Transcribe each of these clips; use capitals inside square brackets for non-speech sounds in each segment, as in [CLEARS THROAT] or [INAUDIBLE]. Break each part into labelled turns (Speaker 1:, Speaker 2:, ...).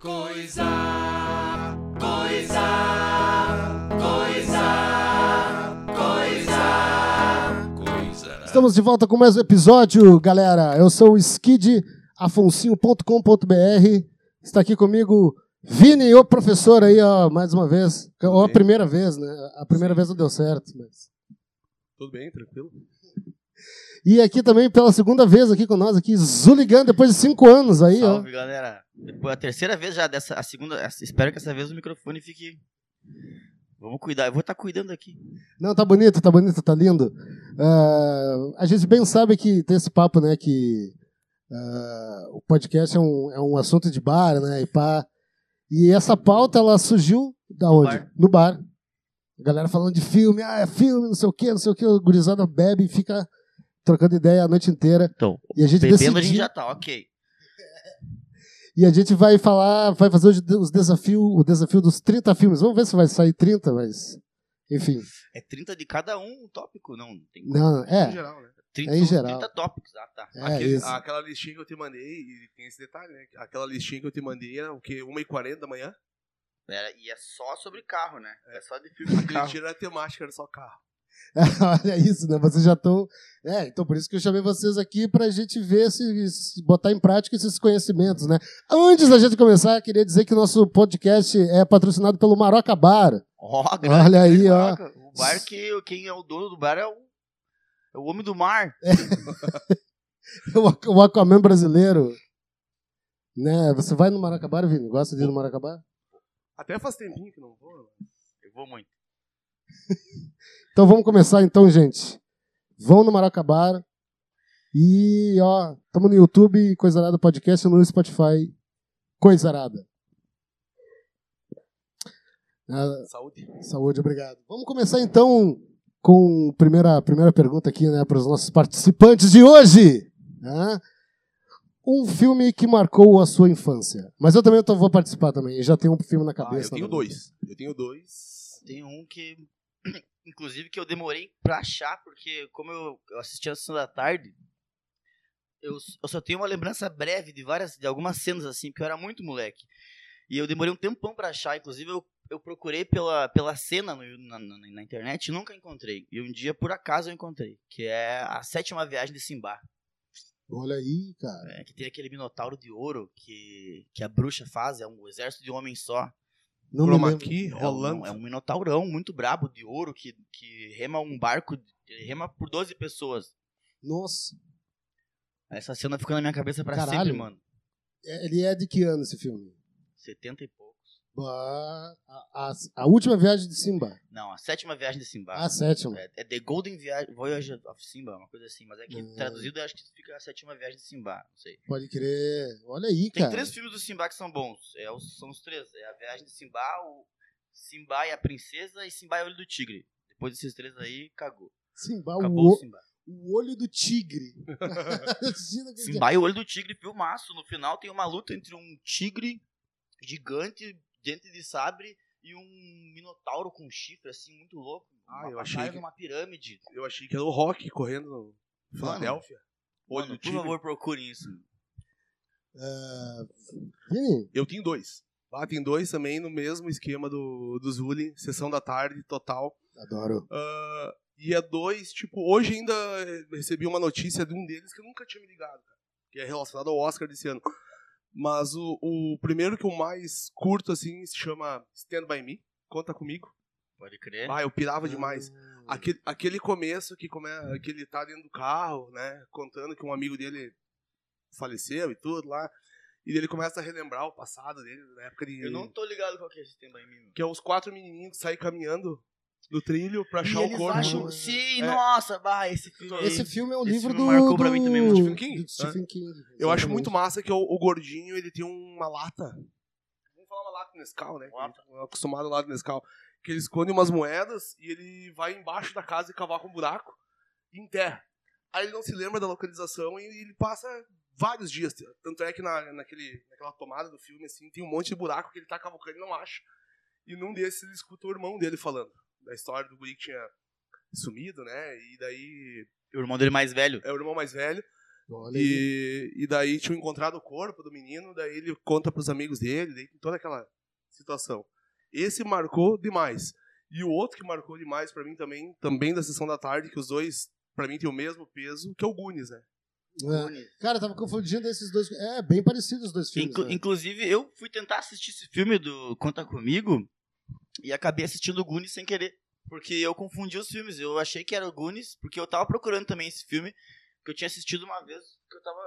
Speaker 1: Coisa, coisa, coisa, coisa, coisa.
Speaker 2: Estamos de volta com mais um episódio, galera. Eu sou o Skid, afonsinho.com.br. Está aqui comigo Vini, o professor aí, ó, mais uma vez. Ou a
Speaker 3: bem?
Speaker 2: primeira vez, né? A primeira vez não deu certo. mas-
Speaker 3: Tudo bem, tranquilo?
Speaker 2: E aqui também, pela segunda vez aqui com nós, aqui, Zuligan, depois de cinco anos aí, ó.
Speaker 4: Salve, galera. Depois, a terceira vez já dessa, a segunda, a- espero que essa vez o microfone fique... Vamos cuidar, eu vou estar cuidando aqui.
Speaker 2: Não, tá bonito, tá bonito, tá lindo. Ah, a gente bem sabe que tem esse papo, né? Que ah, o podcast é um, é um assunto de bar, né? E pá. E essa pauta, ela surgiu da onde?
Speaker 4: bar.
Speaker 2: No bar. A galera falando de filme, ah, é filme, não sei o quê, não sei o quê. O gurizada bebe e fica trocando ideia a noite inteira.
Speaker 4: Então,
Speaker 2: E a gente
Speaker 4: bebendo
Speaker 2: decidiu...
Speaker 4: a gente já tá, ok.
Speaker 2: E a gente vai falar, vai fazer hoje os desafio, o desafio dos 30 filmes. Vamos ver se vai sair 30, mas. Enfim.
Speaker 4: É 30 de cada um um tópico? Não, não tem
Speaker 2: Não,
Speaker 3: Em
Speaker 2: é.
Speaker 3: geral, né?
Speaker 4: 30,
Speaker 2: É em geral.
Speaker 4: 30 tópicos, ah tá.
Speaker 2: É
Speaker 3: Aquele-
Speaker 2: isso.
Speaker 3: Aquela listinha que eu te mandei, e tem esse detalhe, né? Aquela listinha que eu te mandei era o quê? 1h40 da manhã?
Speaker 4: Era- e é só sobre carro, né? É só de filme de
Speaker 3: Aquele [LAUGHS]
Speaker 4: carro.
Speaker 3: tiro era temática, era só carro.
Speaker 2: [LAUGHS] Olha isso, né? Vocês já estão. É, então por isso que eu chamei vocês aqui pra gente ver se, se botar em prática esses conhecimentos, né? Antes da gente começar, queria dizer que o nosso podcast é patrocinado pelo Maroca Bar.
Speaker 4: Ó, grande
Speaker 2: Olha aí, ó. [LAUGHS]
Speaker 4: Caraca, O bar que quem é o dono do bar é o, é o homem do mar.
Speaker 2: O Aqu- O Aquaman brasileiro. Né? Você vai no Maroca Bar, Vini? Gosta de ir no Maroca Bar?
Speaker 3: Até faz tempinho que não vou. né?
Speaker 4: Eu vou muito.
Speaker 2: Então vamos começar então, gente. Vão no Maracabar. E, ó, tamo no YouTube, Coisarada Podcast, e no Spotify, Coisarada.
Speaker 4: É.
Speaker 2: Ah,
Speaker 3: Saúde.
Speaker 2: saúde, obrigado. Vamos começar então com a primeira, primeira pergunta aqui, né, para os nossos participantes de hoje. né? Um filme que marcou a sua infância. Mas eu também tô- vou participar também, já tenho um filme na
Speaker 3: Ah,
Speaker 2: cabeça.
Speaker 3: eu tenho
Speaker 2: também.
Speaker 3: dois. Eu tenho dois.
Speaker 4: Tem um que, [CLEARS THROAT] inclusive, que eu demorei pra achar, porque como eu, eu assisti a Sessão da Tarde, eu, s- eu só tenho uma lembrança breve de várias, de algumas cenas, assim, porque eu era muito moleque. E eu demorei um tempão pra achar, inclusive eu, eu procurei pela, pela cena no- na, na, na internet e nunca encontrei. E um dia, por acaso, eu encontrei, que é a Sétima Viagem de Simba,
Speaker 2: Olha aí, cara.
Speaker 4: né, que tem aquele minotauro de ouro que, que a bruxa faz, é um exército de um homem só.
Speaker 2: Não me
Speaker 3: Chroma
Speaker 2: lembro.
Speaker 3: key,
Speaker 4: É um-
Speaker 3: rolando.
Speaker 4: É um, minotaurão muito brabo de ouro que, que rema um barco, ele rema por 12 pessoas.
Speaker 2: Nossa.
Speaker 4: Essa cena ficou na minha cabeça pra
Speaker 2: Caralho.
Speaker 4: sempre, mano.
Speaker 2: É- Ele é de que ano esse filme?
Speaker 4: 70 e poucos.
Speaker 2: Bah, A, a- a última viagem de Simba.
Speaker 4: Não, a sétima viagem de Simba.
Speaker 2: A sétima.
Speaker 4: é, é The Golden Via- Voyage of Simba, uma coisa assim, mas é que
Speaker 2: Hum.
Speaker 4: traduzido eu acho que fica a sétima viagem de Simba, não sei.
Speaker 2: Pode crer. Olha aí,
Speaker 4: Tem
Speaker 2: cara.
Speaker 4: três filmes do Simba que são bons, é, os- são os três, é a viagem de Simba, o Simba e a princesa e Simba e o Olho do Tigre. Depois desses três aí, cagou.
Speaker 2: Simba,
Speaker 4: Acabou
Speaker 2: o,
Speaker 4: o Simba.
Speaker 2: o olho do tigre. [LAUGHS] Imagina que- é.
Speaker 4: Simba e o Olho do Tigre, filmaço. No final tem uma luta entre um tigre gigante, dente de sabre, e um minotauro com chifre, assim, muito louco.
Speaker 3: Ah,
Speaker 4: uma
Speaker 3: eu achei
Speaker 4: batalha
Speaker 3: que-
Speaker 4: numa pirâmide.
Speaker 3: Eu achei que era o Rock correndo no Filadélfia. Olho
Speaker 4: Mano,
Speaker 3: do
Speaker 4: por
Speaker 3: tigre.
Speaker 4: favor, procurem isso.
Speaker 2: Ah, Vini,
Speaker 3: Eu tenho dois. Ah, tem dois também no mesmo esquema do, do Zully. Sessão da tarde, total.
Speaker 2: adoro.
Speaker 3: Ah, e a dois, tipo, hoje ainda recebi uma notícia de um deles que eu nunca tinha me ligado, cara, que é relacionado ao Oscar desse ano. Mas o, o primeiro que eu mais curto, assim, se chama Stand By Me, Conta Comigo.
Speaker 4: Pode crer.
Speaker 3: Ah, eu pirava demais.
Speaker 2: Ah,
Speaker 3: Aquele, aquele começo que, come, que ele tá dentro do carro, né, contando que um amigo dele faleceu e tudo lá. E ele começa a relembrar o passado dele, na época de...
Speaker 4: Eu não tô ligado qual que é esse tema aí, mim.
Speaker 3: Que é os quatro menininhos que saem caminhando do trilho pra
Speaker 4: E
Speaker 3: achar o
Speaker 4: eles
Speaker 3: corpo.
Speaker 4: acham...
Speaker 2: né?
Speaker 4: Sim,
Speaker 3: É.
Speaker 4: nossa, bah, esse filme aí.
Speaker 2: Esse filme é um
Speaker 4: Esse
Speaker 2: livro
Speaker 4: filme
Speaker 2: do.
Speaker 4: marcou
Speaker 2: do...
Speaker 4: pra mim também,
Speaker 3: o
Speaker 2: do
Speaker 3: Stephen King, né?
Speaker 2: do Stephen King,
Speaker 3: Eu acho
Speaker 2: exatamente.
Speaker 3: muito massa que o, o gordinho ele tem uma lata. Vamos falar uma lata Nescau, né?
Speaker 4: Lata.
Speaker 3: Eu tô Acostumado a lata Nescau. Que ele esconde umas moedas e ele vai embaixo da casa e cavar com um buraco e enterra. Aí ele não se lembra da localização e ele passa vários dias. Tanto é que na, naquele, naquela tomada do filme, assim, tem um monte de buraco que ele tá cavocando e não acha. E num desses ele escuta o irmão dele falando. Da história do guri que tinha sumido, né? E daí
Speaker 4: O irmão dele mais velho.
Speaker 3: é o irmão mais velho.
Speaker 2: Olha aí.
Speaker 3: E, e daí tinham encontrado o corpo do menino, daí ele conta pros amigos dele, daí tem toda aquela situação. Esse marcou demais. E o outro que marcou demais pra mim também, também da sessão da tarde, que os dois, pra mim, tem o mesmo peso, que é o Goonies, né?
Speaker 2: É. Cara, eu tava confundindo esses dois. É, bem parecidos os dois filmes.
Speaker 4: Inclu-
Speaker 2: né?
Speaker 4: Inclusive, eu fui tentar assistir esse filme do Conta Comigo e acabei assistindo o Goonies sem querer. Porque eu confundi os filmes. Eu achei que era o Goonies, porque eu tava procurando também esse filme, que eu tinha assistido uma vez, que eu tava.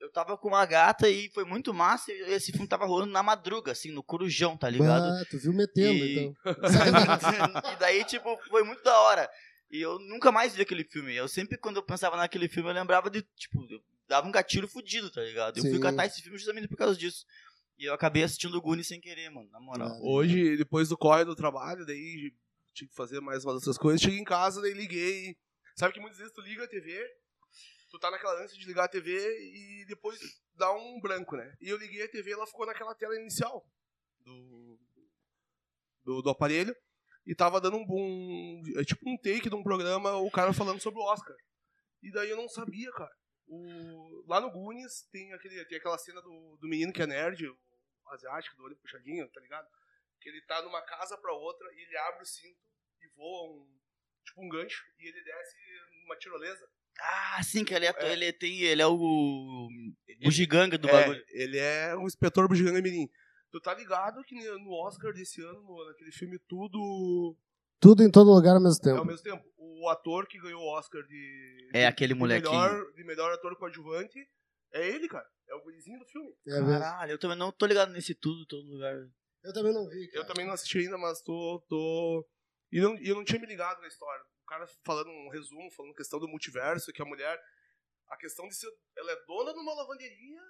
Speaker 4: Eu tava com uma gata e foi muito massa. E esse filme tava rolando na madruga, assim, no corujão, tá ligado?
Speaker 2: Ah, tu viu metendo,
Speaker 4: E-
Speaker 2: então.
Speaker 3: [LAUGHS]
Speaker 2: [LAUGHS]
Speaker 4: [LAUGHS] e daí, tipo, foi muito da hora. E eu nunca mais vi aquele filme. Eu sempre, quando eu pensava naquele filme, eu lembrava de, tipo, eu dava um gatilho fudido, tá ligado? Eu
Speaker 2: Sim.
Speaker 4: fui catar esse filme justamente por causa disso. E eu acabei assistindo o Goonies sem querer, mano, na moral.
Speaker 2: Ah,
Speaker 3: É, Hoje, depois do corre do trabalho, daí tinha que fazer mais umas outras coisas, cheguei em casa, daí liguei. Sabe que muitas vezes tu liga a TV, tu tá naquela ânsia de ligar a TV e depois dá um branco, né? E eu liguei a TV e ela ficou naquela tela inicial do, do, do aparelho. E tava dando um, um. é Tipo um take de um programa, o cara falando sobre o Oscar. E daí eu não sabia, cara. O, lá no Goonies tem, aquele, tem aquela cena do, do menino que é nerd, o asiático, do olho puxadinho, tá ligado? que ele tá numa casa pra outra e ele abre o cinto e voa um tipo um gancho e ele desce uma tirolesa.
Speaker 4: Ah, sim, que ele é,
Speaker 3: É.
Speaker 4: ele tem. Ele é o. O giganga do bagulho.
Speaker 3: É, ele é um inspetor bugiganga mirim. Tu tá ligado que no Oscar desse ano, no- naquele filme tudo
Speaker 2: Tudo em todo lugar ao mesmo
Speaker 3: é ao
Speaker 2: tempo.
Speaker 3: mesmo tempo. O ator que ganhou o Oscar de
Speaker 4: É, aquele
Speaker 3: de
Speaker 4: molequinho.
Speaker 3: melhor, de melhor ator coadjuvante é ele, cara. É o gurizinho do filme.
Speaker 2: É mesmo.
Speaker 4: Caralho, eu também não tô ligado nesse tudo, todo lugar.
Speaker 2: eu também não vi.
Speaker 3: Eu
Speaker 4: É.
Speaker 2: Cara.
Speaker 3: também não assisti ainda, mas tô. tô... E não, e eu não tinha me ligado na história. O cara falando um resumo, falando questão do multiverso, que a mulher. A questão de ser. Ela é dona de uma lavanderia,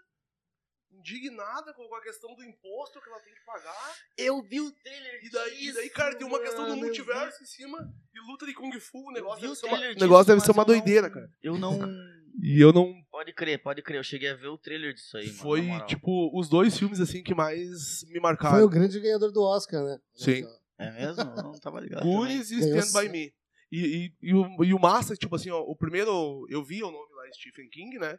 Speaker 3: indignada com com a questão do imposto que ela tem que pagar.
Speaker 4: Eu vi o trailer
Speaker 3: E daí, e daí cara, tem uma questão do multiverso em cima e luta de Kung Fu. O negócio
Speaker 4: vi
Speaker 3: deve
Speaker 4: o
Speaker 3: ser uma,
Speaker 4: trailer
Speaker 3: o negócio
Speaker 4: disso,
Speaker 3: deve ser
Speaker 4: mas
Speaker 3: uma
Speaker 4: eu não-
Speaker 3: doideira, cara.
Speaker 4: Eu não. [LAUGHS]
Speaker 3: E eu não.
Speaker 4: Pode crer, pode crer. Eu cheguei a ver o trailer disso aí, mano.
Speaker 3: Foi,
Speaker 4: na moral.
Speaker 3: tipo, os dois filmes assim que mais me marcaram.
Speaker 2: Foi o grande ganhador do Oscar, né?
Speaker 3: Sim.
Speaker 4: É mesmo? Eu não tava ligado. Tá também.
Speaker 3: Goonies e
Speaker 2: Ganhou
Speaker 3: Stand By
Speaker 2: c-
Speaker 3: Me. E, e, e, o, e o massa, tipo assim, ó, o primeiro eu via o nome lá, Stephen King, né?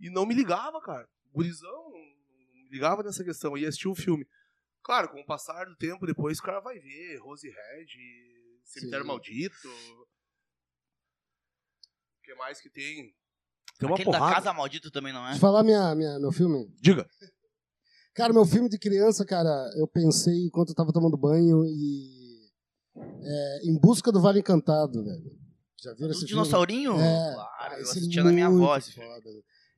Speaker 3: E não me ligava, cara. Gurizão, não me ligava nessa questão. E assistia o um filme. Claro, com o passar do tempo, depois o cara vai ver Rose Red, Cemitério
Speaker 2: Sim.
Speaker 3: Maldito. O que mais que tem? Tem uma
Speaker 4: Aquele
Speaker 3: porrada.
Speaker 4: da Casa Maldita também não é?
Speaker 2: Deixa eu falar minha, minha, meu filme.
Speaker 3: Diga.
Speaker 2: Cara, meu filme de criança, cara, eu pensei enquanto eu tava tomando banho e. é, em busca do Vale Encantado, velho. Já viram esse
Speaker 4: Do
Speaker 2: filme?
Speaker 4: dinossaurinho?
Speaker 2: É.
Speaker 4: Claro, eu
Speaker 2: Esse é
Speaker 4: assistia na minha
Speaker 2: muito
Speaker 4: voz. esse filme.
Speaker 2: foda.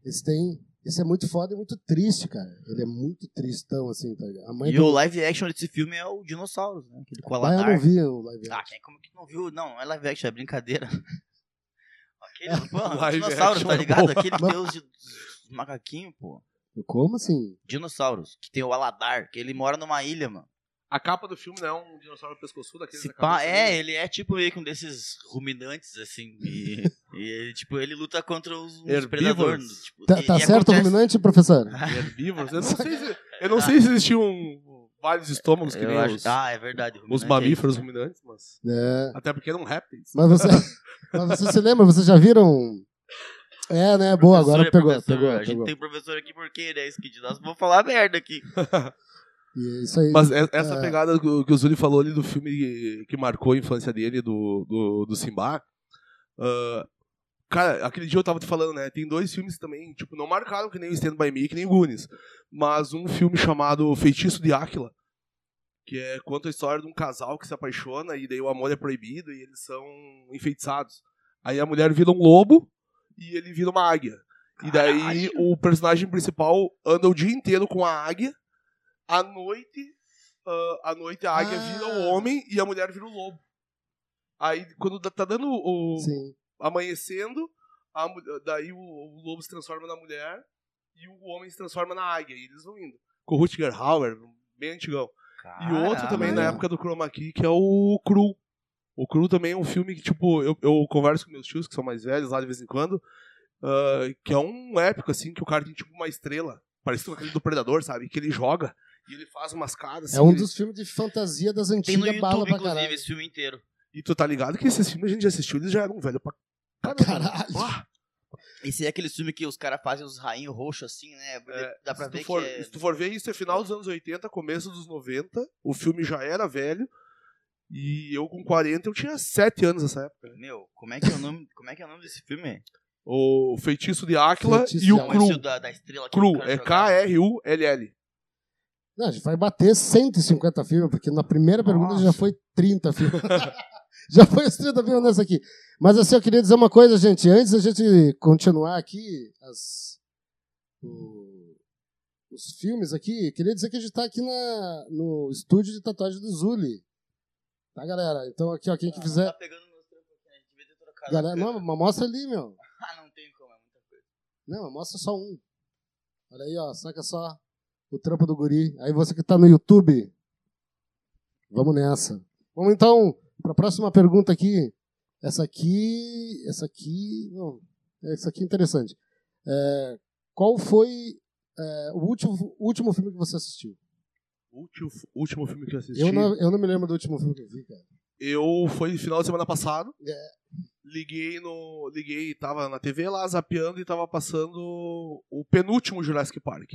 Speaker 2: Esse tem. Esse é muito foda e muito triste, cara. Ele é muito tristão, assim, tá ligado? A mãe
Speaker 4: E o live action desse filme é o Dinossauros, né? Aquele com a
Speaker 2: Ah, eu não
Speaker 4: lagarta.
Speaker 2: vi o live
Speaker 4: Ah,
Speaker 2: action.
Speaker 4: quem, como que não viu? Não, não é live action, é brincadeira. [LAUGHS]
Speaker 2: É,
Speaker 4: Aquele, pô,
Speaker 3: Live
Speaker 4: dinossauro,
Speaker 3: action
Speaker 4: tá
Speaker 3: é
Speaker 4: ligado?
Speaker 3: boa.
Speaker 4: Aquele deus de, dos macaquinho, pô.
Speaker 2: Como assim?
Speaker 4: Dinossauros, que tem o Aladar, que ele mora numa ilha, mano.
Speaker 3: A capa do filme não é um dinossauro pescoçudo, aquele
Speaker 4: Se
Speaker 3: da
Speaker 4: pá,
Speaker 3: cabeça
Speaker 4: é,
Speaker 3: dele.
Speaker 4: ele é tipo meio que um desses ruminantes, assim. E, e ele, tipo, ele luta contra os, os
Speaker 3: Herbívoros.
Speaker 4: predadores. Tipo,
Speaker 2: Tá,
Speaker 4: e-
Speaker 2: tá
Speaker 4: e
Speaker 2: certo o
Speaker 4: acontece- Ah.
Speaker 2: ruminante, professor?
Speaker 3: Herbívoros. é
Speaker 4: [LAUGHS]
Speaker 3: Eu não sei se, eu não sei se existiam vários estômagos que
Speaker 4: Eu
Speaker 3: nem
Speaker 4: acho-
Speaker 3: os-
Speaker 4: Ah, é verdade.
Speaker 3: os
Speaker 4: ruminante é
Speaker 3: mamíferos ruminantes, mas.
Speaker 2: É.
Speaker 3: Até porque eram répteis.
Speaker 2: Mas você, [LAUGHS] mas você se lembra? Vocês já viram? É, né? Boa, agora
Speaker 4: Professor,
Speaker 2: pegou,
Speaker 4: é professor.
Speaker 2: pegou,
Speaker 4: A gente
Speaker 2: pegou.
Speaker 4: tem professor aqui porque ele é skid. Nós vamos falar merda aqui.
Speaker 2: E é isso aí.
Speaker 3: Mas é- essa
Speaker 2: É.
Speaker 3: pegada que o- que o Zuli falou ali do filme que- que marcou a infância dele, do, do, do Simba. ah, cara, aquele dia eu tava te falando, né? Tem dois filmes também, tipo, não marcaram que nem o Stand By Me, que nem o Goonies. Mas um filme chamado Feitiço de Áquila. Que é conta a história de um casal que se apaixona e daí o amor é proibido e eles são enfeitiçados. Aí a mulher vira um lobo e ele vira uma águia. E daí o personagem principal anda o dia inteiro com a águia. À noite, ah, à noite a águia
Speaker 2: Ah.
Speaker 3: vira o homem e a mulher vira o lobo. Aí quando dá- tá dando o
Speaker 2: Sim.
Speaker 3: amanhecendo, a mu- daí o, o lobo se transforma na mulher e o homem se transforma na águia. E eles vão indo. Com o Rutger Hauer, bem antigão. E outro também
Speaker 4: né?
Speaker 2: mano.
Speaker 3: na época do Chroma Key, que é o Cru. O Cru também é um filme que, tipo, eu, eu converso com meus tios, que são mais velhos lá de vez em quando, ah, que é um épico, assim, que o cara tem, tipo, uma estrela, parecido com aquele do Predador, sabe? Que ele joga e ele faz umas caras.
Speaker 2: É
Speaker 3: assim,
Speaker 2: um
Speaker 3: ele-
Speaker 2: dos filmes de fantasia das
Speaker 4: Tem no
Speaker 2: antigas, bala
Speaker 4: YouTube,
Speaker 2: pra
Speaker 4: inclusive,
Speaker 2: caralho.
Speaker 4: esse filme inteiro.
Speaker 3: E tu tá ligado que esses filmes a gente já assistiu, eles já eram velho pra caramba.
Speaker 2: Caralho.
Speaker 3: Ah,
Speaker 4: Esse é aquele filme que os caras fazem os rainhos roxos assim, né?
Speaker 3: É,
Speaker 4: Dá pra
Speaker 3: se, tu
Speaker 4: ver
Speaker 3: for,
Speaker 4: que é...
Speaker 3: se tu for ver, isso é final dos anos 80, começo dos 90. O filme já era velho. E eu com 40, eu tinha 7 anos nessa época. né?
Speaker 4: Meu, como é que é o nome, como é que é o nome desse
Speaker 3: [LAUGHS]
Speaker 4: filme?
Speaker 3: O Feitiço de Áquila
Speaker 2: Feitiço
Speaker 3: e o
Speaker 2: de Áquila.
Speaker 4: Não, esse
Speaker 3: Cru.
Speaker 4: da, da estrela que o
Speaker 3: Cru,
Speaker 4: cara
Speaker 3: é
Speaker 4: jogava.
Speaker 3: K-R-U-L-L.
Speaker 2: Não, a gente vai bater 150 filmes, porque na primeira pergunta
Speaker 4: Nossa.
Speaker 2: já foi 30 filmes. [LAUGHS] já foi os 30 filmes nessa aqui. Mas assim, eu queria dizer uma coisa, gente. Antes da gente continuar aqui as- o- os filmes aqui, queria dizer que a gente tá aqui na- no estúdio de tatuagem do Zuli. Tá, galera? Então aqui, ó, quem que
Speaker 4: Ah,
Speaker 2: fizer...
Speaker 4: Tá pegando meus trampos aqui, né? Devia ter trocado.
Speaker 2: Galera,
Speaker 4: a
Speaker 2: não,
Speaker 4: câmera.
Speaker 2: mas mostra ali, meu.
Speaker 4: [LAUGHS] Ah, não tem como, é muita coisa.
Speaker 2: Não, mostra só um. Olha aí, ó, saca só o trampo do guri. Aí você que tá no YouTube, vamos nessa. Vamos então pra próxima pergunta aqui. Essa aqui, essa aqui, não, essa aqui é interessante. É, qual foi é, o último, o último filme que você assistiu?
Speaker 3: Último, último filme que eu assisti.
Speaker 2: Eu não, eu não me lembro do último filme que eu vi, cara.
Speaker 3: Eu foi final de semana passado.
Speaker 2: É.
Speaker 3: Liguei no. Liguei, tava na TV lá, zapeando e tava passando o penúltimo Jurassic Park.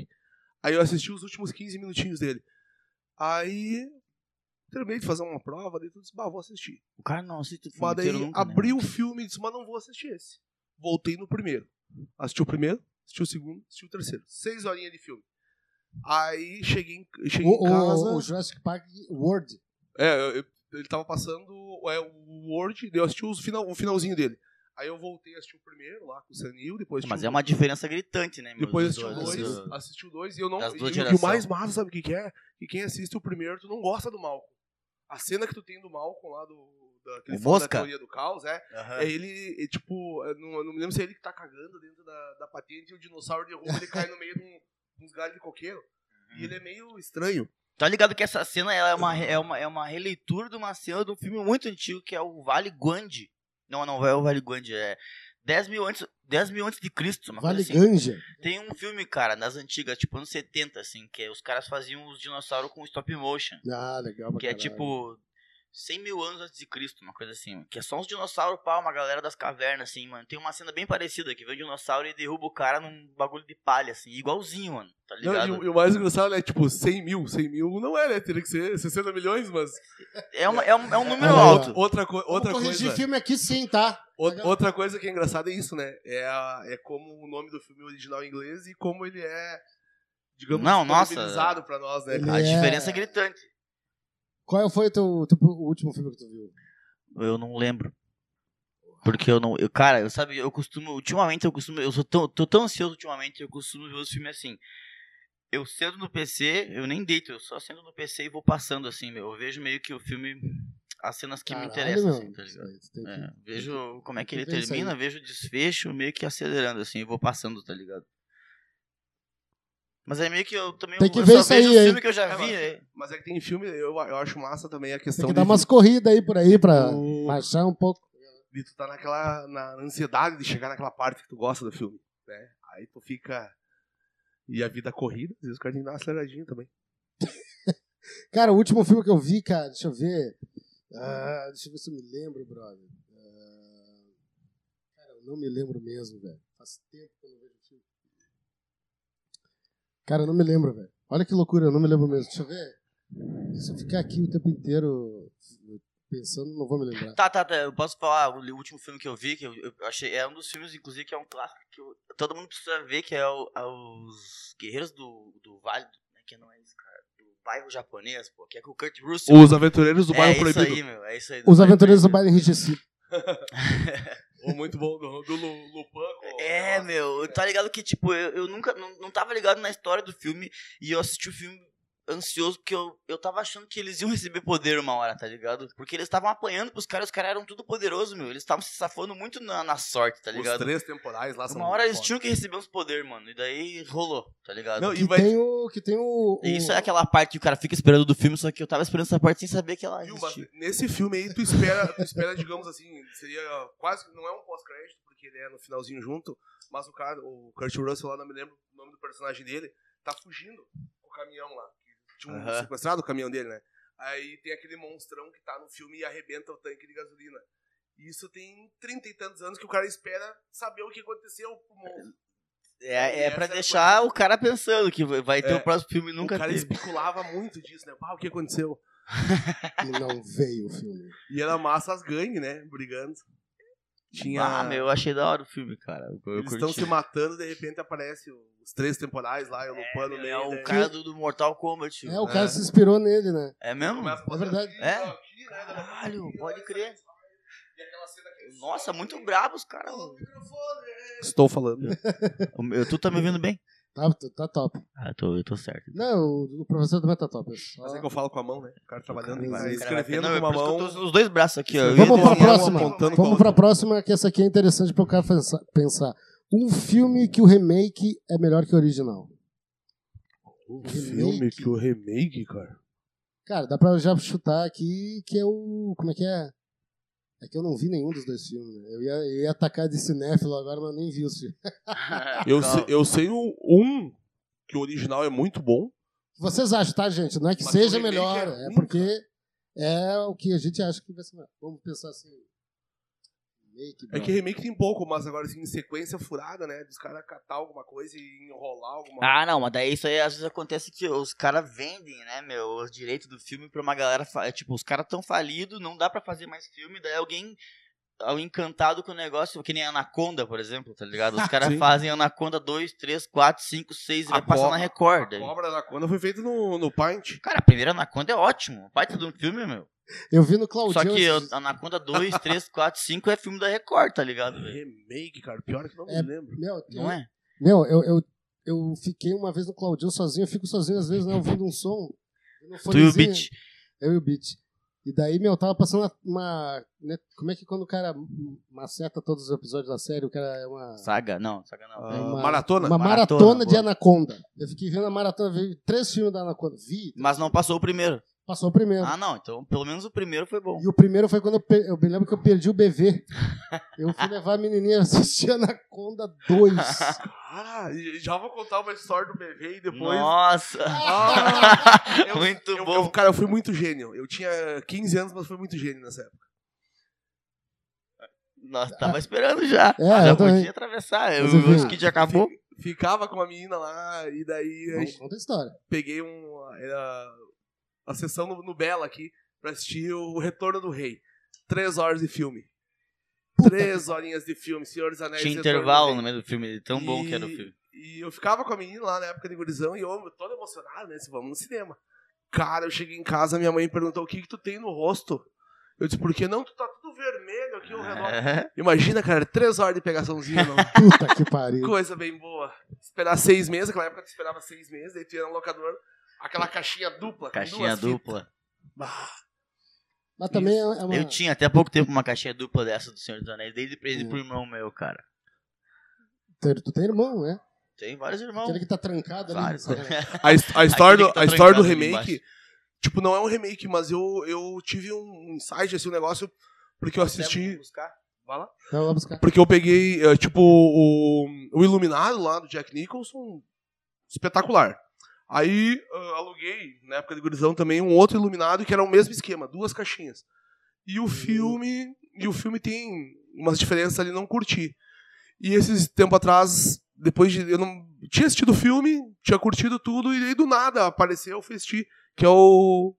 Speaker 3: Aí eu assisti os últimos 15 minutinhos dele. Aí. Terminei de fazer uma prova, daí eu disse, bah, vou assistir.
Speaker 4: O cara não assiste o filme
Speaker 3: Mas daí
Speaker 4: inteiro nunca, né?
Speaker 3: abri o filme e disse, mas não vou assistir esse. Voltei no primeiro. Assisti o primeiro, assisti o segundo, assisti o terceiro. Seis horinhas de filme. Aí cheguei em, cheguei
Speaker 2: O,
Speaker 3: em
Speaker 2: o-
Speaker 3: casa.
Speaker 2: o Jurassic Park World.
Speaker 3: É, eu- eu- ele tava passando é, o Word, daí eu assisti os final- o finalzinho dele. Aí eu voltei a assistir o primeiro lá com o Sanil, depois assisti
Speaker 4: Mas
Speaker 3: o-
Speaker 4: é uma diferença gritante, né, meu?
Speaker 3: tipo, depois
Speaker 4: dos
Speaker 3: assisti o
Speaker 4: dois,
Speaker 3: dois,
Speaker 4: assim.
Speaker 3: assisti o dois e eu não.
Speaker 4: das
Speaker 3: E,
Speaker 4: duas
Speaker 3: e o
Speaker 4: gerações.
Speaker 3: mais massa, sabe o que, que é? Que quem assiste o primeiro, tu não gosta do Malcolm. A cena que tu tem do Malcolm lá do. Da, que
Speaker 4: O
Speaker 3: ele fala da
Speaker 4: Mosca?
Speaker 3: teoria do caos, é.
Speaker 4: Aham.
Speaker 3: É ele, é, tipo, eu não, eu não me lembro se é ele que tá cagando dentro da, da patente e o dinossauro derruba ele cai no meio de, um, de uns galhos de coqueiro. E ele é meio estranho.
Speaker 4: Tá ligado que essa cena ela é, uma, re- é, uma, é uma releitura de uma cena de um filme muito antigo que é o Vale Guandi. Não, não é o Vale Guandi, é 10 mil antes, 10 mil antes de Cristo. Uma
Speaker 2: Vale
Speaker 4: coisa assim.
Speaker 2: Ganja.
Speaker 4: Tem um filme, cara, nas antigas, tipo anos 70, assim, que os caras faziam os dinossauros com stop motion.
Speaker 2: Ah, legal. pra
Speaker 4: Que é
Speaker 2: caralho.
Speaker 4: tipo 100 mil anos antes de Cristo, uma coisa assim. Que é só uns dinossauros pá, uma galera das cavernas, assim, mano. Tem uma cena bem parecida que vem um dinossauro e derruba o cara num bagulho de palha, assim, igualzinho, mano. Tá
Speaker 3: Não,
Speaker 4: ligado?
Speaker 3: e, o- e o mais engraçado é tipo 100 mil. 100 mil não é, né? Teria que ser 60 milhões, mas.
Speaker 4: é, uma- é um, é um
Speaker 2: Olha
Speaker 4: número
Speaker 2: lá.
Speaker 4: alto.
Speaker 3: Outra, co outra,
Speaker 2: Vamos corrigir
Speaker 3: coisa,
Speaker 2: filme aqui sim, tá?
Speaker 3: ou- outra coisa que é engraçada é isso, né? É, a- é como o nome do filme original em inglês e como ele é, digamos,
Speaker 4: Não, nossa.
Speaker 3: disponibilizado pra nós, né?
Speaker 2: Ele
Speaker 4: A
Speaker 2: É.
Speaker 4: diferença é gritante.
Speaker 2: Qual foi o teu, teu último filme que tu viu?
Speaker 4: Eu não lembro. Porque eu não. Eu, cara, eu sabe, eu costumo. Ultimamente eu costumo. Eu sou tão, tô tão ansioso ultimamente, eu costumo ver os filmes assim. Eu sento no PC, eu nem deito, eu só sento no PC e vou passando assim, meu. Eu vejo meio que o filme. As cenas que me interessam, assim, tá ligado? É, vejo como é que
Speaker 2: Tem
Speaker 4: ele
Speaker 2: que ver isso
Speaker 4: termina, vejo o desfecho, meio que acelerando, assim, e vou passando, tá ligado? Mas é meio que eu também
Speaker 2: Tem que
Speaker 4: eu
Speaker 2: ver
Speaker 4: só
Speaker 2: isso
Speaker 4: vejo
Speaker 2: aí,
Speaker 4: o
Speaker 2: hein?
Speaker 4: filme que eu já
Speaker 3: É,
Speaker 4: vi.
Speaker 3: mas-
Speaker 4: é.
Speaker 3: Mas é que tem filme, eu, eu acho massa também a
Speaker 2: Tem
Speaker 3: questão
Speaker 2: É que dar
Speaker 3: de,
Speaker 2: umas corridas aí por aí pra
Speaker 3: tu-
Speaker 2: baixar um pouco.
Speaker 3: de tu tá naquela na ansiedade de chegar naquela parte que tu gosta do filme, né? Aí tu fica. E a vida corrida, às vezes o cara tem que dar uma aceleradinha também.
Speaker 2: Cara, o último filme que eu vi, cara, deixa eu ver. Ah, deixa eu ver se eu me lembro, brother. Ah, cara, eu não me lembro mesmo, velho. Faz tempo que eu não vejo filme. Cara, eu não me lembro, velho. Olha que loucura, eu não me lembro mesmo. Deixa eu ver. Se eu ficar aqui o tempo inteiro pensando, não vou me lembrar.
Speaker 4: Tá, tá, tá. Eu posso falar o li- último filme que eu vi, que eu, eu achei. É um dos filmes, inclusive, que é um clássico que eu- todo mundo precisa ver, que é o- a- os Guerreiros do, do Vale. do- Como é que não é isso, cara? Do bairro japonês, pô. Que é com o Kurt Russell.
Speaker 3: Os Aventureiros do
Speaker 4: é
Speaker 3: Bairro
Speaker 4: isso
Speaker 3: Proibido.
Speaker 4: aí, meu. É isso aí.
Speaker 2: Os
Speaker 4: Bairro
Speaker 2: Aventureiros do Baile
Speaker 4: Proibido.
Speaker 2: Enrijecido.
Speaker 4: [LAUGHS]
Speaker 3: Ou muito bom do, do Lu- Lupin. com-
Speaker 4: É, meu. Tá ligado que, tipo, eu, eu nunca. Não, não tava ligado na história do filme e eu assisti o filme. Ansioso, porque eu, eu tava achando que eles iam receber poder uma hora, tá ligado? Porque eles estavam apanhando pros caras, os caras eram tudo poderoso, meu. Eles estavam se safando muito na, na sorte, tá
Speaker 3: Os
Speaker 4: ligado?
Speaker 3: três temporais lá são
Speaker 4: Uma hora eles
Speaker 3: foda.
Speaker 4: tinham que receber uns poderes, mano. E daí rolou, tá ligado?
Speaker 3: Não,
Speaker 4: e...
Speaker 3: e-
Speaker 2: Que
Speaker 3: vai-
Speaker 2: tem o. Que tem o, o-
Speaker 4: isso é aquela parte que o cara fica esperando do filme, só que eu tava esperando essa parte sem saber que ela
Speaker 3: Viu, mas
Speaker 4: existia.
Speaker 3: nesse filme aí, tu espera, tu espera, digamos assim, seria quase, não é um pós-crédito, porque ele é no finalzinho junto, mas o cara, o Kurt Russell lá, não me lembro o nome do personagem dele, tá fugindo com o caminhão lá. Tinha um
Speaker 4: Aham.
Speaker 3: sequestrado o caminhão dele, né? Aí tem aquele monstrão que tá no filme e arrebenta o tanque de gasolina. E isso tem trinta e tantos anos que o cara espera saber o que aconteceu pro monstro.
Speaker 4: É, é
Speaker 3: Essa
Speaker 4: pra
Speaker 3: é a
Speaker 4: deixar o cara pensando que vai- vai ter
Speaker 3: É.
Speaker 4: o próximo filme e nunca
Speaker 3: o cara
Speaker 4: teve.
Speaker 3: especulava muito disso, né? Pá, o que aconteceu?
Speaker 2: E não veio o filme.
Speaker 3: E era massa as gangues, né? Brigando. Tinha...
Speaker 4: Ah, meu, eu achei da hora o filme, cara. Eu- Eu
Speaker 3: Eles estão
Speaker 4: curti.
Speaker 3: se matando, de repente aparece os três temporais lá, eu lupando
Speaker 4: Meu,
Speaker 3: nele.
Speaker 4: É
Speaker 3: né?
Speaker 4: o cara do, do Mortal Kombat.
Speaker 2: É, o
Speaker 4: né?
Speaker 2: cara se inspirou nele, né?
Speaker 4: É mesmo?
Speaker 3: Começa a fazer
Speaker 2: verdade.
Speaker 3: aqui,
Speaker 4: É?
Speaker 3: aqui, né?
Speaker 4: Caralho, pode crer.
Speaker 3: E aquela cena que eles
Speaker 4: Nossa,
Speaker 3: soltam,
Speaker 4: muito
Speaker 3: né?
Speaker 4: brabo os caras.
Speaker 3: Fala no [LAUGHS] microfone, né?
Speaker 4: Estou [LAUGHS] falando. tu tá me ouvindo bem?
Speaker 2: Tá, tá top.
Speaker 4: Ah, eu tô, eu tô certo.
Speaker 2: Não, o- o professor também tá top. é só-
Speaker 3: Mas é que eu falo com a mão, né? O cara trabalhando,
Speaker 2: Cara,
Speaker 3: vai
Speaker 2: vai-
Speaker 3: escrevendo
Speaker 4: Não, é
Speaker 3: com uma
Speaker 4: por isso que
Speaker 3: mão.
Speaker 4: Eu tô os dois braços aqui, ó. Eu ia
Speaker 2: Vamos
Speaker 4: desenhar
Speaker 2: pra
Speaker 3: desenhando,
Speaker 4: uma
Speaker 2: próxima.
Speaker 4: ponta.
Speaker 3: apontando com a
Speaker 2: Vamos pra
Speaker 3: outra.
Speaker 2: próxima, que essa aqui é interessante pro cara pensa- pensar. Um filme que o remake é melhor que o original.
Speaker 3: Um
Speaker 2: filme que
Speaker 3: o remake, cara.
Speaker 2: Cara, dá pra já chutar aqui que é o. Como é que é? É que eu não vi nenhum dos dois filmes. né? Eu ia, eu ia atacar de cinéfilo agora, mas eu nem vi os filmes.
Speaker 4: [LAUGHS]
Speaker 3: Eu,
Speaker 4: Não.
Speaker 3: sei, eu sei um, um que o original é muito bom.
Speaker 2: Vocês acham, tá, gente? Não é que
Speaker 3: Mas
Speaker 2: seja
Speaker 3: o remake
Speaker 2: melhor,
Speaker 3: é
Speaker 2: é,
Speaker 3: ruim,
Speaker 2: porque é o que a gente acha que vai ser melhor. Vamos pensar assim. Remake,
Speaker 3: É
Speaker 2: bro.
Speaker 3: que remake tem pouco, mas agora assim, em sequência furada, né? Dos caras catar alguma coisa e enrolar alguma coisa.
Speaker 4: Ah, não, mas daí isso aí às vezes acontece que os caras vendem, né, meu, os direitos do filme pra uma galera. fa- é, Tipo, os caras tão falidos, não dá pra fazer mais filme, daí alguém. ao encantado com o negócio, que nem Anaconda, por exemplo, tá ligado? Os caras
Speaker 3: Ah, Sim.
Speaker 4: fazem Anaconda 2, 3, 4, 5, 6,
Speaker 3: A
Speaker 4: vai passar
Speaker 3: co-
Speaker 4: na Record.
Speaker 3: A
Speaker 4: daí.
Speaker 3: cobra da Conan foi feito no, no Paint.
Speaker 4: Cara, a primeira Anaconda é ótimo, baita de um filme, meu.
Speaker 2: Eu vi no
Speaker 3: Oh,
Speaker 2: Claudio.
Speaker 4: Só que eu- Anaconda 2, 3, 4, 5 é filme da Record, tá ligado? velho?
Speaker 3: Remake, cara. Pior que não
Speaker 2: É.
Speaker 3: me lembro.
Speaker 2: Meu,
Speaker 4: Não é?
Speaker 2: Meu, eu, eu, eu fiquei uma vez no Claudinho sozinho, eu fico sozinho às vezes, né? Ouvindo um som. ouvindo um
Speaker 4: Tu e o
Speaker 2: fonezinho.
Speaker 4: Beat.
Speaker 2: Eu e o Beat. E daí, meu, tava passando uma. né, como é que quando o cara maceta todos os episódios da série, o cara é uma.
Speaker 4: Saga? Não, saga não.
Speaker 2: é
Speaker 3: Ah,
Speaker 2: uma
Speaker 3: maratona?
Speaker 2: Uma maratona,
Speaker 4: Maratona,
Speaker 2: de
Speaker 4: boa.
Speaker 2: Anaconda. Eu fiquei vendo a maratona, vi três filmes da Anaconda. Vi,
Speaker 4: Mas não passou o primeiro.
Speaker 2: passou o primeiro.
Speaker 4: Ah, não, então pelo menos o primeiro foi bom.
Speaker 2: E o primeiro foi quando eu, per- eu me lembro que eu perdi o BV. Eu fui levar a menininha assistir Anaconda 2.
Speaker 3: Cara, Ah, e- já vou contar uma história do bebê e depois. [LAUGHS]
Speaker 4: Nossa!
Speaker 3: Ah,
Speaker 4: [LAUGHS]
Speaker 3: eu-
Speaker 4: Muito
Speaker 3: eu-
Speaker 4: bom.
Speaker 3: eu- cara, eu fui muito gênio. Eu tinha 15 anos, mas fui muito gênio nessa época.
Speaker 4: Nós tava esperando já.
Speaker 2: É,
Speaker 4: já
Speaker 2: eu
Speaker 4: podia
Speaker 2: também.
Speaker 4: atravessar.
Speaker 2: Mas um
Speaker 4: o
Speaker 2: enfim.
Speaker 4: o skid
Speaker 3: [LAUGHS]
Speaker 4: acabou.
Speaker 3: Fi- Ficava com uma menina lá e daí a
Speaker 2: Bom,
Speaker 3: gente
Speaker 2: Conta a história.
Speaker 3: peguei um, era a sessão no, no Bela aqui pra assistir o Retorno do Rei. Três horas de filme. Três horinhas de filme, Senhores Anéis.
Speaker 4: Tinha
Speaker 3: Retorno do
Speaker 4: intervalo
Speaker 3: Rei.
Speaker 4: no meio do filme, é tão bom que era o
Speaker 3: E-
Speaker 4: filme.
Speaker 3: E eu ficava com a menina lá na época de gurizão e eu todo emocionado, né? Disse, vamos no cinema. Cara, eu cheguei em casa, minha mãe perguntou o que, que tu tem no rosto. Eu disse, por que não? Tu tá tudo vermelho aqui ao redor.
Speaker 4: É.
Speaker 3: Imagina, cara, três horas de pegaçãozinha, [LAUGHS] não.
Speaker 2: Puta que
Speaker 4: [LAUGHS]
Speaker 2: pariu.
Speaker 3: Coisa bem boa. Esperar seis meses, naquela época tu esperava seis meses, daí tu ia no locador, aquela caixinha dupla. com
Speaker 4: Caixinha
Speaker 3: duas fitas.
Speaker 4: dupla.
Speaker 3: Bah,
Speaker 2: Mas também é uma.
Speaker 4: Eu tinha até pouco tempo uma caixinha dupla dessa do Senhor dos Anéis, desde presente
Speaker 2: Hum.
Speaker 4: pro irmão meu, cara.
Speaker 2: Tu- Tu tem irmão, né?
Speaker 4: Tem vários irmãos.
Speaker 2: Aquele que tá trancado ali.
Speaker 4: Vários. né? [LAUGHS]
Speaker 3: A, his- a história, do,
Speaker 4: que tá
Speaker 3: a história do
Speaker 4: trancado ali
Speaker 3: remake, tipo, não é um remake, mas eu, eu tive um insight, assim, um negócio, porque eu assisti... Vai lá.
Speaker 2: Vai lá Então, buscar.
Speaker 3: Porque eu peguei, é, tipo, o, o Iluminado lá do Jack Nicholson, espetacular. Aí ah, aluguei, na época de gurizão também, um outro Iluminado que era o mesmo esquema, duas caixinhas. E o filme, e o filme tem umas diferenças ali, não curti. E esses tempo atrás, depois de eu não tinha assistido o filme, tinha curtido tudo e aí do nada apareceu o Festi, que é o,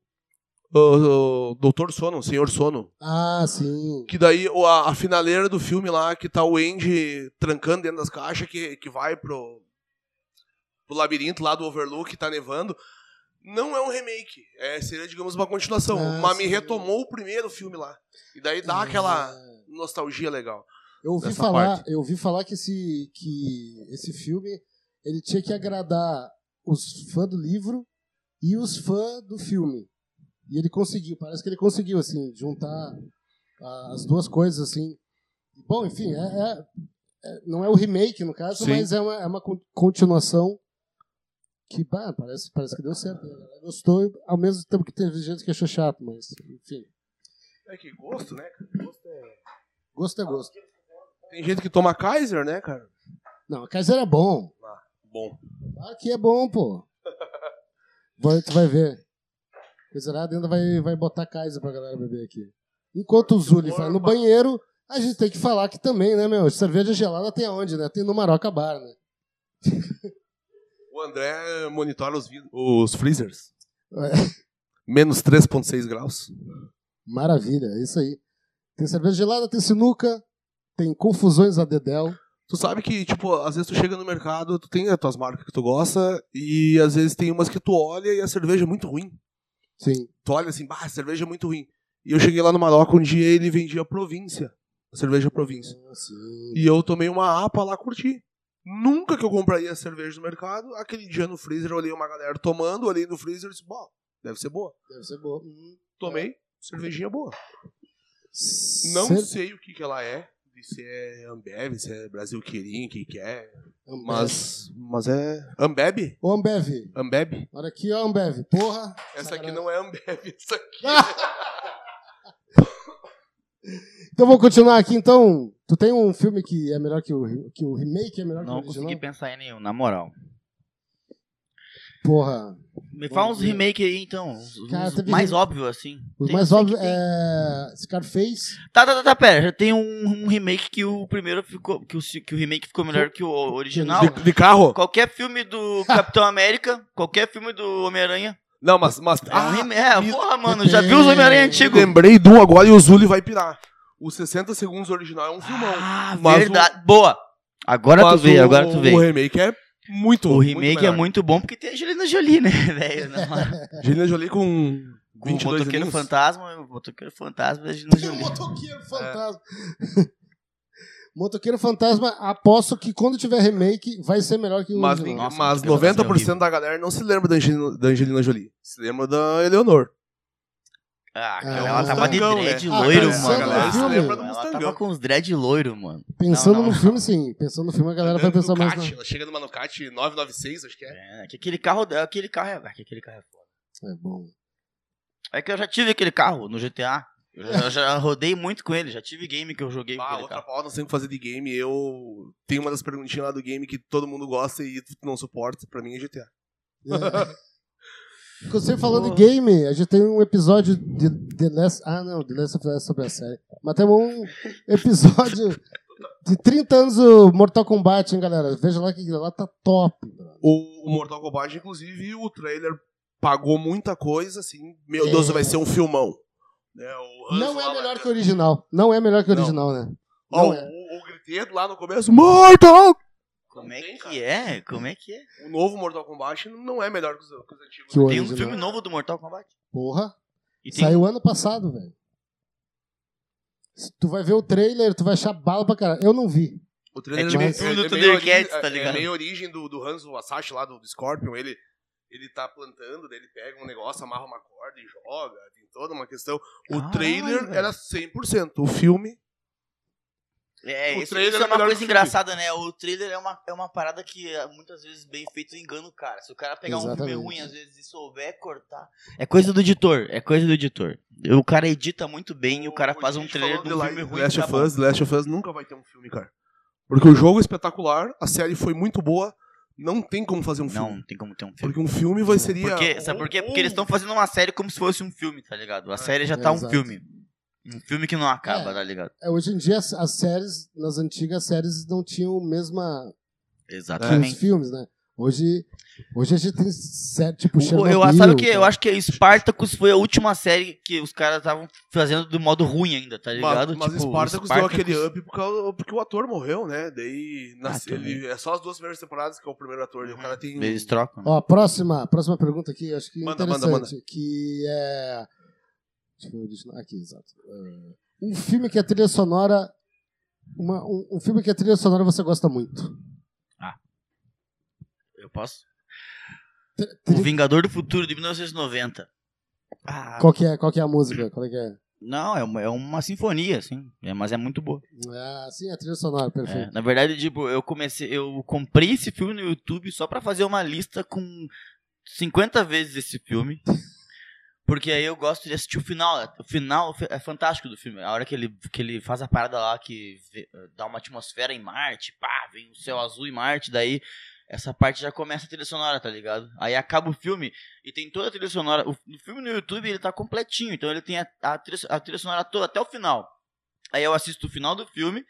Speaker 3: o, o Doutor Sono, o Senhor Sono.
Speaker 2: Ah, sim.
Speaker 3: Que daí o- a, a finaleira do filme lá, que tá o Andy trancando dentro das caixas, que, que vai pro, pro labirinto lá do Overlook, tá nevando. Não é um remake. É, seria, digamos, uma continuação.
Speaker 2: Ah,
Speaker 3: mas me
Speaker 2: sim.
Speaker 3: retomou o primeiro filme lá. E daí dá aquela
Speaker 2: Ah,
Speaker 3: nostalgia legal.
Speaker 2: Eu ouvi
Speaker 3: dessa
Speaker 2: falar,
Speaker 3: parte.
Speaker 2: eu ouvi falar que esse que esse filme ele tinha que agradar os fãs do livro e os fãs do filme. E ele conseguiu, parece que ele conseguiu assim juntar a- as duas coisas assim. Bom, enfim, é, é- é- não é o remake no caso,
Speaker 3: Sim.
Speaker 2: mas é uma, é uma con- continuação que pá, parece parece que deu certo. né? A galera Gostou ao mesmo tempo que teve gente que achou chato, mas enfim,
Speaker 3: É que gosto, né?
Speaker 2: gosto é gosto.
Speaker 3: Tem gente que toma Kaiser, né, cara?
Speaker 2: Não, a Kaiser é bom.
Speaker 3: Bom.
Speaker 2: Aqui é bom, pô. Vai, tu vai ver. Coisa errada ainda vai, vai botar Kaiser pra galera beber aqui. Enquanto o Zuli
Speaker 3: Bora,
Speaker 2: vai no
Speaker 3: mano.
Speaker 2: banheiro, a gente tem que falar que também, né, meu? Cerveja gelada tem aonde, né? Tem no Maroca Bar, né?
Speaker 3: O André monitora os, vid- os freezers.
Speaker 2: É.
Speaker 3: Menos 3,6 graus.
Speaker 2: Maravilha, é isso aí. Tem cerveja gelada, tem sinuca, tem confusões a dedéu.
Speaker 3: Tu sabe que, tipo, às vezes tu chega no mercado, tu tem as tuas marcas que tu gosta, e às vezes tem umas que tu olha e a cerveja é muito ruim.
Speaker 2: Sim.
Speaker 3: Tu olha assim, bah, a cerveja é muito ruim. E eu cheguei lá no Maroca um dia e ele vendia província. A cerveja província.
Speaker 2: Ah, Sim.
Speaker 3: E eu tomei uma APA lá, curti. Nunca que eu compraria cerveja no mercado. Aquele dia no freezer, eu olhei uma galera tomando, olhei no freezer e disse, bom, deve ser boa.
Speaker 2: Deve ser boa.
Speaker 3: Tomei, cervejinha boa. Não
Speaker 2: Cer-
Speaker 3: sei o que, que ela é. Se é Ambev, se é Brasil Quirim, que que é.
Speaker 2: Ambev.
Speaker 3: Mas, mas é... Ambev?
Speaker 2: Ô, Ambev.
Speaker 3: Ambev?
Speaker 2: Olha aqui, ó, Ambev. Porra.
Speaker 3: Essa aqui não é Ambev, [LAUGHS] essa aqui.
Speaker 2: Então vamos continuar aqui, então. Tu tem um filme que é melhor que o, re- que o remake, é melhor
Speaker 4: Não
Speaker 2: que o original?
Speaker 4: consegui pensar em nenhum, na moral.
Speaker 2: Porra.
Speaker 4: Me
Speaker 2: Bom
Speaker 4: fala uns
Speaker 2: dia.
Speaker 4: remake aí, então. Os,
Speaker 2: Cara,
Speaker 4: os
Speaker 2: teve
Speaker 4: mais
Speaker 2: re-
Speaker 4: óbvio, assim.
Speaker 2: O
Speaker 4: Tem-
Speaker 2: mais
Speaker 4: sei que
Speaker 2: óbvio
Speaker 4: tem.
Speaker 2: é Scarface.
Speaker 4: Tá, tá, tá, tá, pera. Já tem um, um remake que o primeiro ficou. Que o, se- que o remake ficou melhor que o original.
Speaker 3: De, de carro?
Speaker 4: Qualquer filme
Speaker 3: [LAUGHS]
Speaker 4: do Capitão América, qualquer filme do Homem-Aranha.
Speaker 3: Não, mas... mas
Speaker 4: É um remake. É,
Speaker 3: me-
Speaker 4: porra, mano, já viu os Homem-Aranha antigos?
Speaker 3: Lembrei de um agora e o Zully vai pirar. O 60 segundos original é um filmão.
Speaker 4: Ah,
Speaker 3: Mas o-
Speaker 4: verdade. Boa. Agora tu
Speaker 3: Mas
Speaker 4: vê,
Speaker 3: o-
Speaker 4: agora tu vê.
Speaker 3: O remake é muito
Speaker 4: O remake é
Speaker 3: melhor.
Speaker 4: muito bom porque tem a Angelina Jolie, né, [LAUGHS] velho? Na hora.
Speaker 3: Angelina Jolie com
Speaker 4: Com o
Speaker 3: 22
Speaker 4: motoqueiro
Speaker 3: aninhos.
Speaker 4: fantasma, o motoqueiro fantasma e a Angelina
Speaker 2: Tem um
Speaker 4: Jolie.
Speaker 2: motoqueiro
Speaker 4: É.
Speaker 2: fantasma. [LAUGHS] motoqueiro fantasma, aposto que quando tiver remake vai ser melhor que o
Speaker 3: Mas,
Speaker 2: original.
Speaker 4: Nossa,
Speaker 3: mas
Speaker 4: que coisa
Speaker 3: 90% da galera não se lembra da Angelina, da Angelina Jolie. Se lembra da Eleonor.
Speaker 4: Ah, cara,
Speaker 2: É,
Speaker 4: ela
Speaker 2: um
Speaker 4: tava de
Speaker 3: Mustangão,
Speaker 4: dread
Speaker 3: né?
Speaker 4: loiro,
Speaker 2: Ah, cara,
Speaker 4: mano.
Speaker 2: essa galera se lembra
Speaker 3: do
Speaker 4: ela
Speaker 3: Mustangão.
Speaker 4: tava com os dread loiro, mano.
Speaker 2: Pensando
Speaker 4: Não, não,
Speaker 2: no
Speaker 4: não.
Speaker 2: filme, sim. Pensando no filme, a galera vai pensar mais.
Speaker 3: Ela chega numa Ducati 996, acho que é.
Speaker 4: É, que aquele carro, é, aquele carro é, é que aquele carro é foda.
Speaker 2: na- É bom.
Speaker 4: É que eu já tive aquele carro no GTA. Eu já,
Speaker 2: É.
Speaker 4: eu já rodei muito com ele, já tive game que eu joguei com
Speaker 3: Ah,
Speaker 4: aquele
Speaker 3: outra
Speaker 4: carro.
Speaker 3: pauta, nós temos que fazer de game. Eu tenho uma das perguntinhas lá do game que todo mundo gosta e tu não suporta. Pra mim é GTA.
Speaker 2: É. Você falando em game, a gente tem um episódio de The Last. Ah, não, The Last of Us sobre a série. Mas temos um episódio de 30 anos do Mortal Kombat, hein, galera? Veja lá que lá tá top.
Speaker 3: O, o Mortal Kombat, inclusive, o trailer pagou muita coisa, assim. Meu
Speaker 4: É.
Speaker 3: Deus, vai ser um filmão. Né, o Hanzo
Speaker 2: Não
Speaker 3: lá
Speaker 2: é melhor
Speaker 3: na-
Speaker 2: que o original. Não é melhor que o
Speaker 3: Não.
Speaker 2: original, né?
Speaker 3: Ó,
Speaker 2: Não
Speaker 3: o,
Speaker 2: é.
Speaker 3: o griteiro lá no começo. Mortal!
Speaker 4: Como é
Speaker 3: Não tem,
Speaker 4: que é? Como é que é?
Speaker 3: O novo Mortal Kombat não é melhor que os, que os antigos. né?
Speaker 2: Que o
Speaker 4: Tem um
Speaker 2: original.
Speaker 4: filme novo do Mortal Kombat.
Speaker 2: Porra.
Speaker 4: E tem
Speaker 2: Saiu ano passado, velho. Se Tu vai ver o trailer, tu vai achar bala pra caralho. Eu não vi.
Speaker 3: O trailer
Speaker 4: É
Speaker 2: tipo
Speaker 3: meio-
Speaker 2: o
Speaker 4: filme do
Speaker 3: meio
Speaker 4: Thundercats,
Speaker 3: origem-
Speaker 4: tá ligado?
Speaker 3: É meio origem do, do Hanzo Asashi lá, do, do Scorpion. Ele, ele tá plantando, daí ele pega um negócio, amarra uma corda e joga. Tem toda uma questão. O
Speaker 4: Caralho,
Speaker 3: trailer
Speaker 4: velho.
Speaker 3: era 100%. O filme...
Speaker 4: É,
Speaker 3: O
Speaker 4: isso,
Speaker 3: trailer
Speaker 4: isso
Speaker 3: é
Speaker 4: é uma
Speaker 3: melhor que o
Speaker 4: coisa
Speaker 3: filme.
Speaker 4: engraçada, né? O trailer é uma, é uma parada que ah, muitas vezes bem feito engana o cara. Se o cara pegar um
Speaker 2: Exatamente.
Speaker 4: filme ruim, às vezes, e souber cortar. É coisa do editor, é coisa do editor. O cara edita muito bem e o cara faz um trailer de um filme ruim.
Speaker 3: Last
Speaker 4: tá
Speaker 3: of
Speaker 4: bom.
Speaker 3: Us, Last of Us nunca vai ter um filme, cara. Porque o jogo é espetacular, a série foi muito boa, não tem como fazer um filme.
Speaker 4: Não, não tem como ter um filme.
Speaker 3: Porque um filme vai seria...
Speaker 4: Porque, sabe por quê? Porque
Speaker 3: um
Speaker 4: eles estão fazendo uma série como se fosse um filme, tá ligado? A série já
Speaker 2: É,
Speaker 4: tá um
Speaker 2: exato.
Speaker 4: filme. Um filme que não acaba,
Speaker 2: É.
Speaker 4: tá ligado?
Speaker 2: É, hoje em dia, as, as séries, nas antigas séries, não tinham o mesma os
Speaker 4: Exatamente.
Speaker 2: filmes, né? Hoje, hoje a gente tem série tipo
Speaker 4: O-
Speaker 2: Chernobyl.
Speaker 4: eu, sabe o que? Eu
Speaker 2: cara.
Speaker 4: acho que Spartacus foi a última série que os caras estavam fazendo do modo ruim ainda, tá ligado?
Speaker 3: Mas, mas
Speaker 4: Tipo,
Speaker 3: Spartacus, deu aquele up por causa- porque o ator morreu, né? Daí nasce-
Speaker 4: Ah, tudo
Speaker 3: ele, é só as duas primeiras temporadas que é o primeiro ator. E o cara tem.
Speaker 4: Eles trocam. né?
Speaker 2: Ó, próxima, próxima pergunta aqui, acho que é
Speaker 3: Manda,
Speaker 2: interessante,
Speaker 3: manda,
Speaker 2: que é Deixa eu ver o original aqui, exato. É, Um filme que a trilha sonora uma- um, um filme que a trilha sonora você gosta muito.
Speaker 4: Eu posso?
Speaker 2: Tri-
Speaker 4: O
Speaker 2: tri-
Speaker 4: Vingador do Futuro de 1990. Ah,
Speaker 2: Qual que é, qual que é a música? Qual é que é?
Speaker 4: não, é uma, é uma sinfonia, assim. é, mas é muito boa.
Speaker 2: Ah, sim, a trilha sonora,
Speaker 4: É,
Speaker 2: perfeito.
Speaker 4: na verdade, tipo, eu comecei. Eu comprei esse filme no YouTube só pra fazer uma lista com 50 vezes esse filme. Porque aí eu gosto de assistir o final. O final é fantástico do filme. A hora que ele, que ele faz a parada lá, que vê- dá uma atmosfera em Marte, pá, vem o céu azul em Marte, daí essa parte já começa a trilha sonora, tá ligado? Aí acaba o filme e tem toda a trilha sonora. O, o filme no YouTube ele tá completinho, então ele tem a, a, trilha, a trilha sonora toda até o final. Aí eu assisto o final do filme,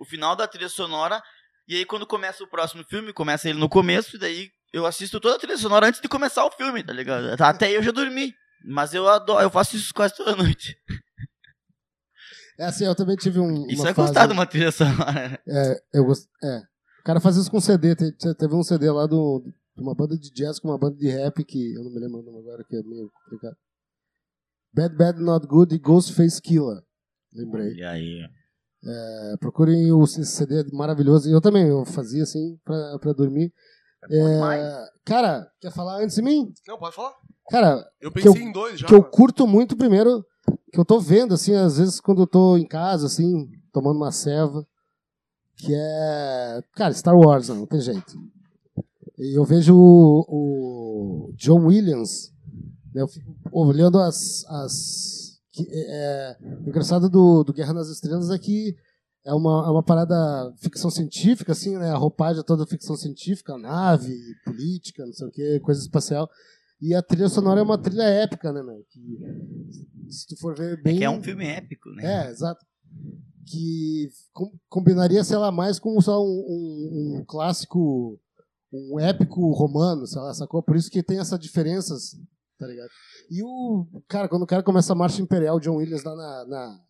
Speaker 4: o final da trilha sonora, e aí quando começa o próximo filme, começa ele no começo, e daí eu assisto toda a trilha sonora antes de começar o filme, tá ligado? Tá, Até aí eu já dormi. Mas eu adoro, eu faço isso quase toda noite.
Speaker 2: É assim, eu também tive um.
Speaker 4: Isso
Speaker 2: uma
Speaker 4: é gostar de
Speaker 2: fase-
Speaker 4: uma trilha sonora. né?
Speaker 2: É, eu gost... é. O cara fazia isso com CD. Te- te- Teve um CD lá do, de uma banda de jazz com uma banda de rap que eu não me lembro o nome agora, que é meio complicado. Bad Bad Not Good e Ghostface Killer. Lembrei.
Speaker 4: E aí?
Speaker 2: É, procurem o esse CD é maravilhoso. Eu também, eu fazia assim pra, pra dormir. É, cara, quer falar antes de mim?
Speaker 3: Não, pode falar.
Speaker 2: Cara,
Speaker 3: Eu
Speaker 2: Que eu-
Speaker 3: pensei em dois já.
Speaker 2: que eu
Speaker 3: mas-
Speaker 2: curto muito primeiro, que eu tô vendo, assim, às vezes quando eu tô em casa, assim, tomando uma ceva, que é. Cara, Star Wars, não, não tem jeito. E eu vejo o, o John Williams, né, eu fico olhando as. as que, é, é, o engraçado do, do Guerra nas Estrelas é que é uma, é uma parada ficção científica, assim, né? A roupagem é toda ficção científica, nave, política, não sei o quê, coisa espacial. E a trilha sonora é uma trilha épica, né, meu? Que, se tu for ver bem.
Speaker 4: Que é um filme épico, né?
Speaker 2: É, exato. Que com- combinaria, sei lá, mais com só um, um- um clássico, um épico romano, sei lá, sacou? Por isso que tem essas diferenças, tá ligado? E o. Cara, quando o cara começa a marcha imperial, John Williams lá na. na-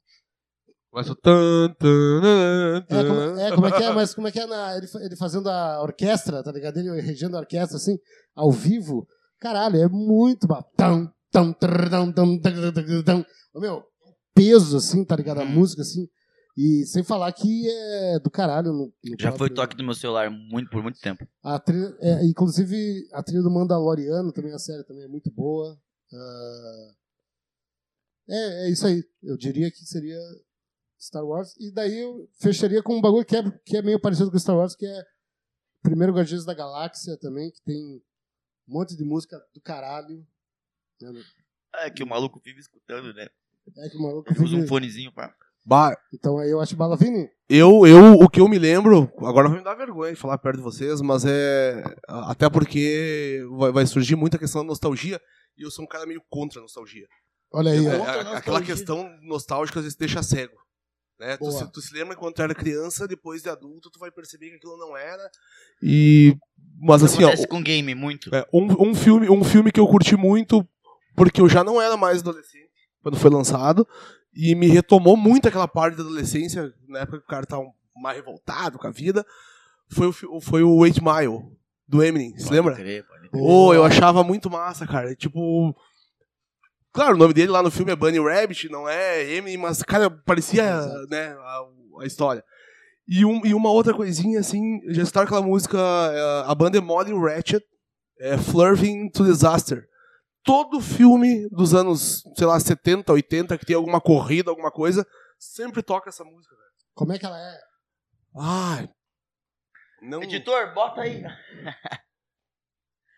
Speaker 3: Mas o tan, tan, nan,
Speaker 2: é, como,
Speaker 3: tan.
Speaker 2: é, como é que é? Mas como é que é na, ele, fa- ele fazendo a orquestra, tá ligado? Ele regendo a orquestra, assim, ao vivo. Caralho, é muito. ba- Tão, tão, trrr, tão, tão, tão, tão, tão, tão. Ô, Meu, é um peso, assim, tá ligado? A
Speaker 4: Uhum.
Speaker 2: música, assim. E sem falar que é do caralho. No, no
Speaker 3: é
Speaker 4: Já foi
Speaker 2: próprio-
Speaker 4: toque do meu celular muito, por muito tempo.
Speaker 2: A trilha, é, inclusive, a trilha do Mandaloriano também, a série também é muito boa. Ah, é, é isso aí. Eu diria que seria Star Wars. E daí eu fecharia com um bagulho que é, que é meio parecido com Star Wars, que é Primeiro Guardiões da Galáxia também, que tem um monte de música do caralho.
Speaker 4: É que o maluco vive escutando, né?
Speaker 2: É que o maluco
Speaker 4: Usa um
Speaker 2: vive-
Speaker 4: fonezinho pra.
Speaker 3: Bah,
Speaker 2: Então aí eu acho Balavini.
Speaker 3: eu, eu, o que eu me lembro, agora vai me dar vergonha de falar perto de vocês, mas é. Até porque vai, vai surgir muita questão da nostalgia, e eu sou um cara meio contra a nostalgia.
Speaker 2: Olha aí,
Speaker 3: É,
Speaker 2: ó.
Speaker 3: a-
Speaker 4: Outra
Speaker 3: aquela
Speaker 4: nostalgia.
Speaker 3: questão nostálgica às vezes te deixa cego. Né? Tu,
Speaker 2: Boa.
Speaker 3: se, tu se lembra quando tu era criança, depois de adulto, tu vai perceber que aquilo não era. E. Mas assim, ó,
Speaker 4: acontece com game muito.
Speaker 3: é, um, um, filme, um filme que eu curti muito, porque eu já não era mais adolescente quando foi lançado, e me retomou muito aquela parte da adolescência, na época que o cara tava mais revoltado com a vida, foi o, fi- foi o Eight Mile, do Eminem, se
Speaker 4: Pode
Speaker 3: lembra?
Speaker 4: crer, pode crer.
Speaker 3: Oh, eu achava muito massa, cara. Tipo. Claro, o nome dele lá no filme é Bunny Rabbit, não é Eminem, mas, cara, parecia,
Speaker 2: Exato.
Speaker 3: né, a, a história. E, um- e uma outra coisinha, assim, já citaram aquela música, é, a banda é Molly Ratchet, é Flirting to Disaster. Todo filme dos anos, sei lá, 70, 80, que tem alguma corrida, alguma coisa, sempre toca essa música, velho.
Speaker 2: Como é que ela é?
Speaker 3: Ai.
Speaker 4: É
Speaker 3: Não...
Speaker 4: Editor, bota aí.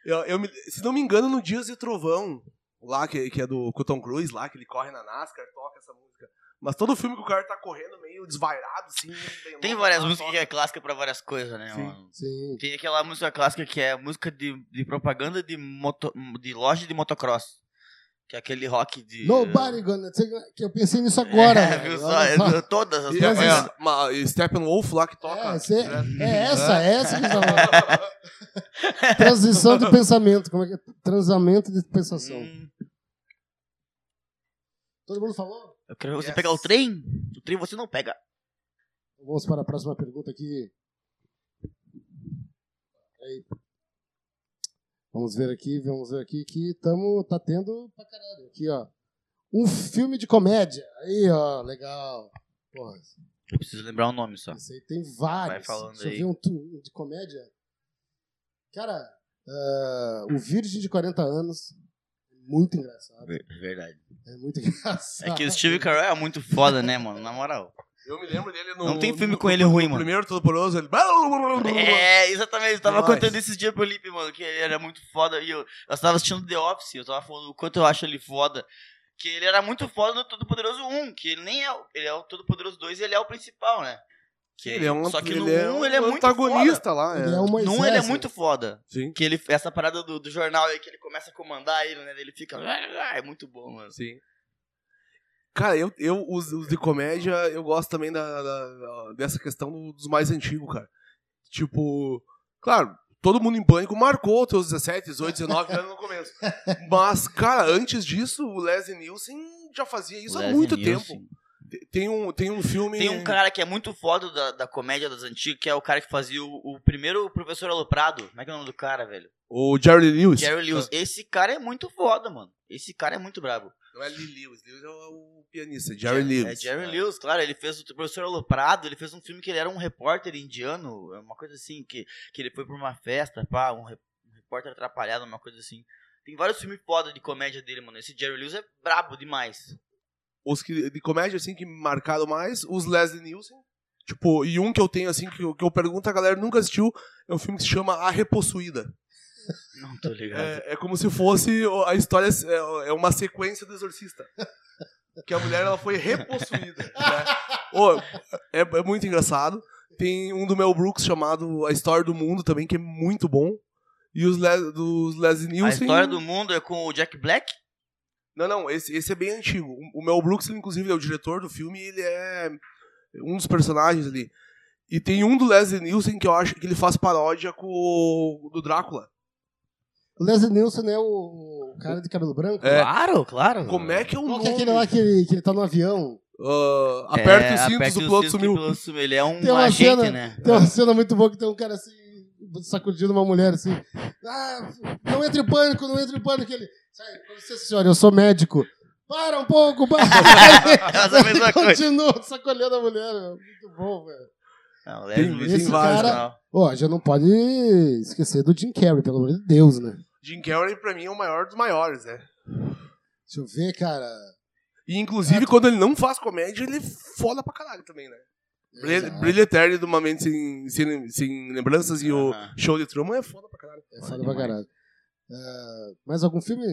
Speaker 3: Eu, eu me- se não me engano, no Dias de Trovão, lá, que, que é do Cotton Cruz, lá, que ele corre na NASCAR, toca essa música. Mas todo filme que o cara tá correndo meio desvairado, assim. bem
Speaker 4: Tem
Speaker 3: louco,
Speaker 4: várias
Speaker 3: lá,
Speaker 4: músicas que
Speaker 3: toca.
Speaker 4: é clássica pra várias coisas, né,
Speaker 3: Sim.
Speaker 4: mano?
Speaker 2: Sim.
Speaker 4: Tem aquela música clássica que é música de, de propaganda de, moto, de loja de motocross. Que é aquele rock de. [LAUGHS]
Speaker 2: Nobody gonna take... Que eu pensei nisso agora.
Speaker 4: É,
Speaker 2: velho.
Speaker 4: viu só?
Speaker 2: Olha
Speaker 4: É, Todas as
Speaker 3: E, é,
Speaker 4: propagandas.
Speaker 3: é, uma- e Steppenwolf lá que toca.
Speaker 2: É, cê-
Speaker 3: direto.
Speaker 2: é essa, é essa que tá Transição de pensamento. Como é que é? Transamento de pensação.
Speaker 4: Hum,
Speaker 2: Todo mundo falou?
Speaker 4: eu quero você
Speaker 3: Yes.
Speaker 4: pegar o trem. O trem você não pega.
Speaker 2: Vamos para a próxima pergunta aqui. Aí. Vamos ver aqui, vamos ver aqui que tamo, tá tendo pra caralho. Aqui, ó. Um filme de comédia. Aí, ó, legal. Porra,
Speaker 4: Eu preciso lembrar o nome só.
Speaker 2: Isso aí tem vários.
Speaker 4: Tá. Vai falando
Speaker 2: Deixa eu
Speaker 4: aí.
Speaker 2: ver um, tu- um de comédia. Cara, ah, o Virgem de 40 anos. é Muito engraçado.
Speaker 4: Ver- Verdade.
Speaker 2: É muito [LAUGHS] engraçado.
Speaker 4: É que o Steve Carell é muito foda, né, mano? Na moral.
Speaker 3: Eu me lembro dele no.
Speaker 4: Não tem filme
Speaker 3: no-
Speaker 4: com ele ruim,
Speaker 3: no
Speaker 4: mano.
Speaker 3: primeiro Todo Poroso, ele.
Speaker 4: É, exatamente. Eu tava
Speaker 3: Nossa.
Speaker 4: contando esses dias pro Lipe, mano, que ele era muito foda. E eu, eu tava assistindo The Office, eu tava falando o quanto eu acho ele foda. Que ele um, era muito foda no Todo-Poderoso 1, que ele nem é. o- Ele é o Todo-Poderoso 2 e ele é o principal, né? Que,
Speaker 3: Ele é um,
Speaker 4: só que
Speaker 3: ele
Speaker 4: no 1
Speaker 3: é um
Speaker 4: ele é muito
Speaker 3: antagonista lá.
Speaker 2: Ele é
Speaker 3: um...
Speaker 2: o Moisés.
Speaker 4: Num ele é muito foda.
Speaker 3: Sim.
Speaker 4: Que ele, essa parada do, do jornal aí que ele começa a comandar ele, né? Ele fica. É muito bom, mano.
Speaker 3: Sim. Cara, eu, eu os, os de comédia, eu gosto também da, da- da- dessa questão do- dos mais antigos, cara. Tipo, claro, todo mundo em pânico marcou os teus 17, 18, 19 anos no
Speaker 4: [LAUGHS]
Speaker 3: começo. Mas, cara, antes disso, o Leslie Nielsen já fazia isso há
Speaker 4: Leslie
Speaker 3: muito
Speaker 4: Nielsen.
Speaker 3: tempo. Te- Tem um, tem um filme.
Speaker 4: Tem um cara que é muito foda da, da comédia das antigas, que é o cara que fazia o, o primeiro professor aloprado. Como é que é o nome do cara, velho?
Speaker 3: O Jerry Lewis.
Speaker 4: Jerry Lewis. Esse cara é muito foda, mano. Esse cara é muito brabo.
Speaker 3: Não é Lee Lewis, Lewis é o, o pianista, Jerry Lewis.
Speaker 4: É Jerry Lewis, claro. Ele fez o professor aloprado. Ele fez um filme que ele era um repórter indiano. é Uma coisa assim, que, que ele foi pra uma festa, pá. Um, re- um repórter atrapalhado, uma coisa assim. Tem vários filmes foda de comédia dele, mano. Esse Jerry Lewis é brabo demais. [LAUGHS]
Speaker 3: os que, de comédia, assim, que me marcaram mais, os Leslie Nielsen. Tipo, e um que eu tenho, assim, que, eu- que eu pergunto, a galera nunca assistiu, é um filme que se chama A Repossuída.
Speaker 4: Não tô ligado.
Speaker 3: É, é como se fosse o- a história, é, é uma sequência do Exorcista. Que a mulher, ela foi
Speaker 4: [LAUGHS]
Speaker 3: repossuída. né? Ô, é, é muito engraçado. Tem um do Mel Brooks chamado A História do Mundo também, que é muito bom. E os Le- dos Leslie
Speaker 4: a
Speaker 3: Nielsen...
Speaker 4: história do mundo é com o Jack Black?
Speaker 3: Não, não, esse, esse é bem antigo. O- O Mel Brooks, ele, inclusive, é o diretor do filme e ele é um dos personagens ali. E tem um do Leslie Nielsen que eu acho que ele faz paródia com o do Drácula.
Speaker 2: O Leslie Nielsen é o o cara de cabelo branco.
Speaker 3: É.
Speaker 4: Claro, claro.
Speaker 3: Como é que é o
Speaker 2: Qual
Speaker 3: nome?
Speaker 2: que é aquele lá que ele, que ele tá no avião?
Speaker 3: Ah, aperta
Speaker 4: É,
Speaker 3: os cintos,
Speaker 4: aperta
Speaker 3: o
Speaker 4: os
Speaker 3: piloto
Speaker 4: cintos que
Speaker 3: sumiu.
Speaker 4: o piloto sumiu. Ele é um
Speaker 2: Tem uma
Speaker 4: agente,
Speaker 2: cena-
Speaker 4: né? [LAUGHS]
Speaker 2: Tem uma cena muito boa que tem um cara assim, sacudindo uma mulher assim. Ah, não entre em pânico, não entre em pânico. Ele, sai, com licença, senhora, eu sou médico. Para um pouco, para.
Speaker 4: [LAUGHS] Faz É
Speaker 2: [LAUGHS]
Speaker 4: a mesma
Speaker 2: Ele
Speaker 4: coisa.
Speaker 2: continua sacolhando a mulher. meu. Muito bom, velho.
Speaker 4: Não,
Speaker 3: Tem-
Speaker 4: Leslie
Speaker 2: esse
Speaker 4: Nielsen,
Speaker 2: cara-
Speaker 4: não.
Speaker 2: Ó, já não pode esquecer do Jim Carrey, pelo amor de Deus, né?
Speaker 3: Jim Carrey, pra mim, é o maior dos maiores, né?
Speaker 2: Deixa eu ver, cara.
Speaker 3: E,
Speaker 2: É.
Speaker 3: inclusive, quando ele não faz comédia, ele é foda pra caralho também, né? Brilha,
Speaker 2: Exato.
Speaker 3: Brilha Eterno de Uma Mente Sem, Sem- Sem Lembranças e o
Speaker 4: Aham.
Speaker 3: Show de Truman é foda pra caralho.
Speaker 2: É foda pra caralho. Ah, mais algum filme?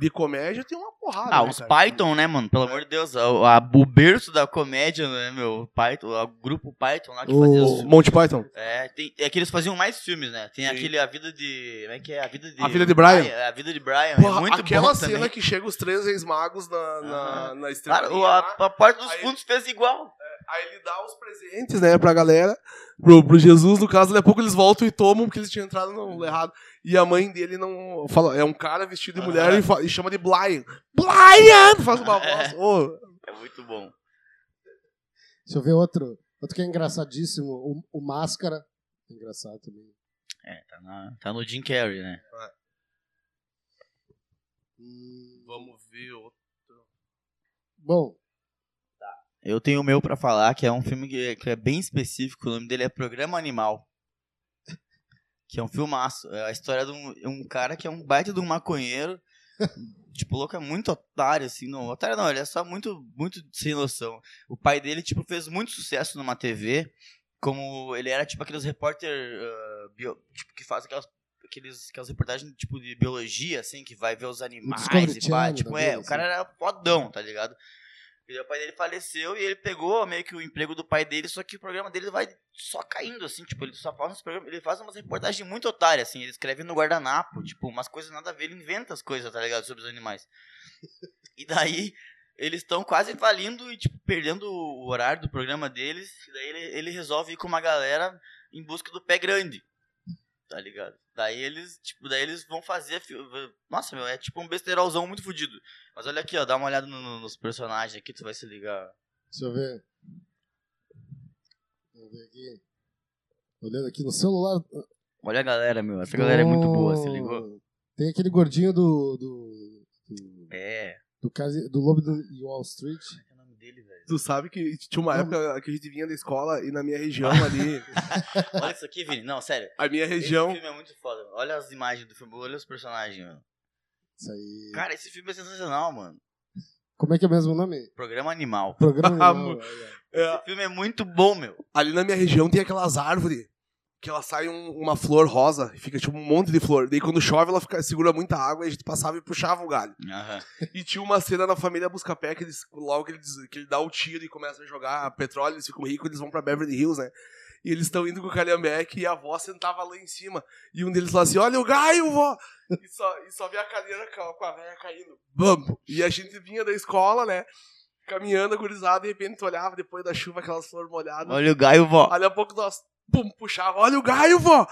Speaker 3: De comédia tem uma porrada,
Speaker 4: Ah,
Speaker 3: né,
Speaker 4: os
Speaker 3: cara?
Speaker 4: Python, né, mano? Pelo amor de Deus. A, a, o berço da comédia, né, meu? Python, o grupo Python lá que fazia os
Speaker 3: O Monty Python.
Speaker 4: É, tem, é que eles faziam mais filmes, né? Tem
Speaker 3: Sim.
Speaker 4: aquele A Vida de. Como é que é? A Vida de.
Speaker 3: A Vida de Brian.
Speaker 4: É, a Vida de Brian.
Speaker 3: Porra,
Speaker 4: é muito
Speaker 3: aquela
Speaker 4: bom
Speaker 3: cena
Speaker 4: também.
Speaker 3: que chega os três reis magos na, na,
Speaker 4: Aham.
Speaker 3: na estrelinha
Speaker 4: Cara, o- a,
Speaker 3: lá,
Speaker 4: a Porta dos
Speaker 3: Aí-
Speaker 4: Fundos fez igual.
Speaker 3: aí ele dá os presentes, né, pra galera, pro, pro Jesus, no caso, daqui a pouco eles voltam e tomam, porque eles tinham entrado
Speaker 4: Uhum.
Speaker 3: no errado. E a mãe dele não fala, é um cara vestido de mulher e, fa- e chama de Blind. Blind! Faz uma voz. Ô,
Speaker 4: [LAUGHS] É muito bom.
Speaker 2: Deixa eu ver outro. Outro que é engraçadíssimo. O, o Máscara. Engraçado também.
Speaker 4: É, tá, na- tá no Jim Carrey, né?
Speaker 2: Hum,
Speaker 3: Vamos ver. outro.
Speaker 2: bom,
Speaker 4: Eu tenho o meu pra falar, que é um filme que, que é bem específico. O nome dele é Programa Animal. [LAUGHS] Que é um filmaço. É a história de um, um cara que é um baita de um maconheiro. tipo, louco é muito otário, assim. Não, otário não, ele é só muito, muito sem noção. O pai dele, tipo, fez muito sucesso numa TV. Como ele era, tipo, aqueles repórter ah, bio- tipo, que faz aquelas, aqueles, aquelas reportagens, tipo, de biologia, assim, que vai ver os animais
Speaker 2: Discovery
Speaker 4: e pá.
Speaker 2: Channel,
Speaker 4: Tipo,
Speaker 2: da
Speaker 4: é,
Speaker 2: vida,
Speaker 4: o cara era fodão, tá ligado? E o pai dele faleceu e ele pegou meio que o emprego do pai dele, só que o programa dele vai só caindo, assim, tipo, ele só faz uns programas, ele faz umas reportagens muito otárias, assim, ele escreve no guardanapo, tipo, umas coisas nada a ver, ele inventa as coisas, tá ligado, sobre os animais. E daí, eles estão quase falindo e, tipo, perdendo o horário do programa deles, e daí ele, ele resolve ir com uma galera em busca do pé grande, tá ligado? Daí eles, tipo, daí eles vão fazer, fi- nossa, meu, é tipo um besteirolzão muito fudido. Mas olha aqui, ó, dá uma olhada no- no- nos personagens aqui, tu vai se ligar.
Speaker 2: deixa eu ver. Vamos ver aqui. Olhando aqui no celular.
Speaker 4: Olha a galera, meu. Essa galera é muito boa, se ligou?
Speaker 2: Tem aquele gordinho do. do. do,
Speaker 4: É.
Speaker 2: do, cara- do Lobo do de Wall Street.
Speaker 4: Como é que é o nome dele, velho?
Speaker 3: Tu sabe que tinha
Speaker 4: Uhum.
Speaker 3: uma época que a gente vinha da escola e na minha região
Speaker 4: [LAUGHS]
Speaker 3: ali,
Speaker 4: Olha isso aqui, Vini. Não, sério.
Speaker 3: a minha
Speaker 4: Esse
Speaker 3: região,
Speaker 4: filme é muito foda. Olha as imagens do filme, olha os personagens, mano.
Speaker 2: Isso aí.
Speaker 4: Cara, esse filme é sensacional, mano.
Speaker 2: Como é que é mesmo o nome?
Speaker 4: Programa Animal.
Speaker 3: [LAUGHS]
Speaker 2: Programa
Speaker 3: Ah,
Speaker 2: Animal.
Speaker 3: mo- é,
Speaker 4: Esse filme é muito bom, meu.
Speaker 3: ali na minha região tem aquelas árvores que ela sai um- uma flor rosa, e fica tipo um monte de flor. Daí quando chove, ela fica, segura muita água e a gente passava e puxava o
Speaker 2: um
Speaker 3: galho.
Speaker 4: Aham.
Speaker 3: E tinha uma cena na família Buscapé que eles, logo que ele, diz- que ele dá o tiro e começa a jogar petróleo, eles ficam ricos, eles vão pra Beverly Hills, né? E eles estão indo com o Calhambeck e a avó sentava lá em cima. E um deles fala assim: Olha o gaio, vó! E só, e só vê a cadeira ca- com a velha caindo. Bambo! E a gente vinha da escola, né? Caminhando, gurizada, e de repente tu olhava depois da chuva, aquelas flores molhadas.
Speaker 4: Olha o Gaio, vó.
Speaker 3: Olha a pouco nós, pum, puxava: Olha o gaio, [LAUGHS] vó!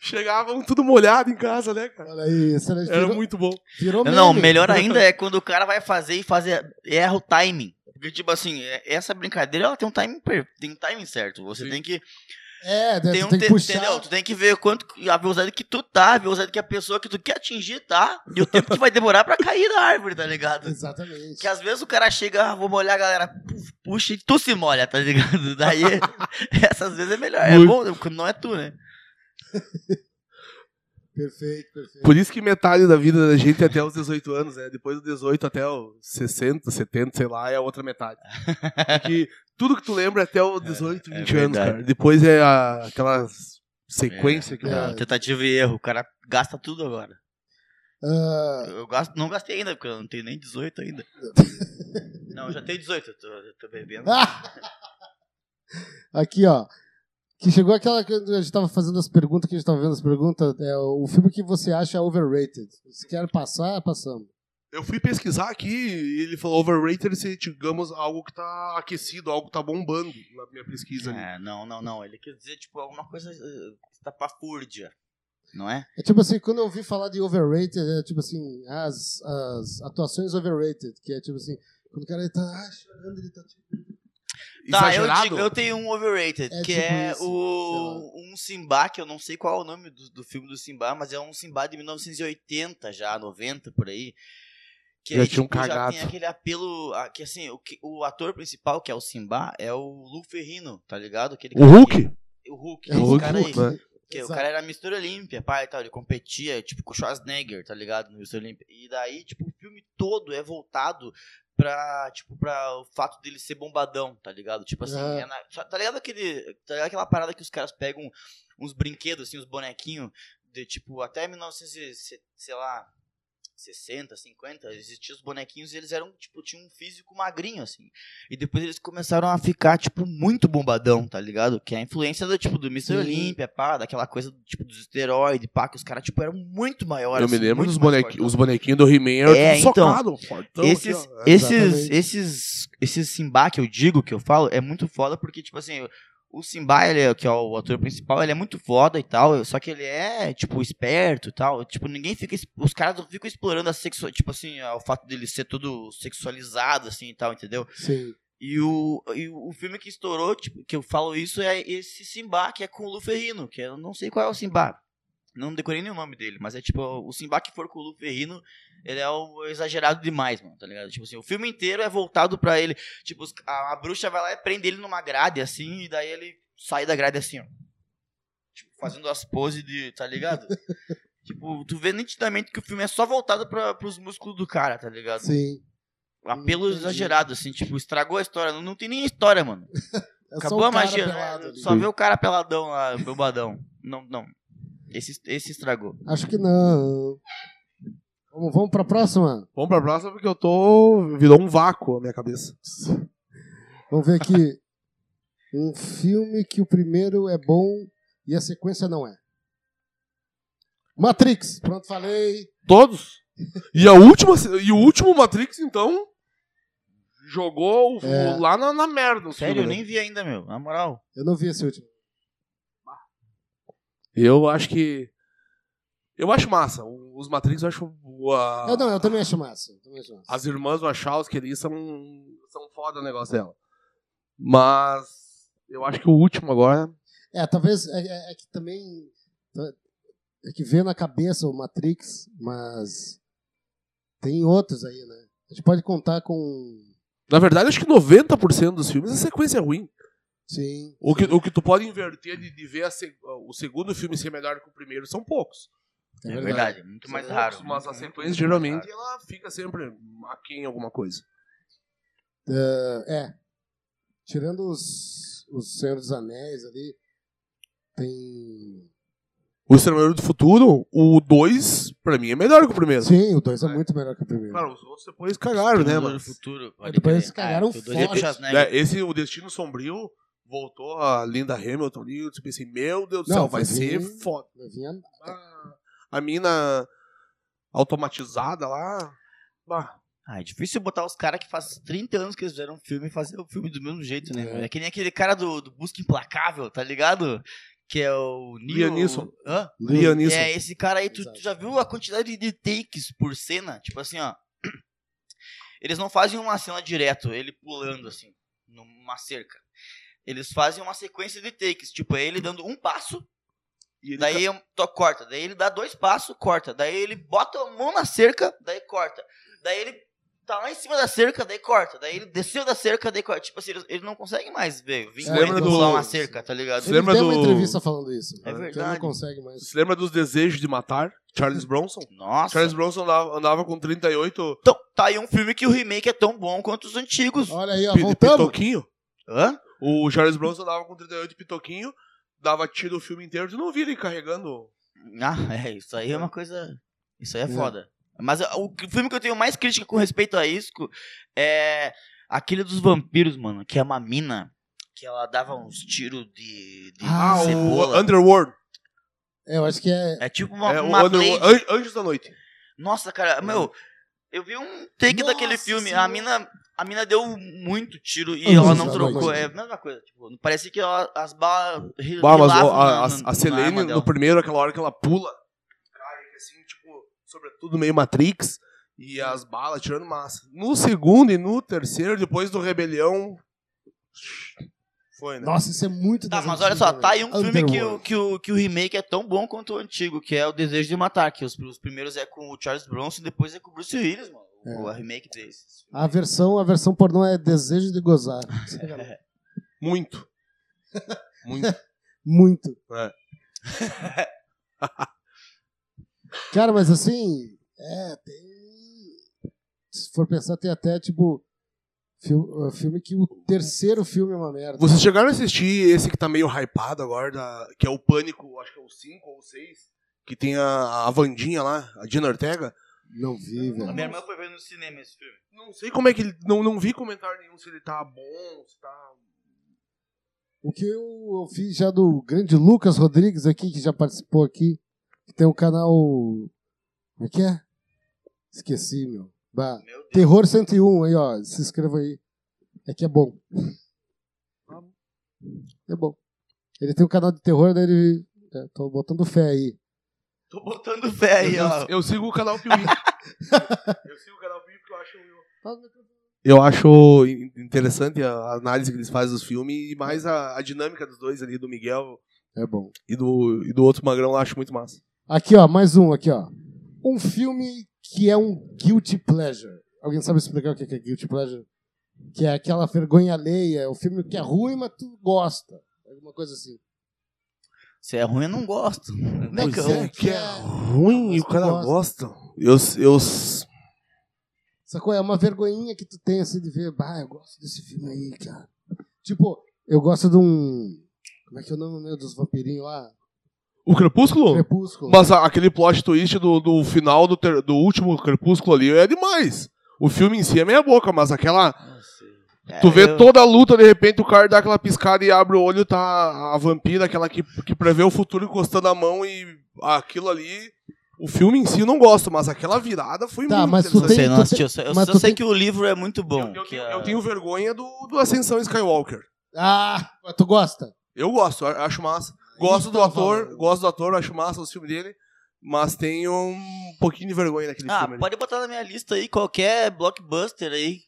Speaker 3: Chegavam tudo molhado em casa, né, cara?
Speaker 2: Olha aí, excelente.
Speaker 3: Era
Speaker 2: Virou,
Speaker 3: muito bom.
Speaker 2: virou
Speaker 4: Não,
Speaker 2: meme.
Speaker 4: melhor ainda é quando o cara vai fazer e fazer erra o timing. Porque, tipo assim, é- essa brincadeira ela tem um timing, per- tem um timing certo. Você
Speaker 3: Sim.
Speaker 4: tem que.
Speaker 2: É,
Speaker 4: Tem
Speaker 2: tem,
Speaker 4: um
Speaker 2: tem que
Speaker 4: te-
Speaker 2: puxar.
Speaker 4: entendeu? Tu tem que ver quanto a velocidade que tu tá, a velocidade que a pessoa que tu quer atingir tá,
Speaker 2: [LAUGHS]
Speaker 4: e o tempo que vai demorar pra cair da árvore, tá ligado?
Speaker 2: Exatamente.
Speaker 4: Que às vezes o cara chega, ah, vou molhar a galera, puf, puxa e tu se molha, tá ligado? [LAUGHS] Daí, essas vezes é melhor. É
Speaker 3: Muito.
Speaker 4: bom, quando não é tu, né?
Speaker 2: Perfeito, perfeito.
Speaker 3: Por isso que metade da vida da gente é até os 18 anos, né? Depois do 18 até os 60, 70, sei lá, é a outra metade. Porque tudo que tu lembra é até os 18,
Speaker 4: É,
Speaker 3: 20
Speaker 4: é
Speaker 3: anos,
Speaker 4: verdade.
Speaker 3: cara. Depois é a- aquela sequência que...
Speaker 4: É, Tentativa e erro, o cara gasta tudo agora.
Speaker 2: Ah,
Speaker 4: Eu gasto, não gastei ainda, porque eu não tenho nem 18
Speaker 3: [LAUGHS]
Speaker 4: ainda. não, eu já tenho 18, eu tô, eu tô bebendo.
Speaker 2: Ah! [LAUGHS] Aqui, ó. Que chegou aquela que a gente tava fazendo as perguntas, que a gente tava vendo as perguntas. É o filme que você acha overrated. Se quer passar, passamos.
Speaker 3: Eu fui pesquisar aqui e ele falou overrated se digamos algo que tá aquecido, algo que tá bombando na minha pesquisa. ali.
Speaker 4: Ah, não, não, não. Ele quer dizer, tipo, alguma coisa eh, estapafúrdia, não é?
Speaker 2: É tipo assim, quando eu ouvi falar de overrated, é tipo assim, as, as atuações overrated, que é tipo assim, quando o cara ele tá ah, chorando, ele tá tipo.
Speaker 4: Tá, eu,
Speaker 3: Exagerado?
Speaker 4: digo, eu tenho um overrated,
Speaker 2: É
Speaker 4: que
Speaker 2: tipo
Speaker 4: é
Speaker 2: isso,
Speaker 4: o, um Simba, que eu não sei qual é o nome do, do filme do Simba, mas é um Simba de 1980 já, 90 por aí. Que
Speaker 3: Já
Speaker 4: aí, tipo,
Speaker 3: tinha um
Speaker 4: já
Speaker 3: cagado.
Speaker 4: tem aquele apelo, ah, que assim, o, que- o ator principal, que é o Simba, é o Lu Ferrino, tá ligado? Aquele
Speaker 3: O
Speaker 4: cara
Speaker 3: Hulk?
Speaker 4: que- o Hulk,
Speaker 2: É
Speaker 4: esse
Speaker 2: o
Speaker 3: Hulk,
Speaker 4: cara aí.
Speaker 3: Hulk, né?
Speaker 4: Porque o
Speaker 2: Exato.
Speaker 4: cara era mistura olímpia, pá, e tal, ele competia, tipo, com o Schwarzenegger, tá ligado, no mistura olímpia. E daí, tipo, o filme todo é voltado pra, tipo, pra o fato dele ser bombadão, tá ligado? Tipo assim,
Speaker 2: Aham.
Speaker 4: é na- só- tá ligado aquele, tá ligado aquela parada que os caras pegam uns brinquedos, assim, uns bonequinhos, de, tipo, até 1900, e se- sei lá, 60,
Speaker 3: É.
Speaker 4: 50, existiam os bonequinhos e eles eram, tipo, tinham um físico magrinho, assim. E depois eles começaram a ficar, tipo, muito bombadão, tá ligado? Que é a influência do, tipo, do Mr.
Speaker 2: Sim.
Speaker 4: Olympia, pá, daquela coisa, tipo, dos esteroides, pá, que os caras, tipo, eram muito maiores.
Speaker 3: eu me
Speaker 4: assim,
Speaker 3: lembro
Speaker 4: muito
Speaker 3: dos
Speaker 4: mais
Speaker 3: bonequi-
Speaker 4: fortão.
Speaker 3: os bonequinhos do He-Man.
Speaker 4: É,
Speaker 3: É,
Speaker 4: então,
Speaker 3: socado, fortão,
Speaker 4: Esses,
Speaker 3: assim, ó.
Speaker 4: esses,
Speaker 2: exatamente.
Speaker 4: esses, esses Simba que eu digo, que eu falo, é muito foda porque, tipo assim, o Simba, ele é, que é o ator principal, ele é muito foda e tal, só que ele é, tipo, esperto e tal. Tipo, ninguém fica. es- Os caras não ficam explorando a sexual. Tipo assim, o fato dele ser todo sexualizado, assim e tal, entendeu?
Speaker 2: Sim.
Speaker 4: E o, e o filme que estourou, tipo, que eu falo isso, é esse Simba, que é com o Lu Ferrino, que eu não sei qual é o Simba. Não decorei nem o nome dele, mas é tipo, o Simba que for com o Lu Ferrino, ele é o exagerado demais, mano, tá ligado? Tipo assim, o filme inteiro é voltado pra ele. Tipo, os- a, a bruxa vai lá e prende ele numa grade, assim, e daí ele sai da grade assim, ó. Tipo, fazendo as poses de, tá ligado? tipo, tu vê nitidamente que o filme é só voltado pra, pros músculos do cara, tá ligado?
Speaker 2: Sim.
Speaker 4: apelo
Speaker 2: Hum, Entendi.
Speaker 4: exagerado, assim, tipo, estragou a história. Não, não tem nem história, mano.
Speaker 2: É só
Speaker 4: Acabou
Speaker 2: o
Speaker 4: a
Speaker 2: cara
Speaker 4: magia.
Speaker 2: pelado
Speaker 4: né?
Speaker 2: ali.
Speaker 4: Só vê o cara peladão lá, bobadão. Não, não. Esse, esse estragou.
Speaker 2: Acho que não. Vamos, vamos pra próxima?
Speaker 3: Vamos pra próxima porque eu tô. Virou um vácuo a minha cabeça.
Speaker 2: Vamos ver aqui. Um filme que o primeiro é bom e a sequência não é. Matrix. Pronto, falei.
Speaker 3: Todos? E, a última, e o último Matrix, então. Jogou o-
Speaker 2: É.
Speaker 3: lá na, na merda. o
Speaker 4: Sério, eu
Speaker 3: filme, né?
Speaker 4: nem vi ainda, meu. Na moral.
Speaker 2: Eu não vi esse último.
Speaker 3: Eu acho que. Eu acho massa. o- Os Matrix eu acho.
Speaker 4: Ah.
Speaker 3: a-
Speaker 2: Eu, não, eu também acho massa. eu também acho massa.
Speaker 3: As irmãs Wachowski ali são. São foda o negócio dela. Mas. Eu acho que o último agora.
Speaker 2: É, talvez é, é- é que também é que vê na cabeça o Matrix, mas tem outros aí, né? A gente pode contar com
Speaker 3: Na verdade, eu acho que 90% dos filmes a sequência é ruim.
Speaker 2: sim,
Speaker 3: O que, o que tu pode inverter de, de ver a se- o segundo filme ser melhor que o primeiro são poucos.
Speaker 2: é,
Speaker 4: É
Speaker 2: verdade.
Speaker 4: verdade. Muito
Speaker 3: São
Speaker 4: mais
Speaker 3: poucos,
Speaker 4: raro. né?
Speaker 3: Mas a
Speaker 4: muito, muito,
Speaker 3: sequência
Speaker 4: muito mais
Speaker 3: geralmente
Speaker 4: raro.
Speaker 3: ela fica sempre aqui em alguma coisa.
Speaker 2: É, tirando os os Senhor dos Anéis ali, Tem.
Speaker 3: O Exterminador do Futuro, o 2, pra mim, é melhor que o primeiro.
Speaker 2: Sim, o 2 é muito melhor que o primeiro.
Speaker 3: Cara, os outros depois cagaram, né,
Speaker 4: Exterminador
Speaker 3: mano?
Speaker 4: do futuro.
Speaker 2: Mas depois eles cagaram
Speaker 4: o
Speaker 2: forte.
Speaker 4: dois é do Schwarzenegger.
Speaker 3: É, esse, o Destino Sombrio, voltou a linda Hamilton ali. Eu pensei, meu Deus do
Speaker 2: Não,
Speaker 3: céu, vai
Speaker 2: foi
Speaker 3: ser
Speaker 2: bem-
Speaker 3: foda.
Speaker 2: Não vinha-
Speaker 3: Ah, A mina automatizada lá. Bah,
Speaker 4: Ah, é difícil botar os caras que faz 30 anos que eles fizeram um filme e fazer o filme do mesmo jeito, né?
Speaker 2: É.
Speaker 4: mano? É, que nem aquele cara do, do Busca Implacável, tá ligado? Que é o Neo...
Speaker 3: Liam Neeson.
Speaker 4: Hã?
Speaker 3: Liam Neeson.
Speaker 4: É, esse cara aí, tu,
Speaker 2: Exato.
Speaker 4: tu já viu a quantidade de takes por cena? Tipo assim, ó. [CLEARS THROAT] Eles não fazem uma cena direto, ele pulando assim, numa cerca. Eles fazem uma sequência de takes. Tipo, é ele dando um passo,
Speaker 3: E ele
Speaker 4: daí to, corta. Daí ele dá dois passos, corta. Daí ele bota a mão na cerca, daí corta. Daí ele tá lá em cima da cerca, daí corta. Daí ele desceu da cerca, daí corta. Tipo assim, eles, eles não conseguem mais ver. Vim
Speaker 2: Você
Speaker 3: lembra do-
Speaker 4: pular uma cerca, tá ligado?
Speaker 3: Você lembra
Speaker 2: Ele deu
Speaker 3: do-
Speaker 2: uma entrevista falando isso.
Speaker 4: É
Speaker 2: Então Ele
Speaker 4: verdade.
Speaker 2: não consegue mais.
Speaker 3: Você lembra dos desejos de matar?
Speaker 4: [LAUGHS]
Speaker 3: Charles Bronson?
Speaker 4: Nossa.
Speaker 3: Charles Bronson andava, andava com 38
Speaker 4: Então, tá aí um filme que o remake é tão bom quanto os antigos.
Speaker 2: Olha aí, ó,
Speaker 3: pi-
Speaker 2: voltamos.
Speaker 3: pitoquinho.
Speaker 4: Hã?
Speaker 3: O Charles Bronson andava com 38 pitoquinho, dava tiro o filme inteiro. Tu não vira ele carregando.
Speaker 4: Ah, é, isso aí é uma coisa. Isso aí é foda. Mas ó, o que- filme que eu tenho mais crítica com respeito a isso é aquele dos vampiros, mano, que é uma mina que ela dava uns tiros de, de
Speaker 2: Ah, o
Speaker 4: cebola.
Speaker 3: o Underworld.
Speaker 2: É, eu acho que é.
Speaker 4: É tipo uma,
Speaker 3: É, o
Speaker 4: uma
Speaker 3: Underworld.
Speaker 4: blade.
Speaker 3: An- Anjos da Noite.
Speaker 4: Nossa, cara, meu, eu vi um take
Speaker 2: Nossa
Speaker 4: daquele filme. A
Speaker 2: Senhora.
Speaker 4: mina, a mina deu muito tiro e
Speaker 2: Anjos da
Speaker 4: ela não trocou.
Speaker 2: Noite.
Speaker 4: É a mesma coisa. Tipo, parece que ela- as balas. re-
Speaker 3: Bah, mas
Speaker 4: relavam
Speaker 3: o- a, a,
Speaker 4: na- na-
Speaker 3: a
Speaker 4: na arma
Speaker 3: Selene,
Speaker 4: dela.
Speaker 3: no primeiro, aquela hora que ela pula, cai assim, tipo, sobretudo meio Matrix, e as balas tirando massa. No segundo e no terceiro, depois do Rebelião. Foi, né?
Speaker 2: Nossa, isso é muito
Speaker 4: Tá,
Speaker 2: das
Speaker 4: mas olha
Speaker 2: antigas,
Speaker 4: só, tá aí
Speaker 2: velho.
Speaker 4: um filme que o,
Speaker 2: Underworld.
Speaker 4: que, o, que o remake é tão bom quanto o antigo, que é O Desejo de Matar, que os, os primeiros é com o Charles Bronson, depois é com o Bruce Willis, mano. O,
Speaker 2: É.
Speaker 4: a remake desses.
Speaker 2: A versão, a versão pornô é Desejo de
Speaker 4: [LAUGHS]
Speaker 2: Gozar.
Speaker 3: [LAUGHS] Muito. Muito.
Speaker 2: Muito.
Speaker 3: É.
Speaker 2: [LAUGHS] Cara, mas assim, é, tem. Se for pensar, tem até, tipo, filme, filme que o terceiro filme é uma merda.
Speaker 3: Vocês chegaram a assistir esse que tá meio hypado agora, da- que é o Pânico, acho que é o 5 ou o 6, que tem a, a Vandinha lá, a Dina Ortega.
Speaker 2: Não vi,
Speaker 4: A
Speaker 2: velho.
Speaker 4: minha irmã foi ver no cinema esse filme.
Speaker 3: Não sei como é que ele. Não, não vi comentário nenhum se ele tá bom, se tá.
Speaker 2: O que eu, eu fiz já do grande Lucas Rodrigues aqui, que já participou aqui, que tem um canal. Como é que é? Esqueci, meu. Bah.
Speaker 4: Meu Deus.
Speaker 2: Terror 101 aí, ó. Se inscreva aí. É que é bom. É bom. Ele tem um canal de terror, daí ele. é, tô botando fé aí.
Speaker 4: Tô botando fé aí,
Speaker 3: eu,
Speaker 4: ó.
Speaker 3: eu sigo o canal Piuí. eu sigo o canal Piuí porque eu acho. Eu acho in- interessante a análise que eles fazem dos filmes e mais a, a dinâmica dos dois ali, do Miguel
Speaker 2: É bom.
Speaker 3: e do, e do outro magrão, eu acho muito massa.
Speaker 2: Aqui, ó, mais um aqui, ó. Um filme que é um guilty pleasure. Alguém sabe explicar o que é guilty pleasure? Que é aquela vergonha alheia, é o filme que é ruim, mas tu gosta. Alguma coisa assim.
Speaker 4: Se é ruim, eu não gosto. Né,
Speaker 2: Pois
Speaker 4: cara?
Speaker 2: é, que é
Speaker 3: ruim
Speaker 2: e o cara
Speaker 3: gosta. Eu, eu,
Speaker 2: Sacou? É uma vergonhinha que tu tem assim de ver, bah, eu gosto desse filme aí, cara. Tipo, eu gosto de um. Como é que é o nome meu, dos vampirinhos lá?
Speaker 3: o Crepúsculo?
Speaker 2: Crepúsculo.
Speaker 3: Mas a- aquele plot twist do, do final do, ter- do último Crepúsculo ali é demais. O filme em si é meia boca, mas aquela.
Speaker 2: É,
Speaker 3: Tu vê
Speaker 4: É, eu-
Speaker 3: toda a luta, de repente o cara dá aquela piscada e abre o olho, tá a vampira, aquela que, que prevê o futuro encostando a mão e aquilo ali. O filme em si eu não gosto, mas aquela virada foi
Speaker 2: Tá,
Speaker 3: muito
Speaker 2: mas tu
Speaker 4: Eu
Speaker 3: interessante.
Speaker 4: sei,
Speaker 2: tem-
Speaker 4: não
Speaker 2: tu
Speaker 4: assisti.
Speaker 2: tem-
Speaker 4: Eu só, eu
Speaker 2: mas
Speaker 4: só
Speaker 2: tu
Speaker 4: sei
Speaker 2: tem-
Speaker 4: que o livro é muito bom.
Speaker 3: Eu, eu
Speaker 4: que
Speaker 3: tenho,
Speaker 4: a-
Speaker 3: eu tenho vergonha do, do Ascensão Skywalker.
Speaker 2: Ah, mas tu gosta?
Speaker 3: Eu gosto, eu acho massa. Gosto do
Speaker 2: Então,
Speaker 3: ator,
Speaker 2: fala.
Speaker 3: gosto do ator, acho massa os filmes dele, mas tenho um pouquinho de vergonha daquele
Speaker 4: Ah,
Speaker 3: filme. ali.
Speaker 4: pode botar na minha lista aí qualquer blockbuster aí.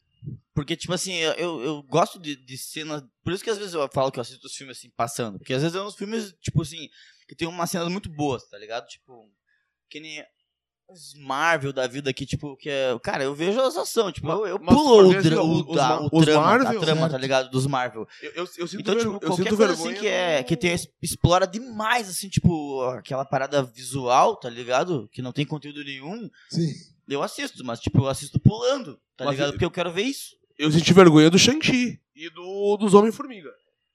Speaker 4: Porque, tipo assim, eu- eu, eu gosto de, de cenas. Por isso que às vezes eu falo que eu assisto os filmes assim, passando. Porque às vezes é uns filmes, tipo assim, que tem umas cenas muito boas, tá ligado? Tipo, que nem os Marvel da vida aqui, tipo, que é. Cara, eu vejo as ações, tipo,
Speaker 3: Mas-
Speaker 4: eu, eu
Speaker 3: mas
Speaker 4: pulo
Speaker 3: por
Speaker 4: o,
Speaker 3: vezes
Speaker 4: dra-
Speaker 3: o-
Speaker 4: o,
Speaker 3: os
Speaker 4: da-
Speaker 3: Ma-
Speaker 4: o
Speaker 3: os
Speaker 4: drama,
Speaker 3: Marvel,
Speaker 4: a trama,
Speaker 2: certo.
Speaker 4: tá ligado? Dos Marvel.
Speaker 3: Eu, eu, eu sinto
Speaker 4: Então,
Speaker 3: vergo-
Speaker 4: tipo,
Speaker 3: eu
Speaker 4: qualquer
Speaker 3: sinto
Speaker 4: coisa
Speaker 3: vergonha
Speaker 4: assim que, é, que tem, explora demais, assim, tipo, aquela parada visual, tá ligado? Que não tem conteúdo nenhum.
Speaker 2: Sim.
Speaker 4: Eu assisto, mas tipo, eu assisto pulando, tá
Speaker 3: Mas
Speaker 4: ligado?
Speaker 3: eu-
Speaker 4: Porque eu quero ver isso.
Speaker 3: Eu senti vergonha do Shang-Chi e do, dos Homem-Formiga.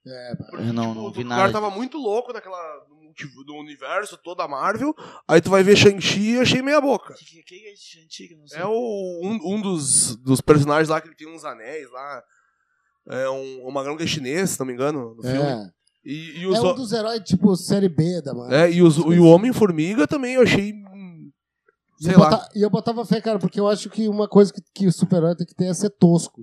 Speaker 2: É,
Speaker 4: Eu não,
Speaker 3: Tipo,
Speaker 4: não vi
Speaker 3: O cara
Speaker 4: nada.
Speaker 3: tava muito louco naquela, no multi- do universo toda a Marvel, aí tu vai ver Shang-Chi e achei meia boca.
Speaker 4: Que, que, que é esse antigo? Não sei.
Speaker 3: É o, um, um dos, dos personagens lá que ele tem uns anéis lá. É um, um magrão que é chinês, se não me engano, no filme.
Speaker 2: É.
Speaker 3: E, e
Speaker 2: é
Speaker 3: os,
Speaker 2: um dos heróis, tipo, série B da Marvel.
Speaker 3: é, e, os- e o Homem-Formiga também eu achei. hum,
Speaker 2: E eu
Speaker 3: Sei lá.
Speaker 2: bota- E eu botava fé, cara, porque eu acho que uma coisa que, que o super-herói tem que ter é ser tosco.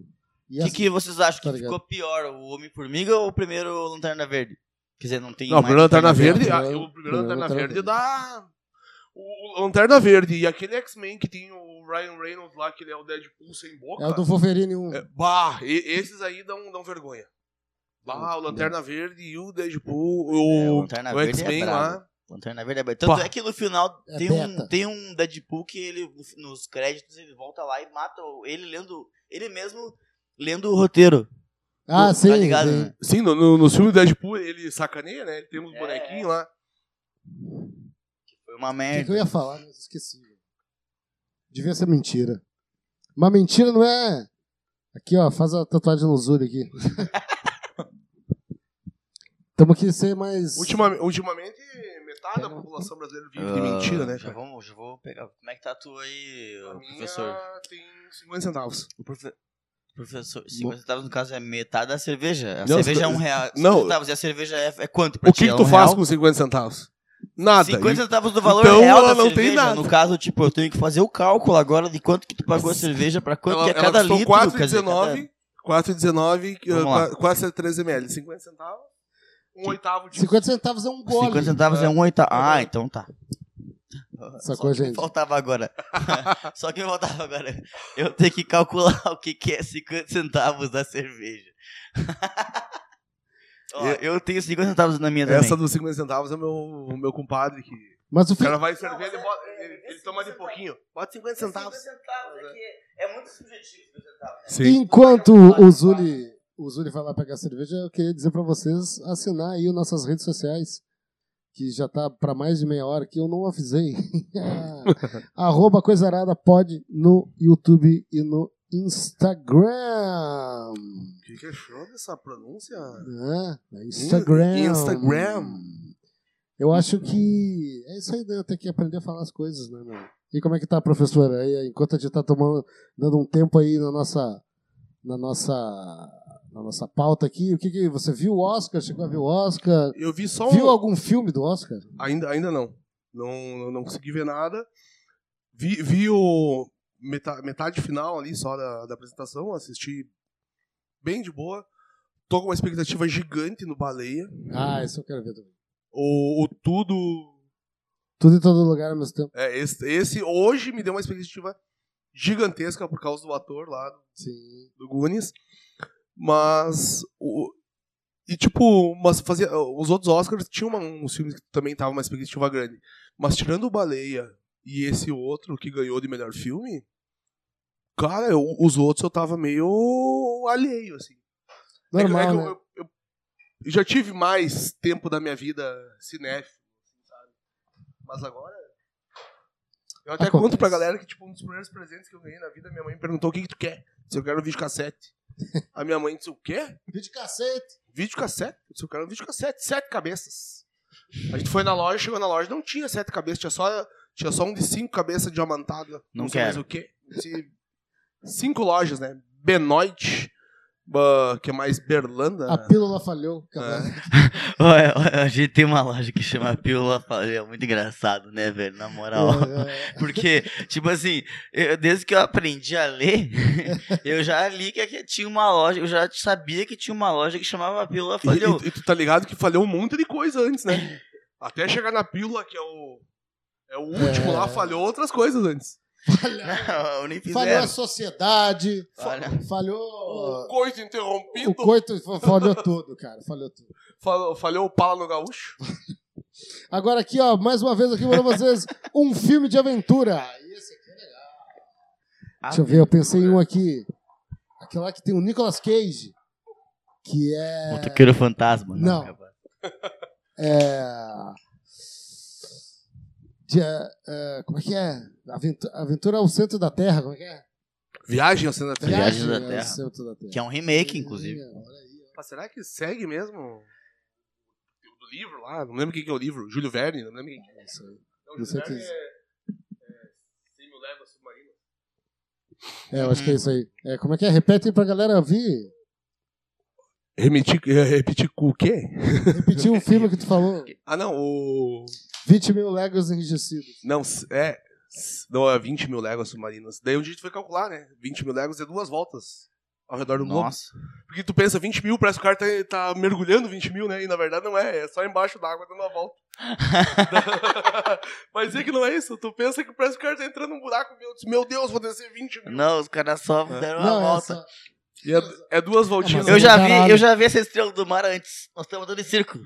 Speaker 2: E
Speaker 4: O que,
Speaker 2: assim,
Speaker 4: que vocês acham que
Speaker 2: Tá ligado.
Speaker 4: ficou pior, o Homem-Formiga ou o primeiro Lanterna Verde? Quer dizer, não tem
Speaker 3: Não, o
Speaker 4: mais
Speaker 3: primeiro Lanterna
Speaker 2: Lanterna
Speaker 3: Verde.
Speaker 2: Verde,
Speaker 3: ah,
Speaker 2: né?
Speaker 3: O primeiro Lanterna
Speaker 2: Lanterna
Speaker 3: Verde
Speaker 2: Verde.
Speaker 3: dá. O o Lanterna Verde e aquele X-Men que tem o Ryan Reynolds lá, que ele é o Deadpool sem boca.
Speaker 2: É o do Wolverine 1.
Speaker 3: É, bah, e- esses aí dão, dão vergonha. Bah, o Lanterna Verde e o Deadpool,
Speaker 4: né? É, o
Speaker 3: o,
Speaker 4: Lanterna
Speaker 3: o
Speaker 4: Verde é
Speaker 3: X-Men
Speaker 4: brabo.
Speaker 3: lá.
Speaker 4: Lanterna Verde é aberto. Tanto
Speaker 3: Pá.
Speaker 4: é que no final
Speaker 2: É
Speaker 4: tem, um,
Speaker 2: beta.
Speaker 4: tem um Deadpool que ele, nos créditos, ele volta lá e mata o- ele lendo. Ele mesmo lendo o roteiro.
Speaker 2: Ah,
Speaker 4: Tá
Speaker 2: sim.
Speaker 4: ligado,
Speaker 2: sim.
Speaker 4: né?
Speaker 3: Sim, no, no, no filme do Deadpool ele sacaneia, né? Ele tem uns
Speaker 4: É.
Speaker 3: bonequinhos lá.
Speaker 4: Foi uma
Speaker 2: O que, que eu
Speaker 4: merda.
Speaker 2: ia falar? Mas esqueci. velho. Devia ser mentira. Mas mentira não é. Aqui, ó, faz a tatuagem no Zuri aqui. Tamo aqui ser mais.
Speaker 3: Ultima, ultimamente, metade da
Speaker 2: É.
Speaker 3: população brasileira vive
Speaker 4: Ah.
Speaker 3: de mentira, né?
Speaker 4: Já
Speaker 3: cara?
Speaker 4: vamos, já vou pegar. Como é que tá tu aí,
Speaker 3: A
Speaker 4: ô,
Speaker 3: minha
Speaker 4: professor?
Speaker 3: Ah, tem 50 centavos.
Speaker 4: O profe- Professor, 50 centavos no caso é metade da cerveja. A
Speaker 3: Não,
Speaker 4: cerveja
Speaker 3: se-
Speaker 4: é um real. 50
Speaker 3: não.
Speaker 4: centavos e a cerveja é, é quanto? pra
Speaker 3: O
Speaker 4: ti?
Speaker 3: que,
Speaker 4: É
Speaker 3: que tu
Speaker 4: um
Speaker 3: faz
Speaker 4: real?
Speaker 3: com 50 centavos? Nada.
Speaker 4: 50
Speaker 3: E-
Speaker 4: centavos do valor
Speaker 3: Então,
Speaker 4: real
Speaker 3: ela
Speaker 4: da
Speaker 3: não tem
Speaker 4: cerveja.
Speaker 3: nada.
Speaker 4: No caso, tipo, eu tenho que fazer o cálculo agora de quanto que tu pagou a cerveja pra quanto
Speaker 3: ela,
Speaker 4: que é cada
Speaker 3: ela custou
Speaker 4: litro. quer dizer, cada-
Speaker 3: 4,19. 4,19, que,
Speaker 4: Vamos lá.
Speaker 3: uh, quase 3 ml. 50 centavos, um oitavo de
Speaker 2: 50 centavos é um gole.
Speaker 4: 50
Speaker 3: né?
Speaker 4: centavos é um oitavo. Ah, então tá.
Speaker 2: Sacou,
Speaker 4: Só que
Speaker 2: gente?
Speaker 4: Faltava agora. [LAUGHS] Só que faltava agora. Eu tenho que calcular [LAUGHS] o que, que é 50 centavos da cerveja. [LAUGHS] Ó, eu tenho 50 centavos na minha
Speaker 3: Essa
Speaker 4: também.
Speaker 3: dos 50 centavos é o meu, o meu compadre que.
Speaker 2: Mas o
Speaker 3: O
Speaker 2: fim.
Speaker 3: cara vai
Speaker 4: Não,
Speaker 3: ferver,
Speaker 4: mas
Speaker 3: ele,
Speaker 4: é-
Speaker 3: bota,
Speaker 4: é-
Speaker 3: ele,
Speaker 4: é
Speaker 3: ele toma de
Speaker 4: 50
Speaker 3: pouquinho. Bota 50 centavos.
Speaker 4: centavos é que é muito subjetivo 50 centavos.
Speaker 3: Sim.
Speaker 2: Enquanto o Zuli, o Zuli vai lá pegar a cerveja, eu queria dizer pra vocês assinar aí nossas redes sociais, que já tá pra mais de meia hora que eu não avisei. [LAUGHS] Arroba Coisarada pode no YouTube e no Instagram.
Speaker 3: O que,
Speaker 4: é
Speaker 3: que achou dessa pronúncia?
Speaker 2: né? No Instagram.
Speaker 3: Hum, Instagram.
Speaker 2: Eu acho que é isso aí, né? Eu tenho que aprender a falar as coisas, né, meu? E como é que tá, professora? Aí, enquanto a gente tá tomando, dando um tempo aí na nossa, na nossa, na nossa pauta aqui, o que que você viu o Oscar? Chegou a ver o Oscar?
Speaker 3: Eu vi só um.
Speaker 2: Viu algum filme do Oscar?
Speaker 3: Ainda, ainda não. não. não- Não consegui ver nada. Vi, vi o meta- metade final ali só da, da apresentação. Assisti bem de boa. Tô com uma expectativa gigante no Baleia.
Speaker 2: Ah, isso eu quero ver também.
Speaker 3: O, o Tudo.
Speaker 2: Tudo em todo lugar ao mesmo tempo.
Speaker 3: É, esse, esse hoje me deu uma expectativa gigantesca por causa do ator lá,
Speaker 2: Sim.
Speaker 3: do Goonies. Mas. O, e tipo, mas fazia, os outros Oscars tinham uma- uns filmes que também tava uma expectativa grande. Mas tirando o Baleia e esse outro que ganhou de melhor filme, cara, eu- os outros eu tava meio alheio, assim. É que- é
Speaker 2: Normal,
Speaker 3: que
Speaker 2: né?
Speaker 3: eu, eu- eu já tive mais tempo da minha vida cinéfilo, assim, sabe? Mas agora. Eu até
Speaker 2: Acontece.
Speaker 3: conto pra galera que, tipo, um dos primeiros presentes que eu ganhei na vida, minha mãe me perguntou o que, que tu quer. Se eu quero um vídeo
Speaker 2: [LAUGHS]
Speaker 3: cassete. A minha mãe disse, o quê?
Speaker 2: Vídeo cacete.
Speaker 3: Vídeo cassete? Eu disse, eu quero um vídeo cassete, sete cabeças. A gente foi na loja, chegou na loja, não tinha sete cabeças, tinha só, tinha só um de cinco cabeças diamantada.
Speaker 4: Não
Speaker 3: sei mais
Speaker 4: quero.
Speaker 3: o quê. Esse- Cinco lojas, né? Benoit, bah, que é mais Berlanda.
Speaker 2: A pílula falhou. cara.
Speaker 3: É.
Speaker 4: Olha, olha, a gente tem uma loja que chama Pílula Falei, é muito engraçado, né, velho? Na moral. [LAUGHS]
Speaker 2: É,
Speaker 3: [LAUGHS]
Speaker 2: é.
Speaker 4: Porque, tipo assim, eu- desde que eu aprendi a ler, [LAUGHS] eu já li que aqui tinha uma loja, eu já sabia que tinha uma loja que chamava Pílula
Speaker 3: E,
Speaker 4: Falhou.
Speaker 3: e- e tu tá ligado que falhou um monte de coisa antes, né? [LAUGHS] Até chegar na pílula, que é o. É o último
Speaker 2: É.
Speaker 3: lá, falhou outras coisas antes.
Speaker 2: assim,
Speaker 4: [LAUGHS] Não, nem
Speaker 2: Falhou
Speaker 4: fizeram.
Speaker 2: a sociedade.
Speaker 4: Olha.
Speaker 2: Falhou.
Speaker 3: Coisa interrompida.
Speaker 2: O coito fa- falhou tudo, cara. Falhou tudo.
Speaker 3: Falou, falhou o pala no gaúcho.
Speaker 2: Agora aqui, ó, mais uma vez aqui para vocês, um filme de aventura.
Speaker 4: Ah,
Speaker 2: Deixa eu ver, eu pensei em um aqui. Aquela que tem o Nicolas Cage, que é...
Speaker 4: Motoqueiro fantasma. né?
Speaker 2: Não.
Speaker 4: capaz.
Speaker 2: é... de, é, é, como é que é? Aventu- Aventura ao Centro da Terra, como é que é?
Speaker 3: Viagem ao centro da
Speaker 4: Viagem.
Speaker 3: Terra.
Speaker 4: da
Speaker 2: ao
Speaker 4: Terra.
Speaker 2: Centro da Terra.
Speaker 4: Que é um remake, inclusive.
Speaker 2: É, olha aí.
Speaker 3: Mas será que segue mesmo? O do livro lá, não lembro quem que é o livro, Júlio Verne, não lembro quem. que é.
Speaker 2: Isso aí.
Speaker 3: Não,
Speaker 2: Não sei
Speaker 3: Júlio Verne
Speaker 2: que-
Speaker 3: é, é 100 mil léguas submarinas.
Speaker 2: É, eu acho que é isso aí. É, como é que é? Repete aí pra galera ouvir.
Speaker 3: Repetir, repetir o quê?
Speaker 2: Repetir um filme que tu
Speaker 4: [LAUGHS]
Speaker 2: falou.
Speaker 3: Ah, não, o...
Speaker 2: 20 mil léguas enrijecidas.
Speaker 3: Não, s- é... s- Não, é 20 mil léguas submarinas. Daí onde a gente foi calcular, né? 20 mil léguas é duas voltas ao redor do globo.
Speaker 4: Nossa.
Speaker 3: Porque tu pensa 20 mil, parece que o cara tá, tá mergulhando 20 mil, né? E na verdade não é, é só embaixo da água dando uma [LAUGHS] volta. Mas é que não é isso, tu pensa que parece que o cara tá entrando num buraco, meu, Deus, meu Deus, vou descer 20 mil.
Speaker 4: Não, os caras só deram uma
Speaker 2: Não, é
Speaker 4: volta.
Speaker 2: só-
Speaker 3: E é, é duas voltinhas.
Speaker 2: Não,
Speaker 4: Eu
Speaker 2: mas-
Speaker 3: né?
Speaker 4: já
Speaker 2: Caralho.
Speaker 4: vi, eu já vi essa estrela do mar antes. Nós estamos andando em círculo.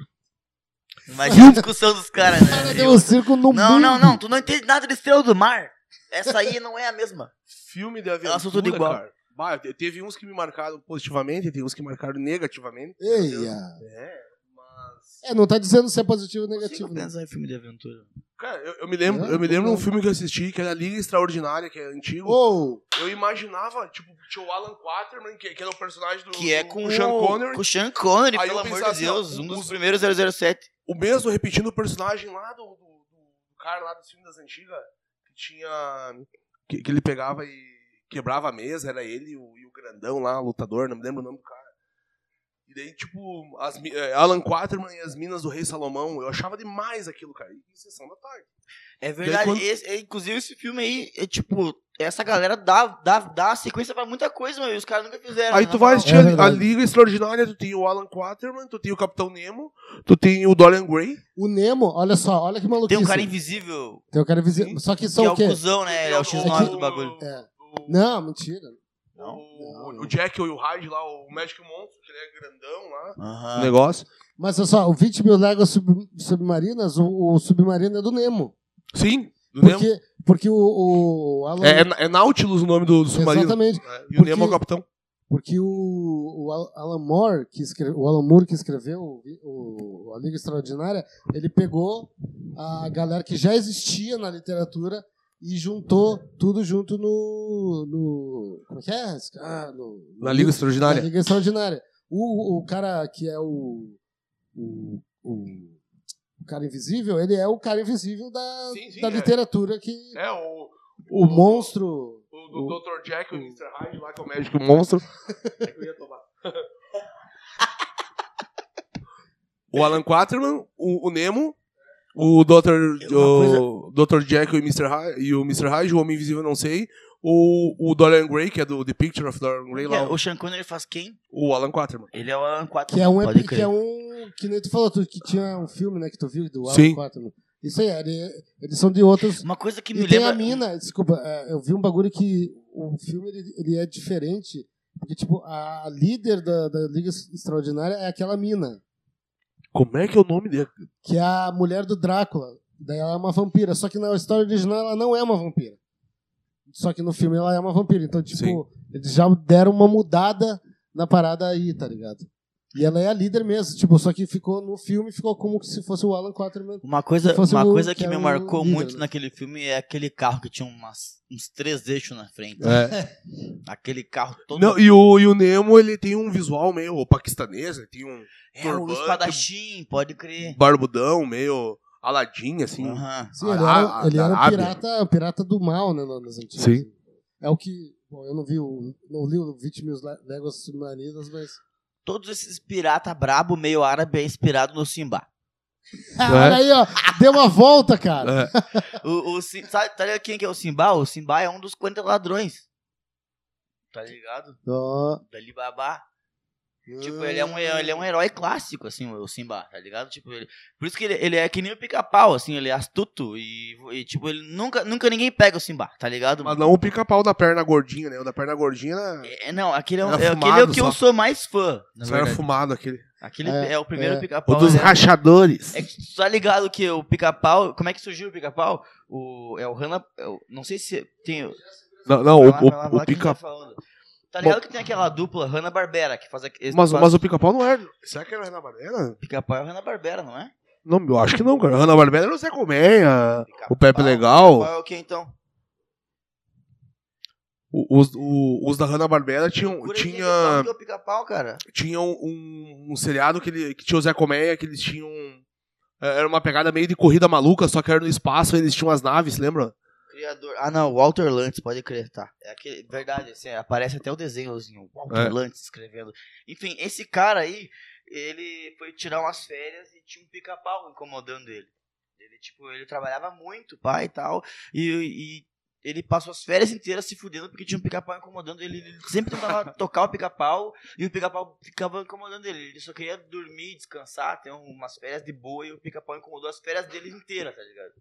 Speaker 4: Imagina a discussão dos caras, né?
Speaker 2: Cara, deu um círculo no
Speaker 4: Não,
Speaker 2: mundo.
Speaker 4: não, não. Tu não entende nada de estrela do mar. Essa aí não é a mesma.
Speaker 3: Filme de aventura,
Speaker 4: Elas são tudo igual.
Speaker 3: cara. Bah, te- teve uns que me marcaram positivamente, tem uns que marcaram negativamente.
Speaker 2: Eia.
Speaker 3: É, mas...
Speaker 2: É, não tá dizendo se é positivo ou
Speaker 4: Consigo
Speaker 2: [LAUGHS] negativo. né?
Speaker 4: pensar em filme de aventura.
Speaker 3: Cara, eu, eu me lembro,
Speaker 2: Não,
Speaker 3: eu me lembro
Speaker 2: não.
Speaker 3: um filme que eu assisti, que era Liga Extraordinária, que é antigo.
Speaker 2: Ou,
Speaker 3: Eu imaginava, tipo, tinha o Alan Quaterman, que, que era o personagem do,
Speaker 4: Que é
Speaker 3: do-
Speaker 4: com
Speaker 3: do Sean Connery.
Speaker 4: Com o Sean Connery,
Speaker 3: Aí
Speaker 4: pelo
Speaker 3: eu
Speaker 4: amor
Speaker 3: pensava
Speaker 4: de
Speaker 3: assim,
Speaker 4: Deus.
Speaker 3: ó,
Speaker 4: um dos
Speaker 3: os-
Speaker 4: primeiros 007.
Speaker 3: O mesmo repetindo o personagem lá do, do, do cara lá do filme das antigas, que tinha. Que, que ele pegava e quebrava a mesa, era ele e o, e o grandão lá, lutador, não me lembro o nome do cara. E daí, tipo, as, mi- eh, Alan Quaterman e as Minas do Rei Salomão, eu achava demais aquilo, cara. E sessão da tarde.
Speaker 4: É verdade.
Speaker 3: quando-
Speaker 4: esse- é, inclusive, esse filme aí, é tipo, essa galera dá, dá, dá sequência pra muita coisa, meu. E os caras nunca fizeram. né,
Speaker 3: Aí
Speaker 4: na
Speaker 3: tu vai
Speaker 4: moral.
Speaker 3: assistir
Speaker 2: É
Speaker 3: a- a,
Speaker 2: verdade.
Speaker 3: Liga Extraordinária, tu tem o Alan Quaterman, tu tem o Capitão Nemo, tu tem o Dorian Gray.
Speaker 2: o Nemo, olha só, olha que maluquice.
Speaker 4: Tem um cara invisível,
Speaker 2: Tem um cara invisível. Só que
Speaker 4: que
Speaker 2: são
Speaker 4: é
Speaker 2: o
Speaker 4: o
Speaker 2: quê?
Speaker 4: cuzão, né? Ele é o X9 do bagulho.
Speaker 2: É.
Speaker 3: do-
Speaker 2: Não, mentira.
Speaker 4: Não?
Speaker 3: O, o Jekyll e o Hyde lá, o Magic Monstro, que ele é grandão lá.
Speaker 4: Aham.
Speaker 3: negócio.
Speaker 2: Mas olha só, o 20 mil léguas sub- submarinas, o, o submarino é do Nemo.
Speaker 3: Sim, do Nemo.
Speaker 2: Porque, porque o, o Alan...
Speaker 3: É, é- é Nautilus o nome do, do submarino.
Speaker 2: Exatamente.
Speaker 3: É, E
Speaker 2: Porque-
Speaker 3: o Nemo é o capitão.
Speaker 2: Porque o, o Al- Alan Moore, que escreve, o Alan Moore que escreveu o, o- a Liga Extraordinária, ele pegou a galera que já existia na literatura e juntou tudo junto no. no como é que é? esse cara? no,
Speaker 3: Na Liga
Speaker 2: na
Speaker 3: Extraordinária.
Speaker 2: Liga Extraordinária. O, o cara que é o. o, o o cara invisível, ele é o cara invisível da,
Speaker 3: Sim, sim,
Speaker 2: da
Speaker 3: é.
Speaker 2: literatura que
Speaker 3: É, o,
Speaker 2: o monstro
Speaker 3: o,
Speaker 2: o-
Speaker 3: do Dr. Jekyll e o Mr. Hyde lá, que é o médico [LAUGHS] monstro. É que eu ia tomar. [LAUGHS] o Alan Quaterman, o, o Nemo, o Dr. O, Dr. Jekyll e, Mr. Hyde, e o Mr. Hyde, o Homem Invisível, não sei. O, o Dorian Gray, que é do The Picture of Dorian Gray, lá,
Speaker 4: É, O Sean Connery faz quem?
Speaker 3: o Alan Quaterman.
Speaker 4: Ele é o Alan 4.
Speaker 2: Que é um,
Speaker 4: Pode
Speaker 2: epi- que
Speaker 4: crer.
Speaker 2: é um. Que nem tu falou, tu, que tinha um filme, né, que tu viu do Alan
Speaker 3: Sim.
Speaker 2: Quaterman. Isso aí, ele- eles são de outros.
Speaker 4: Uma coisa que
Speaker 2: E
Speaker 4: me
Speaker 2: tem
Speaker 4: lembra...
Speaker 2: a mina, desculpa, é, eu vi um bagulho que o filme ele, ele é diferente. Porque, tipo, a líder da, da Liga Extraordinária é aquela mina,
Speaker 3: Como é que é o nome dele?
Speaker 2: que é a mulher do Drácula. Daí ela é uma vampira. Só que na história original ela não é uma vampira. Só que no filme ela é uma vampira. Então, tipo,
Speaker 3: Sim.
Speaker 2: eles já deram uma mudada na parada aí, tá ligado? E ela é a líder mesmo, tipo, só que ficou no filme, ficou como que se fosse o Alan Quaterman.
Speaker 4: Uma coisa,
Speaker 2: Se fosse
Speaker 4: uma
Speaker 2: o-
Speaker 4: coisa
Speaker 2: que
Speaker 4: que,
Speaker 2: é
Speaker 4: me
Speaker 2: o
Speaker 4: marcou
Speaker 2: líder,
Speaker 4: muito
Speaker 2: né?
Speaker 4: naquele filme é aquele carro que tinha umas, uns três eixos na frente. [LAUGHS] Aquele carro todo.
Speaker 3: Não, e o, e o Nemo, ele tem um visual meio paquistanês, ele tem um
Speaker 4: é o
Speaker 3: turbante.
Speaker 4: espadachim, pode crer.
Speaker 3: barbudão meio aladinho, assim.
Speaker 4: Aham.
Speaker 2: Sim, ele
Speaker 3: Ah,
Speaker 2: era,
Speaker 3: ah,
Speaker 2: ele era
Speaker 3: da
Speaker 2: um
Speaker 3: Arábia.
Speaker 2: pirata, um pirata do mal, né, na- nas antigas.
Speaker 3: Sim.
Speaker 2: É o que. Bom, eu não vi o. não li o 20 mil léguas submarinas, mas.
Speaker 4: Todos esses pirata brabo, meio árabe, é inspirado no Simba.
Speaker 2: [LAUGHS] Olha aí, ó. Deu uma volta, cara.
Speaker 3: É.
Speaker 4: O, o Sim- sabe, tá ligado quem que é o Simba? O Simba é um dos 40 ladrões. Tá ligado?
Speaker 3: É.
Speaker 2: Ó.
Speaker 4: Dali babá. Tipo,
Speaker 3: Ah.
Speaker 4: ele é, um, ele é um herói clássico, assim, o Simba, tá ligado? Tipo, ele, por isso que ele, ele é que nem o pica-pau, assim, ele é astuto e, e, tipo, ele nunca, nunca ninguém pega o Simba, tá ligado?
Speaker 3: Mas não é um o pica-pau da perna gordinha, né? O da perna gordinha era,
Speaker 4: É, não, aquele é, um-
Speaker 3: Era
Speaker 4: é- aquele é o
Speaker 3: fumado
Speaker 4: que eu
Speaker 3: só.
Speaker 4: sou mais fã, na
Speaker 3: só era
Speaker 4: verdade.
Speaker 3: fumado aquele.
Speaker 4: Aquele
Speaker 2: É,
Speaker 4: é, o primeiro
Speaker 2: é.
Speaker 3: O
Speaker 4: pica-pau.
Speaker 3: dos
Speaker 4: né?
Speaker 3: rachadores.
Speaker 4: É que tu tá ligado que o pica-pau. Como é que surgiu o pica-pau? O, é o Hanna. é o- não sei se tem.
Speaker 3: Não, não,
Speaker 4: vai lá,
Speaker 3: o,
Speaker 4: vai lá, vai
Speaker 3: o,
Speaker 4: lá
Speaker 3: o
Speaker 4: que a gente tá
Speaker 3: pica
Speaker 4: falando. Tá ligado que tem aquela dupla Hanna-Barbera que faz aquele.
Speaker 3: mas, mas o pica-pau não era. Será que era Hanna Barbera?
Speaker 4: pica-pau é o Hanna-Barbera, não é?
Speaker 3: Não, eu acho que não, cara. Hanna Barbera era o Zé Colmeia,
Speaker 4: Pica-pau,
Speaker 3: o Pepe Legal.
Speaker 4: Qual é o que então?
Speaker 3: O- Os, o- os da Hanna Barbera tinham,
Speaker 4: Procura quem
Speaker 3: tinha,
Speaker 4: que é o pica-pau, cara.
Speaker 3: tinham um, um seriado que, ele, que tinha o Zé Colmeia, que eles tinham. É, Era uma pegada meio de corrida maluca, só que era no espaço, eles tinham as naves, lembra?
Speaker 4: Criador. Ah, não, Walter Lantz, pode crer, tá. É aquele, verdade, assim, aparece até o desenhozinho, Walter
Speaker 3: É.
Speaker 4: Lantz escrevendo. Enfim, esse cara aí, ele foi tirar umas férias e tinha um pica-pau incomodando ele. Ele, tipo, ele trabalhava muito, pai e tal, e, e ele passou as férias inteiras se fudendo porque tinha um pica-pau incomodando ele. Ele sempre tentava [LAUGHS] tocar o pica-pau e o pica-pau ficava incomodando ele. Ele só queria dormir, descansar, ter umas férias de boa e o pica-pau incomodou as férias dele inteiras, tá ligado?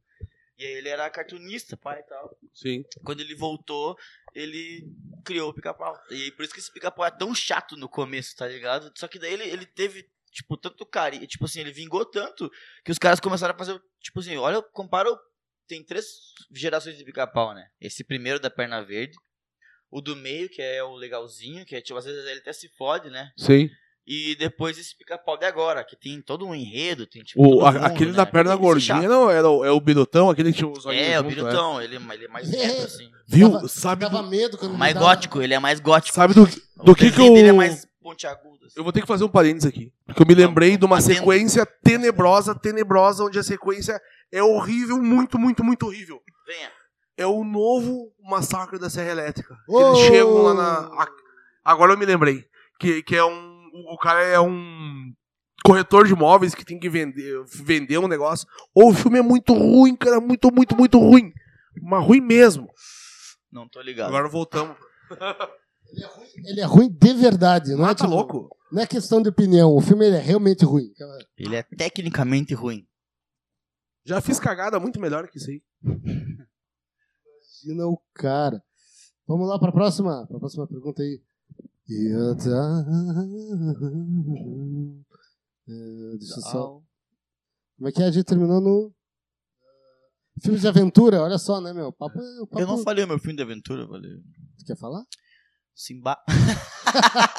Speaker 4: E aí ele era cartunista, pai e tal.
Speaker 3: Sim.
Speaker 4: Quando ele voltou, ele criou o pica-pau. E aí, por isso que esse pica-pau é tão chato no começo, tá ligado? Só que daí ele, ele teve, tipo, tanto carinho. Tipo assim, ele vingou tanto que os caras começaram a fazer. Tipo assim, olha, compara. o- Tem três gerações de pica-pau, né? Esse primeiro da perna verde. O do meio, que é o legalzinho, que é tipo, às vezes ele até se fode, né?
Speaker 3: Sim.
Speaker 4: E depois esse pica-pau de agora, que tem todo um enredo, tem tipo.
Speaker 3: O,
Speaker 4: todo
Speaker 3: a-
Speaker 4: mundo,
Speaker 3: aquele
Speaker 4: né?
Speaker 3: da perna
Speaker 4: Esse
Speaker 3: gordinha,
Speaker 4: chato.
Speaker 3: não, era o, é o Birutão, aquele que tinha os olhinhos
Speaker 4: É, o
Speaker 3: junto, né?
Speaker 4: Birutão, ele, é- ele é mais reto, assim.
Speaker 3: Viu?
Speaker 2: Dava-
Speaker 3: sabe
Speaker 2: Dava
Speaker 3: do,
Speaker 2: medo quando me
Speaker 4: Mais
Speaker 2: dava-
Speaker 4: gótico, ele é mais gótico.
Speaker 3: sabe do, do
Speaker 4: o
Speaker 3: que que
Speaker 4: desenho dele é
Speaker 3: eu...
Speaker 4: mais pontiagudo. assim.
Speaker 3: Eu vou ter que fazer um parênteses aqui. Porque eu me lembrei de uma
Speaker 4: Atenta.
Speaker 3: sequência tenebrosa, tenebrosa, onde a sequência é horrível, muito, muito, muito horrível.
Speaker 4: Venha.
Speaker 3: É o novo massacre da Serra Elétrica. Que
Speaker 2: Oh!
Speaker 3: Eles chegam lá na. a- agora eu me lembrei. Que, que é um. O cara é um corretor de imóveis que tem que vender, vender um negócio. Ou o filme é muito ruim, cara. Muito, muito, muito ruim. Mas ruim mesmo.
Speaker 4: Não tô ligado.
Speaker 3: Agora voltamos.
Speaker 2: Ele é ruim de verdade, não é?
Speaker 3: Ah, tá
Speaker 2: tipo,
Speaker 3: louco?
Speaker 2: Não é questão de opinião. O filme ele é realmente ruim.
Speaker 4: Ele é tecnicamente ruim.
Speaker 3: Já fiz cagada muito melhor que isso aí.
Speaker 2: Imagina o cara. Vamos lá para a próxima. Para próxima pergunta aí. E eu tá- Eh, Deixa eu só. Como é que é? A gente terminou no. eh, Filme de aventura, olha só, né, meu? Papo, o papo...
Speaker 4: Eu não falei o meu filme de aventura, valeu.
Speaker 2: Tu quer falar?
Speaker 4: Simba.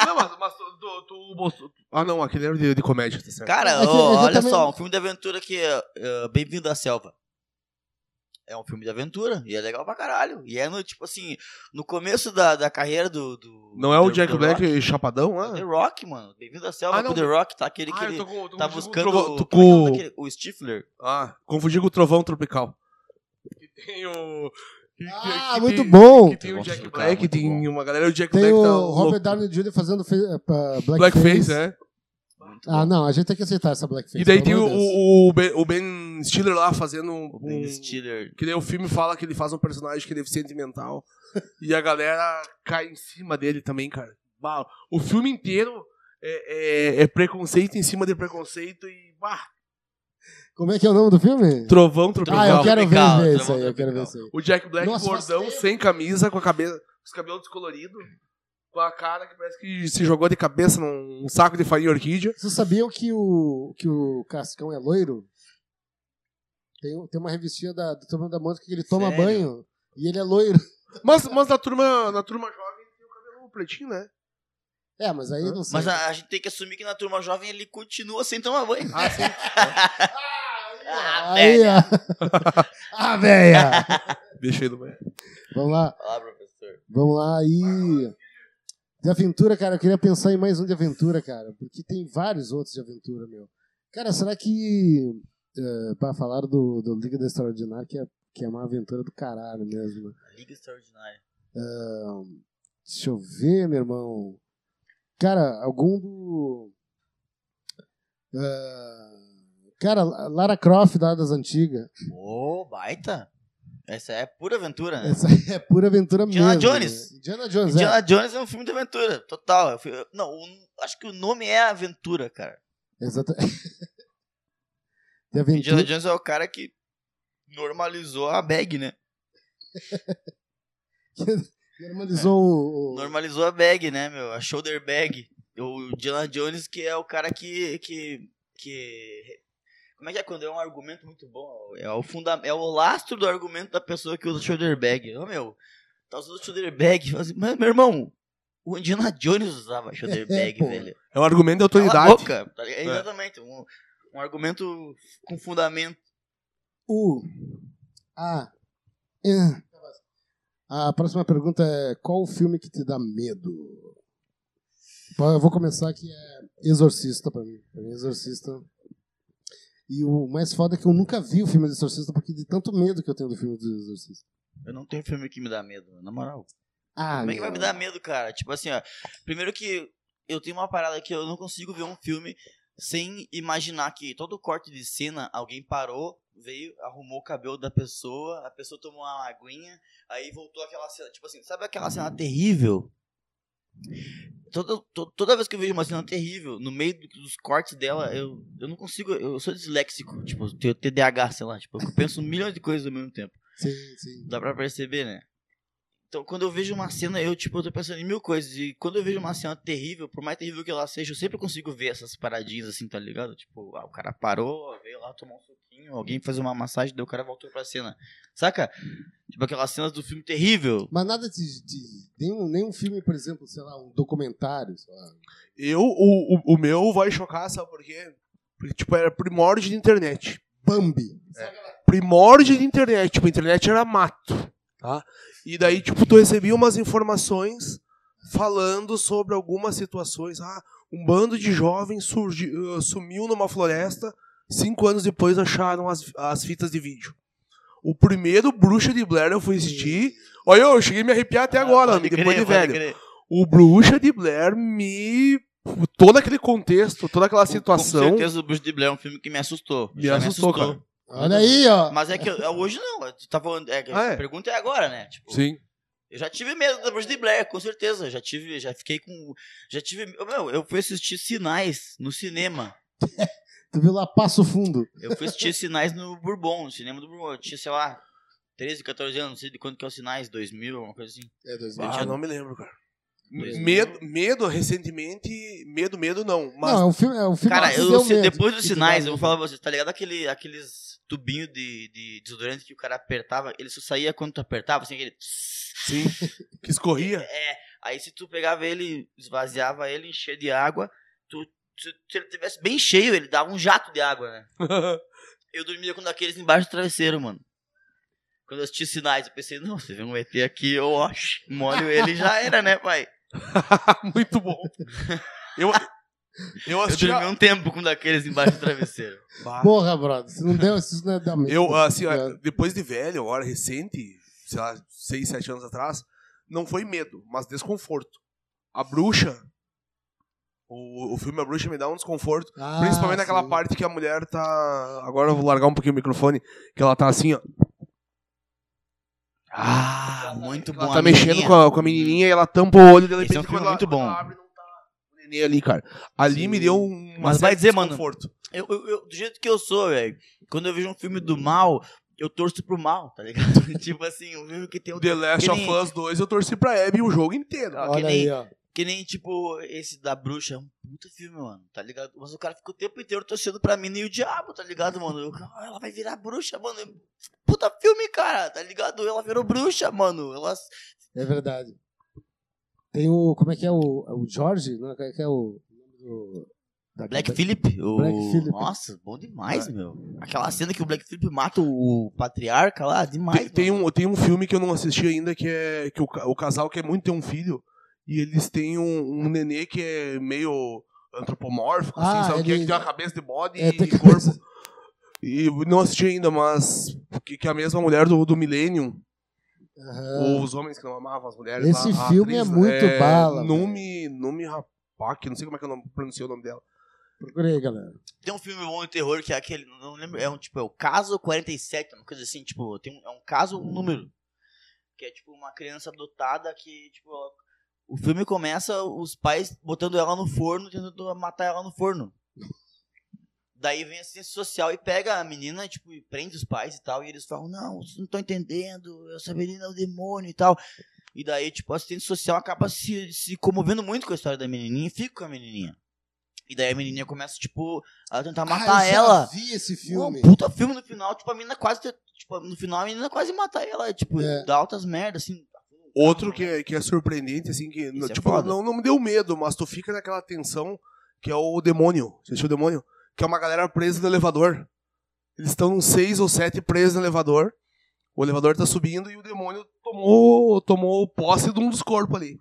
Speaker 3: Não, mas, mas tu, tu, tu mostrou- Ah, não, aquele era de, de comédia, tá certo?
Speaker 4: Cara,
Speaker 2: É que-
Speaker 4: ó,
Speaker 2: é que eu
Speaker 4: olha
Speaker 2: também-
Speaker 4: só, um filme de aventura que é é, Bem-vindo à Selva. É um filme de aventura e é legal pra caralho. E é no, tipo assim, no começo da, da carreira do, do-
Speaker 3: Não é o
Speaker 4: do-
Speaker 3: Jack
Speaker 4: do
Speaker 3: Black
Speaker 4: Rock.
Speaker 3: chapadão Ah.
Speaker 4: É o The
Speaker 3: lá?
Speaker 4: Rock, mano. Bem-vindo à Selva
Speaker 3: Ah,
Speaker 4: com
Speaker 3: não.
Speaker 4: o The Rock, tá? Aquele que ele
Speaker 3: com, tô
Speaker 4: tá buscando
Speaker 3: com...
Speaker 4: como é que é o nome
Speaker 3: o-
Speaker 4: daquele? o Stifler.
Speaker 3: Ah, confundi com o Trovão Tropical. Que tem o... que-
Speaker 2: Ah,
Speaker 3: que- que
Speaker 2: muito
Speaker 3: tem-
Speaker 2: bom!
Speaker 3: Que tem o
Speaker 4: Trovão
Speaker 3: Jack
Speaker 4: Tropical,
Speaker 3: Black,
Speaker 4: muito
Speaker 3: tem uma galera... O Jack
Speaker 2: Tem
Speaker 3: Black
Speaker 2: o
Speaker 3: tá
Speaker 2: Robert
Speaker 3: louco.
Speaker 2: Downey Jr. fazendo fe- eh, pa- blackface.
Speaker 3: Blackface, é.
Speaker 4: Muito
Speaker 2: Ah,
Speaker 4: bom.
Speaker 2: não, a gente tem que aceitar essa blackface.
Speaker 3: E daí tem
Speaker 2: pelo
Speaker 3: o,
Speaker 2: amor de Deus.
Speaker 3: o, o Ben- o Ben Stiller lá fazendo um...
Speaker 4: O Ben
Speaker 3: um-
Speaker 4: Stiller.
Speaker 3: Que daí o filme fala que ele faz um personagem que é deficiente mental. e a galera cai em cima dele também, cara. Bah, O filme inteiro é, é- é preconceito em cima de preconceito e. Bah,
Speaker 2: Como é que é o nome do filme?
Speaker 3: trovão
Speaker 2: Ah,
Speaker 3: tropical.
Speaker 2: eu quero
Speaker 4: Tropical,
Speaker 2: ver, ver isso
Speaker 4: Tropical.
Speaker 2: aí, eu quero ver isso aí.
Speaker 3: O Jack Black
Speaker 2: Nossa, faz
Speaker 3: gordão,
Speaker 2: tempo.
Speaker 3: sem camisa, com a cabeça. Os cabelos descoloridos. Com a cara que parece que se jogou de cabeça num num saco de farinha orquídea.
Speaker 2: Vocês sabiam que o, que o Cascão é loiro? Tem, tem uma revistinha da, do Turma da Mônica que ele toma
Speaker 4: Sério?
Speaker 2: banho e ele é loiro.
Speaker 3: Mas, mas na turma, na turma jovem tem o cabelo pretinho, né?
Speaker 2: É, mas aí não sei.
Speaker 4: Mas a, a gente tem que assumir que na turma jovem ele continua sem tomar banho. [LAUGHS]
Speaker 3: Ah, sim.
Speaker 4: Ah,
Speaker 2: Aí,
Speaker 4: [LAUGHS] velho.
Speaker 2: ó. ah, véia!
Speaker 3: Deixa aí no banheiro.
Speaker 2: Vamos lá.
Speaker 4: Ah, professor.
Speaker 2: Vamos lá, aí. De aventura, cara, eu queria pensar em mais um de aventura, cara, porque tem vários outros de aventura, meu. Cara, será que. eh, pra falar do, do Liga da Extraordinária, que é, que é uma aventura do caralho mesmo. né?
Speaker 4: Liga Extraordinária.
Speaker 2: Deixa eu ver, meu irmão. Cara, algum do. eh, cara, Lara Croft lá das antigas.
Speaker 4: Ô, baita. Essa é pura aventura, né?
Speaker 2: Essa aí é pura aventura
Speaker 4: Indiana
Speaker 2: mesmo.
Speaker 4: Jones.
Speaker 2: né? Indiana Jones, é.
Speaker 4: Indiana Jones é um filme de aventura, total. Eu fui- eu- não, o- acho que o nome é Aventura, cara.
Speaker 2: Exatamente. [LAUGHS] De
Speaker 4: Indiana
Speaker 2: aventura.
Speaker 4: Jones é o cara que normalizou a bag, né?
Speaker 2: Normalizou o. o-
Speaker 4: Normalizou a bag, né, meu? A shoulder bag. O Indiana Jones que é o cara que... que, que... Como é que é quando é um argumento muito bom? É o, funda é o lastro do argumento da pessoa que usa shoulder bag. Ô, meu, tá usando shoulder bag. Fala assim, Mas, meu irmão, o Indiana Jones usava shoulder
Speaker 2: [LAUGHS] É,
Speaker 4: bag,
Speaker 2: pô. É.
Speaker 4: velho.
Speaker 3: É um argumento de
Speaker 4: Cala a
Speaker 3: autoridade.
Speaker 4: boca. tá ligado? Exatamente. Um, um argumento com fundamento.
Speaker 2: U. A. N. A próxima pergunta é: qual o filme que te dá medo? Bom, Eu vou começar que é Exorcista pra mim. Pra mim, Exorcista. É E o mais foda é que eu nunca vi o filme do Exorcista porque de tanto medo que eu tenho do filme do Exorcista.
Speaker 4: Eu não tenho filme que me dá medo, na moral.
Speaker 2: Ah,
Speaker 4: Como é que vai
Speaker 2: meu.
Speaker 4: me dar medo, cara? Tipo assim, ó. Primeiro que eu tenho uma parada que eu não consigo ver um filme sem imaginar que todo corte de cena, alguém parou, veio, arrumou o cabelo da pessoa, a pessoa tomou uma aguinha, aí voltou aquela cena. Tipo assim, sabe aquela cena terrível? Toda, to- toda vez que eu vejo uma cena terrível, no meio do- dos cortes dela, eu, eu não consigo. Eu sou disléxico, tipo, eu tenho TDAH, sei lá. Tipo, eu penso milhões de coisas ao mesmo tempo.
Speaker 2: Sim, sim.
Speaker 4: Dá pra perceber, né? Então, quando eu vejo uma cena, eu, tipo, eu tô pensando em mil coisas. E quando eu vejo uma cena terrível, por mais terrível que ela seja, eu sempre consigo ver essas paradinhas assim, tá ligado? Tipo, ah, o cara parou, veio lá tomar um suquinho, alguém fez uma massagem, daí o cara voltou pra cena. Saca? Tipo, aquelas cenas do filme terrível.
Speaker 2: Mas nada de. de nenhum, nenhum um filme, por exemplo, sei lá, um documentário, sei lá.
Speaker 3: Eu, o, o, o meu vai chocar, sabe por quê? Porque, tipo, era primórdio de internet.
Speaker 2: Bambi.
Speaker 3: Primórdio de internet. Tipo, a internet era mato, tá? E daí, tipo, tu recebia umas informações falando sobre algumas situações. Ah, um bando de jovens surgi, ah, sumiu numa floresta. Cinco anos depois acharam as, as fitas de vídeo. O primeiro Bruxa de Blair eu fui assistir. Olha, eu cheguei a me arrepiar até agora,
Speaker 4: Ah, Pode
Speaker 3: homem,
Speaker 4: crer,
Speaker 3: depois de
Speaker 4: pode
Speaker 3: velho.
Speaker 4: crer.
Speaker 3: O Bruxa de Blair me. Todo aquele contexto, toda aquela
Speaker 4: Com
Speaker 3: situação.
Speaker 4: certeza o Bruce de Blair é um filme que me assustou.
Speaker 3: Me
Speaker 4: Já
Speaker 3: assustou, cara.
Speaker 2: Olha aí, ó.
Speaker 4: Mas é que eu- hoje não. Tu tá falando. É, que
Speaker 3: Ah, é.
Speaker 4: A pergunta é agora, né? Tipo,
Speaker 3: Sim.
Speaker 4: Eu já tive medo da Bruce de Blair, com certeza. Já tive, já fiquei com. Já tive. Meu, eu fui assistir Sinais no cinema.
Speaker 2: Tu viu lá Passo Fundo.
Speaker 4: Eu
Speaker 2: [LAUGHS]
Speaker 4: fui assistir Sinais no Bourbon, no cinema do Bourbon. Eu tinha, sei lá, 13, 14 anos, não sei de quanto que é o Sinais, 2000, alguma coisa assim.
Speaker 2: É, 2000.
Speaker 3: Ah, não me lembro, cara.
Speaker 4: Dois
Speaker 3: Medo, medo, recentemente. Medo, medo não. Mas
Speaker 2: Não, é um filme. É um filme
Speaker 4: Cara,
Speaker 2: que
Speaker 4: eu,
Speaker 2: deu
Speaker 4: se-
Speaker 2: medo.
Speaker 4: depois dos
Speaker 2: Que te dá
Speaker 4: Sinais, eu vou
Speaker 2: medo.
Speaker 4: falar pra vocês, tá ligado? Aquele, aqueles tubinhos de, de desodorante que o cara apertava, ele só saía quando tu apertava, assim, aquele. tss.
Speaker 3: sim.
Speaker 4: [LAUGHS]
Speaker 3: Que escorria.
Speaker 4: É, aí se tu pegava ele, esvaziava ele, enchia de água, tu, se, se ele tivesse bem cheio, ele dava um jato de água, né? Eu dormia com um daqueles embaixo do travesseiro, mano. Quando eu assisti sinais, eu pensei, não, você vem um ET aqui, eu acho, molho ele e já era, né,
Speaker 3: [LAUGHS]
Speaker 4: pai?
Speaker 3: [LAUGHS] Muito bom. Eu, eu
Speaker 4: Eu
Speaker 3: assisti. a-
Speaker 4: dormi um tempo com um daqueles embaixo do travesseiro.
Speaker 3: Bah.
Speaker 2: Porra, brother. Se não deu, isso não é dar medo.
Speaker 3: Eu, assim, ó,
Speaker 2: É.
Speaker 3: depois de velho, agora recente, sei lá, 6, 7 anos atrás, não foi medo, mas desconforto. A bruxa. O, o filme A Bruxa me dá um desconforto.
Speaker 2: Ah,
Speaker 3: Principalmente naquela
Speaker 2: sim.
Speaker 3: parte que a mulher tá. Agora eu vou largar um pouquinho o microfone. Que ela tá assim, ó.
Speaker 4: [LAUGHS] Ah, muito bom.
Speaker 3: Ela tá mexendo com a, com a menininha e ela tampa o olho dela
Speaker 4: Esse é um
Speaker 3: quando
Speaker 4: filme
Speaker 3: ela-
Speaker 4: muito
Speaker 3: quando
Speaker 4: bom.
Speaker 3: ela abre, não tá o neném ali, cara. Ali
Speaker 2: Sim.
Speaker 3: me deu um.
Speaker 4: Mas vai dizer, mano,
Speaker 3: Desconforto.
Speaker 4: Eu, eu- eu- do jeito que eu sou, velho, quando eu vejo um filme do mal, eu torço pro mal, tá ligado? [LAUGHS] tipo assim, um filme que tem o
Speaker 3: The Last
Speaker 4: que
Speaker 3: of
Speaker 4: nem-
Speaker 3: Us 2, eu torci pra Abby o jogo inteiro.
Speaker 4: Ah, que
Speaker 2: Olha
Speaker 4: nem-
Speaker 2: aí, ó.
Speaker 4: Que nem, tipo, esse da bruxa. É um puta filme, mano, tá ligado? Mas o cara fica o tempo inteiro torcendo pra mim e o diabo, tá ligado, mano? Eu, "Ah, ela vai virar bruxa, mano. Eu, Puta filme, cara, tá ligado? Ela virou bruxa, mano. Ela...
Speaker 2: É verdade. Tem o. Como é que é o. é O Jorge? Não, como é que é o. o da-
Speaker 4: Black
Speaker 2: da-
Speaker 4: Phillip. O...
Speaker 2: Black Phillip.
Speaker 4: Nossa, bom demais, meu. Aquela cena que o Black Phillip mata o patriarca lá, demais.
Speaker 3: Tem, tem um, tem um filme que eu não assisti ainda que é. Que o, ca- o casal quer muito ter um filho. E eles têm um, um nenê que é meio antropomórfico,
Speaker 2: Ah,
Speaker 3: assim, sabe? o Que,
Speaker 2: ele-
Speaker 3: que tem uma cabeça de bode
Speaker 2: É,
Speaker 3: e
Speaker 2: tem
Speaker 3: corpo.
Speaker 2: coisa.
Speaker 3: E não assisti ainda, mas. Que, que é a mesma mulher do, do Millennium.
Speaker 2: Aham.
Speaker 3: Ou Os homens que não amavam as mulheres.
Speaker 2: Esse
Speaker 3: lá, a
Speaker 2: filme é
Speaker 3: atriz,
Speaker 2: muito bala,
Speaker 3: Numi, Numi Rapac, não sei como é que eu não pronunciei o nome dela.
Speaker 2: Procura aí, galera.
Speaker 4: Tem um filme bom de terror que é aquele, não lembro, é um tipo, é o caso 47, uma coisa assim, tipo, tem um, é um caso, um número. Que é tipo uma criança adotada que, tipo, ela- o filme começa os pais botando ela no forno, tentando matar ela no forno. Daí vem a ciência social e pega a menina, tipo, e prende os pais e tal, e eles falam, não, vocês não estão entendendo, essa menina é o demônio e tal. E daí, tipo, a assistente social acaba se, se comovendo muito com a história da menininha e fica com a menininha. E daí a menininha começa, tipo, a tentar matar
Speaker 2: Ah, eu já
Speaker 4: ela.
Speaker 2: vi esse
Speaker 4: Um
Speaker 2: filme.
Speaker 4: puta filme no final, tipo, a menina quase. te- Tipo, no final a menina quase mata ela, tipo,
Speaker 2: É.
Speaker 4: dá altas merdas, assim.
Speaker 3: Outro que é, que é surpreendente, assim, que.
Speaker 4: Isso é
Speaker 3: tipo,
Speaker 4: foda.
Speaker 3: não, não me deu medo, mas tu fica naquela tensão que é o demônio. Você assistiu o demônio? Que é uma galera presa no elevador. Eles estão seis ou sete presos no elevador. O elevador tá subindo e o demônio tomou, tomou posse de um dos corpos ali.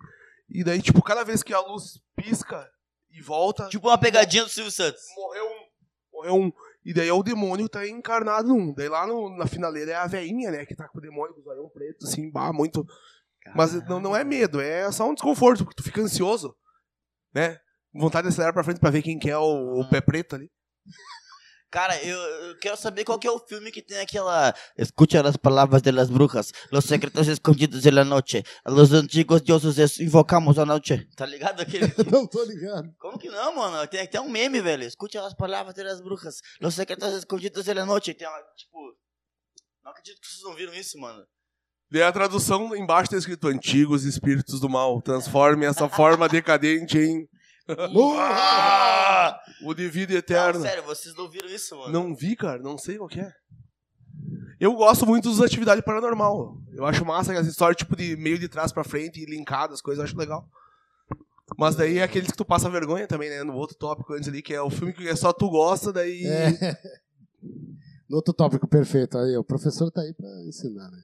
Speaker 3: E daí, tipo, cada vez que a luz pisca e volta,
Speaker 4: Tipo uma pegadinha do Silvio Santos.
Speaker 3: morreu um. Morreu um. E daí é o demônio que tá encarnado num. Daí lá no- na finaleira é a veinha, né? Que tá com o demônio, com o zoião preto, assim, bah, muito. Mas
Speaker 4: Ah.
Speaker 3: não, não é medo, é só um desconforto, porque tu fica ansioso, né? Vontade de acelerar pra frente pra ver quem que é o, o pé preto ali.
Speaker 4: Cara, eu, eu quero saber qual que é o filme que tem aquela. Escute as palavras das brujas, los secretos escondidos de la noche, a los antigos deuses es- invocamos a noche. Tá ligado
Speaker 3: [LAUGHS]
Speaker 4: aquele?
Speaker 2: Não tô ligado.
Speaker 4: Como que não, mano? Tem até um meme, velho. Escute as palavras das brujas, los secretos escondidos de la noche. Tem uma, tipo. Não acredito que vocês não viram isso, mano.
Speaker 3: Daí a tradução embaixo tá escrito: Antigos espíritos do mal, transforme essa forma decadente em. Ah! o de vida
Speaker 4: Não,
Speaker 3: eterna.
Speaker 4: sério, vocês não viram isso, mano.
Speaker 3: Não vi, cara, não sei qual que é. Eu gosto muito das atividades paranormal. Eu acho massa essa história, tipo, de meio de trás pra frente e linkado, as coisas, eu acho legal. Mas daí é aqueles que tu passa vergonha também, né? No outro tópico antes ali, que é o filme que é só tu gosta, daí. [LAUGHS]
Speaker 2: É. No outro tópico, perfeito. Aí, o professor tá aí pra ensinar, né?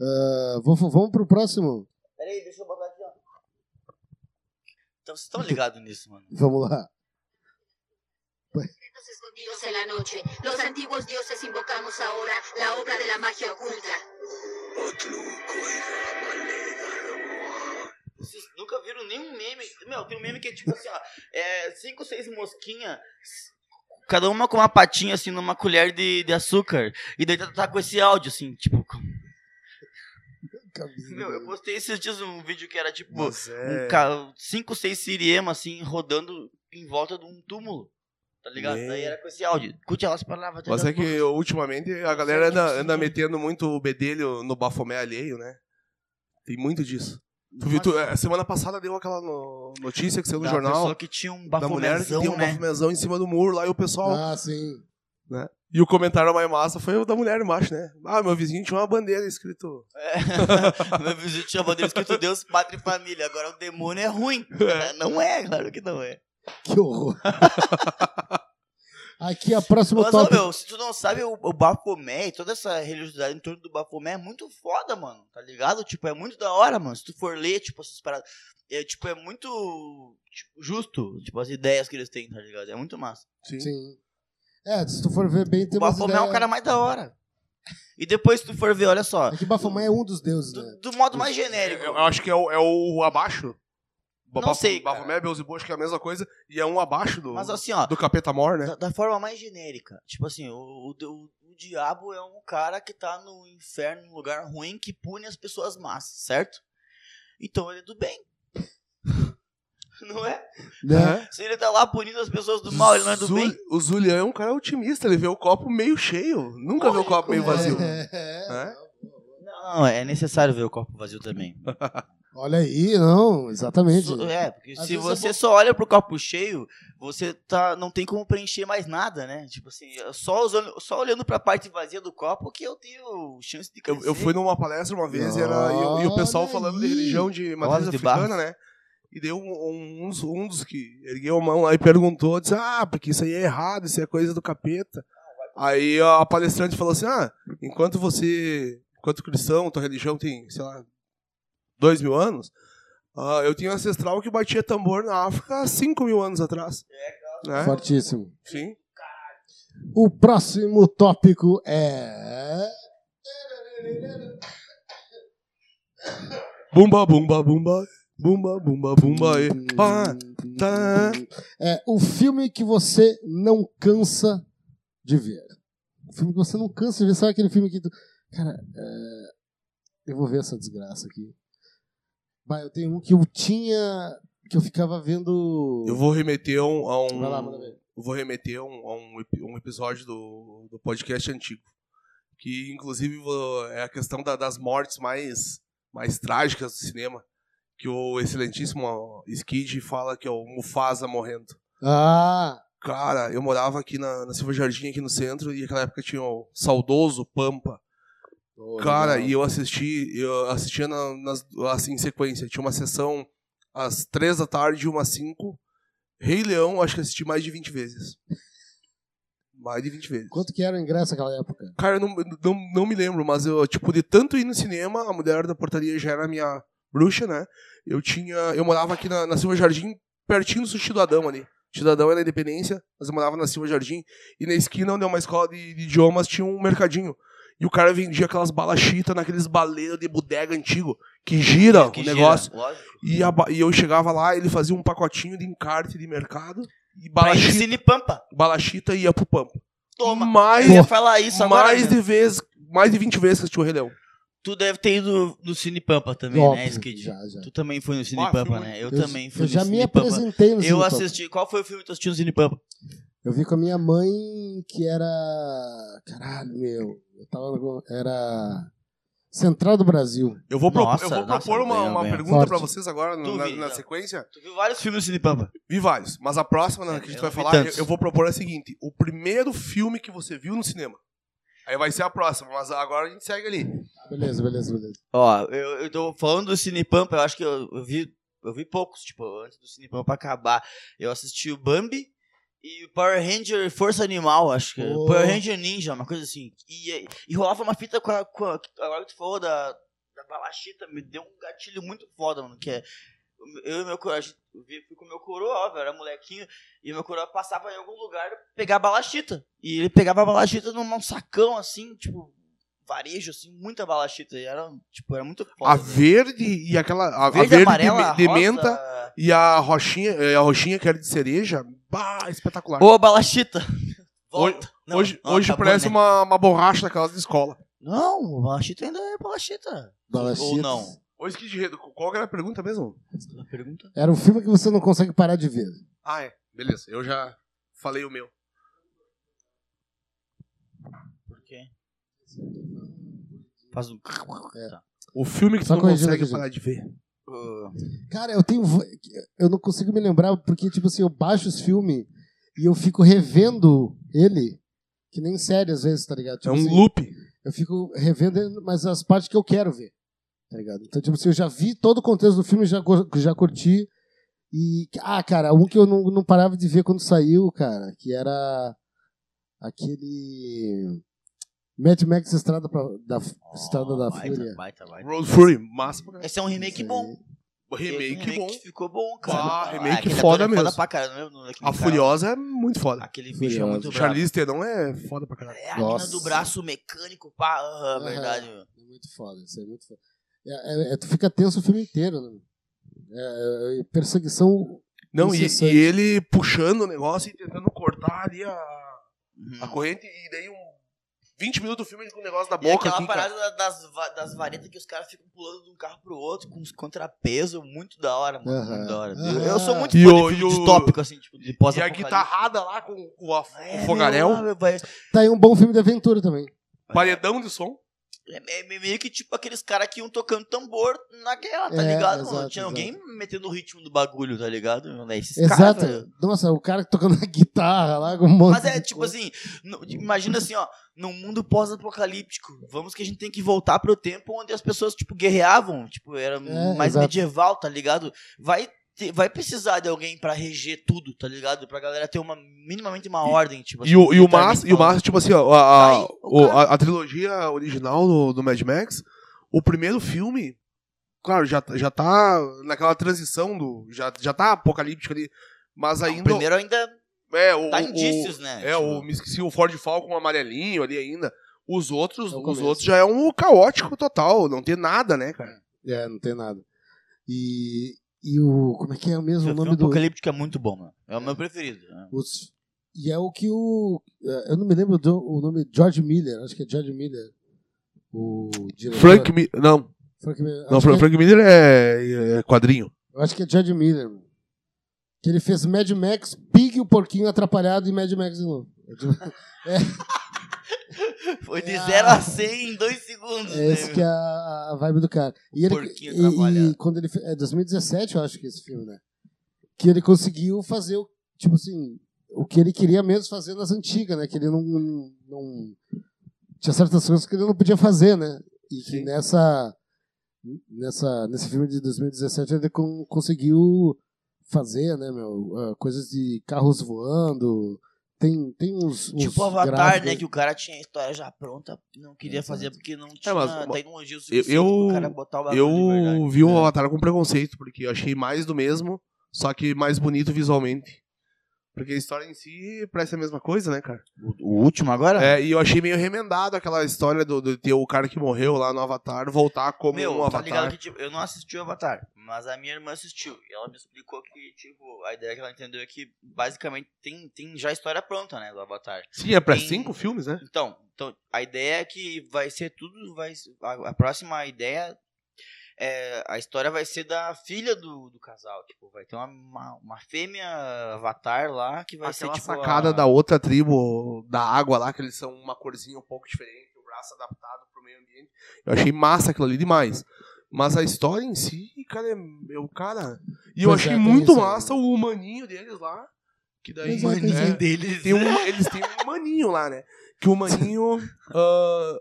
Speaker 2: Ah, vou- vamos pro próximo?
Speaker 4: Peraí, deixa eu botar aqui, ó. Então vocês estão ligados nisso, mano.
Speaker 2: Vamos lá.
Speaker 5: secretos escondidos en la noche. Los antiguos dioses invocamos ahora la obra de la magia oculta.
Speaker 4: Vocês nunca viram nenhum meme. Meu, tem um meme que é tipo assim, ó. É cinco, seis mosquinhas. Cada uma com uma patinha, assim, numa colher de, de açúcar. E daí tá, tá com esse áudio, assim, tipo. com- Meu, eu postei esses dias um vídeo que era tipo.
Speaker 3: Mas é.
Speaker 4: um ca- cinco, seis siriemas, assim, rodando em volta de um túmulo. Tá ligado?
Speaker 3: Meu.
Speaker 4: Daí era com esse áudio. Curte elas palavras.
Speaker 3: Mas é que eu, ultimamente a galera
Speaker 4: Sério,
Speaker 3: anda,
Speaker 4: sim.
Speaker 3: anda metendo muito o bedelho no bafomé alheio, né? Tem muito disso. Tu viu, tu,
Speaker 4: Nossa.
Speaker 3: a semana passada deu aquela no- notícia que saiu no
Speaker 4: Da
Speaker 3: jornal
Speaker 4: pessoa que tinha um
Speaker 3: da mulher que
Speaker 4: bafomezão,
Speaker 3: tem um
Speaker 4: né?
Speaker 3: bafomezão em cima do muro lá e o pessoal.
Speaker 2: Ah, sim.
Speaker 3: E o comentário mais massa foi o da mulher embaixo, né? Ah, meu vizinho tinha uma bandeira escrito.
Speaker 4: Meu vizinho tinha bandeira escrito Deus, pátria e família. Agora o demônio é ruim. Não é, claro que não é.
Speaker 2: Que horror. [LAUGHS] Aqui, a próximo
Speaker 4: Mas, ó,
Speaker 2: tópico.
Speaker 4: meu, se tu não sabe, o, o Bapomé e toda essa religiosidade em torno do Bapomé é muito foda, mano. Tá ligado? Tipo, é muito da hora, mano. Se tu for ler, tipo, essas paradas. É, tipo, é muito tipo, justo, tipo, as ideias que eles têm, tá ligado? É muito massa.
Speaker 2: Sim. É, se tu for ver bem, tem
Speaker 4: O
Speaker 2: umas
Speaker 4: Bapomé é o
Speaker 2: ideias...
Speaker 4: cara mais da hora. E depois, se tu for ver, olha só.
Speaker 2: É que Bafomé é um dos deuses, né?
Speaker 4: Do, do modo mais genérico.
Speaker 3: Eu, eu acho que é o, é o abaixo.
Speaker 4: Não
Speaker 3: Bafo-
Speaker 4: sei, cara.
Speaker 3: Bafomé, Beelzebub, acho que é a mesma coisa. E é um abaixo do,
Speaker 4: Mas assim, ó.
Speaker 3: do Capeta Mor, né?
Speaker 4: Da, da forma mais genérica. Tipo assim, o, o, de- o- o diabo é um cara que tá no inferno, num lugar ruim, que pune as pessoas más, certo? Então ele é do bem. [LAUGHS] Não é?
Speaker 2: Né?
Speaker 4: Se ele tá lá punindo as pessoas do mal, ele não é do
Speaker 3: Zul-
Speaker 4: bem.
Speaker 3: O Zulian é um cara otimista, ele vê o copo meio cheio. Nunca vê o copo [LAUGHS] meio vazio.
Speaker 2: É, é.
Speaker 3: né?
Speaker 4: Não, não, é necessário ver o copo vazio também.
Speaker 2: Olha aí, não, exatamente.
Speaker 4: Su- É, porque
Speaker 2: Às
Speaker 4: se
Speaker 2: vezes é
Speaker 4: você
Speaker 2: bom-
Speaker 4: só olha pro copo cheio, você tá, não tem como preencher mais nada, né? Tipo assim, só, usando, só olhando pra parte vazia do copo que eu tenho chance de
Speaker 3: Eu,
Speaker 4: crescer.
Speaker 3: eu fui numa palestra uma vez e, era, e, o- e o pessoal
Speaker 2: Olha
Speaker 3: falando
Speaker 2: aí.
Speaker 3: de religião de matriz
Speaker 4: Rosa de
Speaker 3: africana,
Speaker 4: Barros.
Speaker 3: né? E deu um, um- um dos- um dos que ergueu a mão lá e perguntou, disse, ah, porque isso aí é errado, isso é coisa do capeta. Aí a palestrante falou assim, ah, enquanto você, enquanto cristão, tua religião tem, sei lá, dois mil anos, ah, eu tinha um ancestral que batia tambor na África há cinco mil anos atrás.
Speaker 2: É,
Speaker 3: Né?
Speaker 2: Fortíssimo.
Speaker 3: Sim.
Speaker 2: O próximo tópico é.
Speaker 3: Bumba, bumba, bumba, bumba, bumba, bumba, e
Speaker 2: Hum.
Speaker 3: pá. tá.
Speaker 2: É o filme que você não cansa de ver. O filme que você não cansa de ver. Sabe aquele filme que. tu- Cara, é, eu vou ver essa desgraça aqui. Bah, eu tenho um que eu tinha. que eu ficava vendo.
Speaker 3: Eu vou remeter a um. a um-
Speaker 2: Vai lá, manda ver.
Speaker 3: eu vou remeter a um, a um, ep- um episódio do, do podcast antigo. Que, inclusive, vo- é a questão da- das mortes mais, mais trágicas do cinema. Que o excelentíssimo Skid fala que é o Mufasa morrendo.
Speaker 2: Ah!
Speaker 3: Cara, eu morava aqui na, na Silva Jardim, aqui no centro, e naquela época tinha o saudoso Pampa. Cara, e eu assisti, eu assistia na- nas, assim, em sequência. Tinha uma sessão às três da tarde e uma às cinco. Rei Leão, acho que assisti mais de 20 vezes. Mais de 20 vezes.
Speaker 2: Quanto que era o ingresso naquela época?
Speaker 3: Cara, eu não, não, não me lembro, mas eu, tipo, de tanto ir no cinema, a mulher da portaria já era minha bruxa, né? Eu tinha. Eu morava aqui na, na Silva Jardim, pertinho do sushi do Adão ali. Cidadão era independência, mas eu morava na Silva Jardim. E na esquina onde é uma escola de, de idiomas tinha um mercadinho. E o cara vendia aquelas balachitas naqueles baleiros de bodega antigo, que gira
Speaker 4: É, Que
Speaker 3: o
Speaker 4: gira,
Speaker 3: negócio.
Speaker 4: lógico.
Speaker 3: E, a ba- e eu chegava lá, ele fazia um pacotinho de encarte de mercado. E
Speaker 4: Pra
Speaker 3: balachita,
Speaker 4: Cine Pampa.
Speaker 3: balachita ia pro pampa.
Speaker 4: Toma.
Speaker 3: Mais,
Speaker 4: Eu ia falar isso agora. né?
Speaker 3: mais
Speaker 4: meu.
Speaker 3: de vez, mais de 20 vezes que assistiu o Rei Leão.
Speaker 4: Tu deve ter ido no Cine Pampa também, né,
Speaker 2: Óbvio,
Speaker 4: Skid?
Speaker 2: já, já.
Speaker 4: Tu também foi no Cine
Speaker 3: Ah, fui
Speaker 4: Pampa,
Speaker 3: muito.
Speaker 4: né? Eu,
Speaker 2: Eu-
Speaker 4: também fui
Speaker 2: Eu
Speaker 4: no
Speaker 2: já
Speaker 4: Cine
Speaker 2: me
Speaker 4: Pampa.
Speaker 2: apresentei no Cine
Speaker 4: Eu
Speaker 2: Pampa.
Speaker 4: assisti. Qual foi o filme que tu assistiu no Cine Pampa?
Speaker 2: Eu vi com a minha mãe, que era. Caralho, meu. Eu tava. no- Era. Central do Brasil.
Speaker 3: Eu vou, propo-
Speaker 4: Nossa,
Speaker 3: eu vou
Speaker 4: nossa,
Speaker 3: propor uma,
Speaker 4: ganhou,
Speaker 3: uma
Speaker 4: ganhou.
Speaker 3: pergunta pra
Speaker 2: Forte.
Speaker 3: vocês agora no-
Speaker 4: Tu
Speaker 3: na,
Speaker 4: vi,
Speaker 3: na
Speaker 4: não.
Speaker 3: sequência.
Speaker 4: Tu viu vários filmes no Cine Pampa.
Speaker 3: Vi vários, mas a próxima né, que a
Speaker 4: eu
Speaker 3: gente vai
Speaker 4: vi
Speaker 3: falar, eu,
Speaker 4: tantos.
Speaker 3: eu vou propor é a seguinte: o primeiro filme que você viu no cinema. Aí vai ser a próxima, mas agora a gente segue ali.
Speaker 2: Ah, Beleza, beleza, beleza.
Speaker 4: Ó, eu, eu tô falando do Cine Pampa, eu acho que eu, eu vi eu vi poucos, tipo, antes do Cine Pampa acabar. Eu assisti o Bambi e o Power Ranger Força Animal, acho que. é.
Speaker 2: Pô.
Speaker 4: Power Ranger Ninja, uma coisa assim. E, e rolava uma fita com a. Com a agora que tu falou da, da balachita, me deu um gatilho muito foda, mano, que é. Eu e meu coroa, a gente- eu vi- fui com o meu coroa, óbvio, era molequinho, e o meu coroa passava em algum lugar pegar balachita. E ele pegava a balachita num num sacão, assim, tipo, varejo, assim, muita balachita. E era, tipo, era muito foda.
Speaker 3: A
Speaker 4: velho.
Speaker 3: verde e aquela. A a verde, de, me- de
Speaker 4: rosa.
Speaker 3: menta e a roxinha, eh, a roxinha que era de cereja. Bah, espetacular.
Speaker 4: Ou a balachita. [LAUGHS] Volta. Não,
Speaker 3: hoje
Speaker 4: não,
Speaker 3: hoje
Speaker 4: acabou,
Speaker 3: parece
Speaker 4: né?
Speaker 3: uma, uma borracha daquelas de escola.
Speaker 4: Não, a balachita ainda é balachita. Ou
Speaker 2: Balachitas.
Speaker 4: não.
Speaker 3: Hoje que de qual que era a pergunta mesmo?
Speaker 4: Pergunta.
Speaker 2: Era um filme que você não consegue parar de ver.
Speaker 3: Ah, é. Beleza, eu já falei o meu.
Speaker 4: Por quê? Faz um... Tá.
Speaker 3: O filme que
Speaker 2: Só
Speaker 3: tu não
Speaker 2: corrigindo
Speaker 3: consegue
Speaker 2: aqui,
Speaker 3: parar de ver.
Speaker 4: Uh,
Speaker 2: Cara, eu tenho. vo- Eu não consigo me lembrar, porque, tipo assim, eu baixo os filmes e eu fico revendo ele. Que nem série às vezes, tá ligado?
Speaker 3: É
Speaker 2: Tipo
Speaker 3: um
Speaker 2: assim,
Speaker 3: loop.
Speaker 2: Eu fico revendo, ele, mas as partes que eu quero ver. Tá ligado? Então, tipo assim, eu já vi todo o contexto do filme, já, go- já curti. E. Ah, cara, um que eu não, não parava de ver quando saiu, cara, que era aquele. Mad Max Estrada, pra, da, Estrada da
Speaker 4: baita,
Speaker 2: Fúria.
Speaker 4: baita, baita.
Speaker 3: Road Fury, massa pra caralho.
Speaker 4: Esse é um
Speaker 2: Isso
Speaker 4: remake
Speaker 2: aí.
Speaker 4: bom. Esse
Speaker 3: Remake bom.
Speaker 4: Ficou bom,
Speaker 3: Bah,
Speaker 4: cara.
Speaker 3: remake
Speaker 4: aquele ator
Speaker 3: foda
Speaker 4: é
Speaker 3: mesmo.
Speaker 4: Foda pra caralho, não lembro o nome daquele
Speaker 3: A
Speaker 4: cara.
Speaker 3: Furiosa é muito foda.
Speaker 4: Aquele bicho é
Speaker 2: Furiosa.
Speaker 4: muito brabo.
Speaker 3: Charlize Theron é foda pra caralho.
Speaker 4: É a
Speaker 2: Nossa.
Speaker 4: mina do braço mecânico, pá. ah,
Speaker 2: Aham.
Speaker 4: verdade, meu.
Speaker 2: É muito foda, isso é muito foda. É, é- é- tu fica tenso o filme inteiro, né? É, é perseguição.
Speaker 3: Não, e,
Speaker 2: Incessante.
Speaker 3: e ele puxando o negócio e tentando cortar ali a, a
Speaker 4: Uhum.
Speaker 3: corrente e daí um 20 minutos do filme com o negócio da
Speaker 4: E é
Speaker 3: boca
Speaker 4: aquela
Speaker 3: aqui, cara.
Speaker 4: parada da- das, va- das varetas que os caras ficam pulando de um carro pro outro com uns contrapesos, muito da hora, mano.
Speaker 2: Aham.
Speaker 4: Muito da hora.
Speaker 2: Aham.
Speaker 4: Eu, eu sou muito
Speaker 3: E
Speaker 4: fã
Speaker 3: o-
Speaker 4: de
Speaker 3: e o-
Speaker 4: filme distópico, assim, tipo, de pós
Speaker 3: E a guitarrada lá com, com, a, com o
Speaker 4: É,
Speaker 3: fogaréu.
Speaker 4: meu, vai-
Speaker 2: Tá aí um bom filme de aventura também.
Speaker 3: Paredão de som.
Speaker 4: é- é meio que tipo aqueles caras que iam tocando tambor na guerra, tá
Speaker 2: É,
Speaker 4: ligado?
Speaker 2: exato,
Speaker 4: mano? Tinha alguém metendo o ritmo do bagulho, tá ligado? Né, Esses
Speaker 2: Exato.
Speaker 4: caras,
Speaker 2: Nossa, o cara tocando [LAUGHS] a guitarra lá com um monte
Speaker 4: Mas é
Speaker 2: de
Speaker 4: tipo
Speaker 2: coisa.
Speaker 4: assim, no- imagina assim, ó, num mundo pós-apocalíptico, vamos que a gente tem que voltar pro tempo onde as pessoas, tipo, guerreavam, tipo, era
Speaker 3: É,
Speaker 4: mais
Speaker 2: exato.
Speaker 4: medieval, tá ligado? Vai, ter- vai precisar de alguém pra reger tudo, tá ligado? Pra galera ter uma, minimamente uma ordem, tipo
Speaker 3: E o, e o
Speaker 4: militarmente
Speaker 3: Massa, e o
Speaker 4: falando.
Speaker 3: Massa, tipo assim, ó, a, a,
Speaker 4: Aí,
Speaker 3: o-
Speaker 4: o cara-
Speaker 3: a- a trilogia original do, do Mad Max, o primeiro filme, claro, já, já tá naquela transição do. Já, já tá apocalíptico ali. Mas ainda.
Speaker 4: O primeiro ainda
Speaker 3: é, o,
Speaker 4: dá
Speaker 3: tá o-
Speaker 4: indícios, né?
Speaker 3: é, o,
Speaker 4: Tipo,
Speaker 3: me esqueci, o Ford Falcon amarelinho ali ainda. Os outros,
Speaker 2: É o
Speaker 3: os
Speaker 2: começo.
Speaker 3: outros já é um caótico total, não tem nada, né, cara?
Speaker 2: É, não tem nada. E, e o. Como é que é o mesmo
Speaker 4: o filme
Speaker 3: um
Speaker 2: nome do.
Speaker 4: apocalíptico é muito bom, mano. É o meu preferido. né?
Speaker 2: Os, e é o que o. é, Eu não me lembro do, o nome George Miller, acho que é George Miller. O diretor.
Speaker 3: Frank Miller. Não,
Speaker 2: Frank Miller.
Speaker 3: não
Speaker 2: acho que é-
Speaker 3: Frank, Miller é, é quadrinho.
Speaker 2: Eu acho que é George Miller, mano. Que ele fez Mad Max, Pig, o Porquinho Atrapalhado e Mad Max de novo.
Speaker 4: Foi de
Speaker 2: É a-
Speaker 4: 0 a 100 em 2 segundos.
Speaker 2: É
Speaker 4: né,
Speaker 2: esse
Speaker 4: meu?
Speaker 2: que é a, a vibe do cara. E ele,
Speaker 4: Porquinho
Speaker 2: e,
Speaker 4: Atrapalhado.
Speaker 2: e quando ele fe- É 2017, eu acho que esse filme, né? Que ele conseguiu fazer, o- tipo assim, o que ele queria mesmo fazer nas antigas, né? Que ele não. não tinha certas coisas que ele não podia fazer, né? E que
Speaker 3: Sim.
Speaker 2: nessa, nessa. Nesse filme de 2017 ele con- conseguiu fazer, né, meu? ah, coisas de carros voando. Tem, tem uns. uns
Speaker 4: Tipo Avatar,
Speaker 2: gráficos-
Speaker 4: né? Que o cara tinha a história já pronta, não queria
Speaker 2: Exato.
Speaker 4: fazer porque não tinha
Speaker 3: É, mas, bom,
Speaker 4: tecnologia o suficiente
Speaker 3: eu-
Speaker 4: pro cara botar o bagulho de verdade.
Speaker 3: Eu vi um o Avatar com preconceito, porque eu achei mais do mesmo, só que mais bonito visualmente. Porque a história em si parece a mesma coisa, né, cara?
Speaker 4: O, o último agora?
Speaker 3: É, e eu achei meio remendado aquela história do, do ter o cara que morreu lá no Avatar voltar como
Speaker 4: Meu,
Speaker 3: um
Speaker 4: tá
Speaker 3: Avatar.
Speaker 4: ligado que, tipo, eu não assisti o Avatar, mas a minha irmã assistiu. E ela me explicou que, tipo, a ideia que ela entendeu é que, basicamente, tem, tem já a história pronta, né, do Avatar.
Speaker 3: Sim, é pra
Speaker 4: Tem-
Speaker 3: cinco filmes, né?
Speaker 4: Então, então, a ideia é que vai ser tudo, vai ser- a, a próxima ideia, é, a história vai ser da filha do, do casal, tipo, vai ter uma, uma, uma fêmea Avatar lá que vai
Speaker 3: Aquela
Speaker 4: ser, tipo,
Speaker 3: Assim, sacada
Speaker 4: a-
Speaker 3: da outra tribo da água lá, que eles são uma corzinha um pouco diferente, o braço adaptado pro meio ambiente. Eu achei massa aquilo ali demais. Mas a história em si, cara, é meu cara. E eu
Speaker 2: Pois é,
Speaker 3: achei
Speaker 2: tem
Speaker 3: muito
Speaker 2: isso aí.
Speaker 3: massa o maninho deles lá. Que daí.
Speaker 2: Pois é, tem isso aí.
Speaker 4: deles.
Speaker 3: Tem um- eles têm um maninho lá, né? Que o
Speaker 2: [LAUGHS]
Speaker 3: maninho. ah,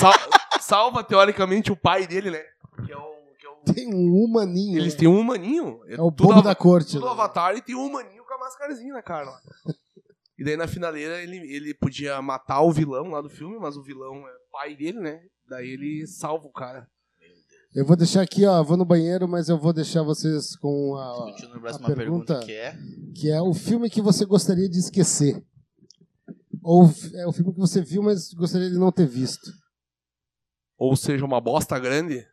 Speaker 3: sal- salva, teoricamente, o pai dele, né? Que é o. que é o-
Speaker 2: Tem um humaninho.
Speaker 3: Eles
Speaker 2: né?
Speaker 3: têm um maninho.
Speaker 2: É o
Speaker 3: tudo
Speaker 2: bobo
Speaker 3: av-
Speaker 2: da corte.
Speaker 3: Tudo
Speaker 2: né?
Speaker 3: avatar e tem um maninho com a mascarazinha na cara. lá. E daí na finaleira ele, ele podia matar o vilão lá do filme, mas o vilão é pai dele, né? Daí ele salva o cara.
Speaker 2: Eu vou deixar aqui, ó. Vou no banheiro, mas eu vou deixar vocês com a.
Speaker 4: Discutindo no próximo
Speaker 2: A
Speaker 4: uma pergunta
Speaker 2: pergunta-
Speaker 4: que é...
Speaker 2: Que é o filme que você gostaria de esquecer. Ou f- é o filme que você viu, mas gostaria de não ter visto.
Speaker 3: Ou seja, uma bosta grande.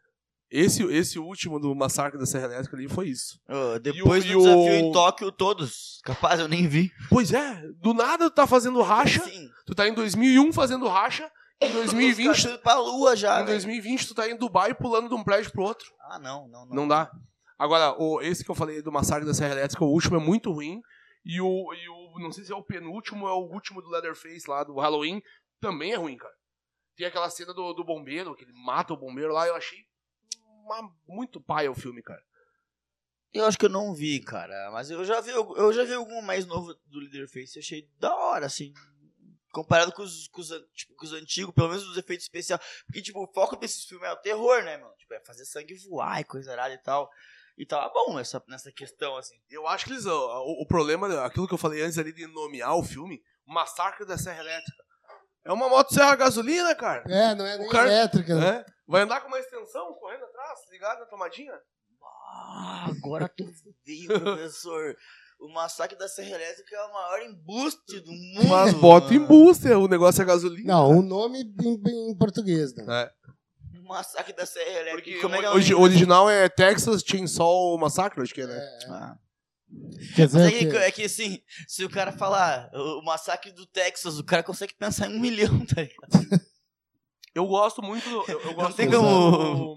Speaker 3: Esse, esse último do Massacre da Serra Elétrica ali foi isso.
Speaker 4: Ô, depois
Speaker 3: e
Speaker 4: do desafio
Speaker 3: o-
Speaker 4: em Tóquio, todos. Capaz, eu nem vi.
Speaker 3: Pois é, do nada tu tá fazendo racha.
Speaker 4: Sim.
Speaker 3: Tu tá em 2001 fazendo racha. Em
Speaker 4: [LAUGHS] Os caras né?
Speaker 3: 2020,
Speaker 4: indo pra lua já.
Speaker 3: em
Speaker 4: velho.
Speaker 3: 2020 tu tá em Dubai pulando de um prédio pro outro.
Speaker 4: Ah, não, não, não.
Speaker 3: Não dá. Agora, o, esse que eu falei do Massacre da Serra Elétrica, o último é muito ruim. E o, e o. Não sei se é o penúltimo ou é o último do Leatherface lá, do Halloween, também é ruim, cara. Tem aquela cena do, do bombeiro, que ele mata o bombeiro lá, eu achei uma- muito pai o filme, cara.
Speaker 4: Eu acho que eu não vi, cara. Mas eu já vi, algu- eu já vi algum mais novo do Leaderface. Eu achei da hora, assim. Comparado com os, com, os, an- tipo, com os antigos, pelo menos os efeitos especiais. Porque, tipo, o foco desses filmes é o terror, né, mano? Tipo, é fazer sangue voar e coisa arada e tal. E tava bom nessa, nessa questão, assim.
Speaker 3: Eu acho que eles. ó, O, o problema, né, aquilo que eu falei antes ali de nomear o filme, Massacre da Serra Elétrica. É uma motosserra a gasolina, cara.
Speaker 2: É, não é nem
Speaker 3: cara-
Speaker 2: elétrica. né?
Speaker 3: É? Vai andar com uma extensão correndo atrás, ligado na tomadinha?
Speaker 4: Ah, agora tu veio, professor. O massacre da Serra Elétrica é o maior embuste do mundo.
Speaker 3: Mas bota em
Speaker 4: mano.
Speaker 3: booster, o negócio é gasolina.
Speaker 2: Não, o nome em, em português, né?
Speaker 4: O massacre da Serra Elétrica.
Speaker 3: Porque
Speaker 4: como é que é o
Speaker 3: o origi-
Speaker 4: nome?
Speaker 3: original é Texas Chainsaw Massacre, acho que é, né?
Speaker 4: Ah.
Speaker 2: Quer
Speaker 4: Mas
Speaker 2: dizer
Speaker 4: é, que,
Speaker 2: que...
Speaker 4: é que assim, se o cara falar o o massacre do Texas, o cara consegue pensar em um milhão, [LAUGHS] tá ligado?
Speaker 3: Eu gosto muito. do- Eu, eu gosto
Speaker 4: tem
Speaker 3: muito
Speaker 4: como-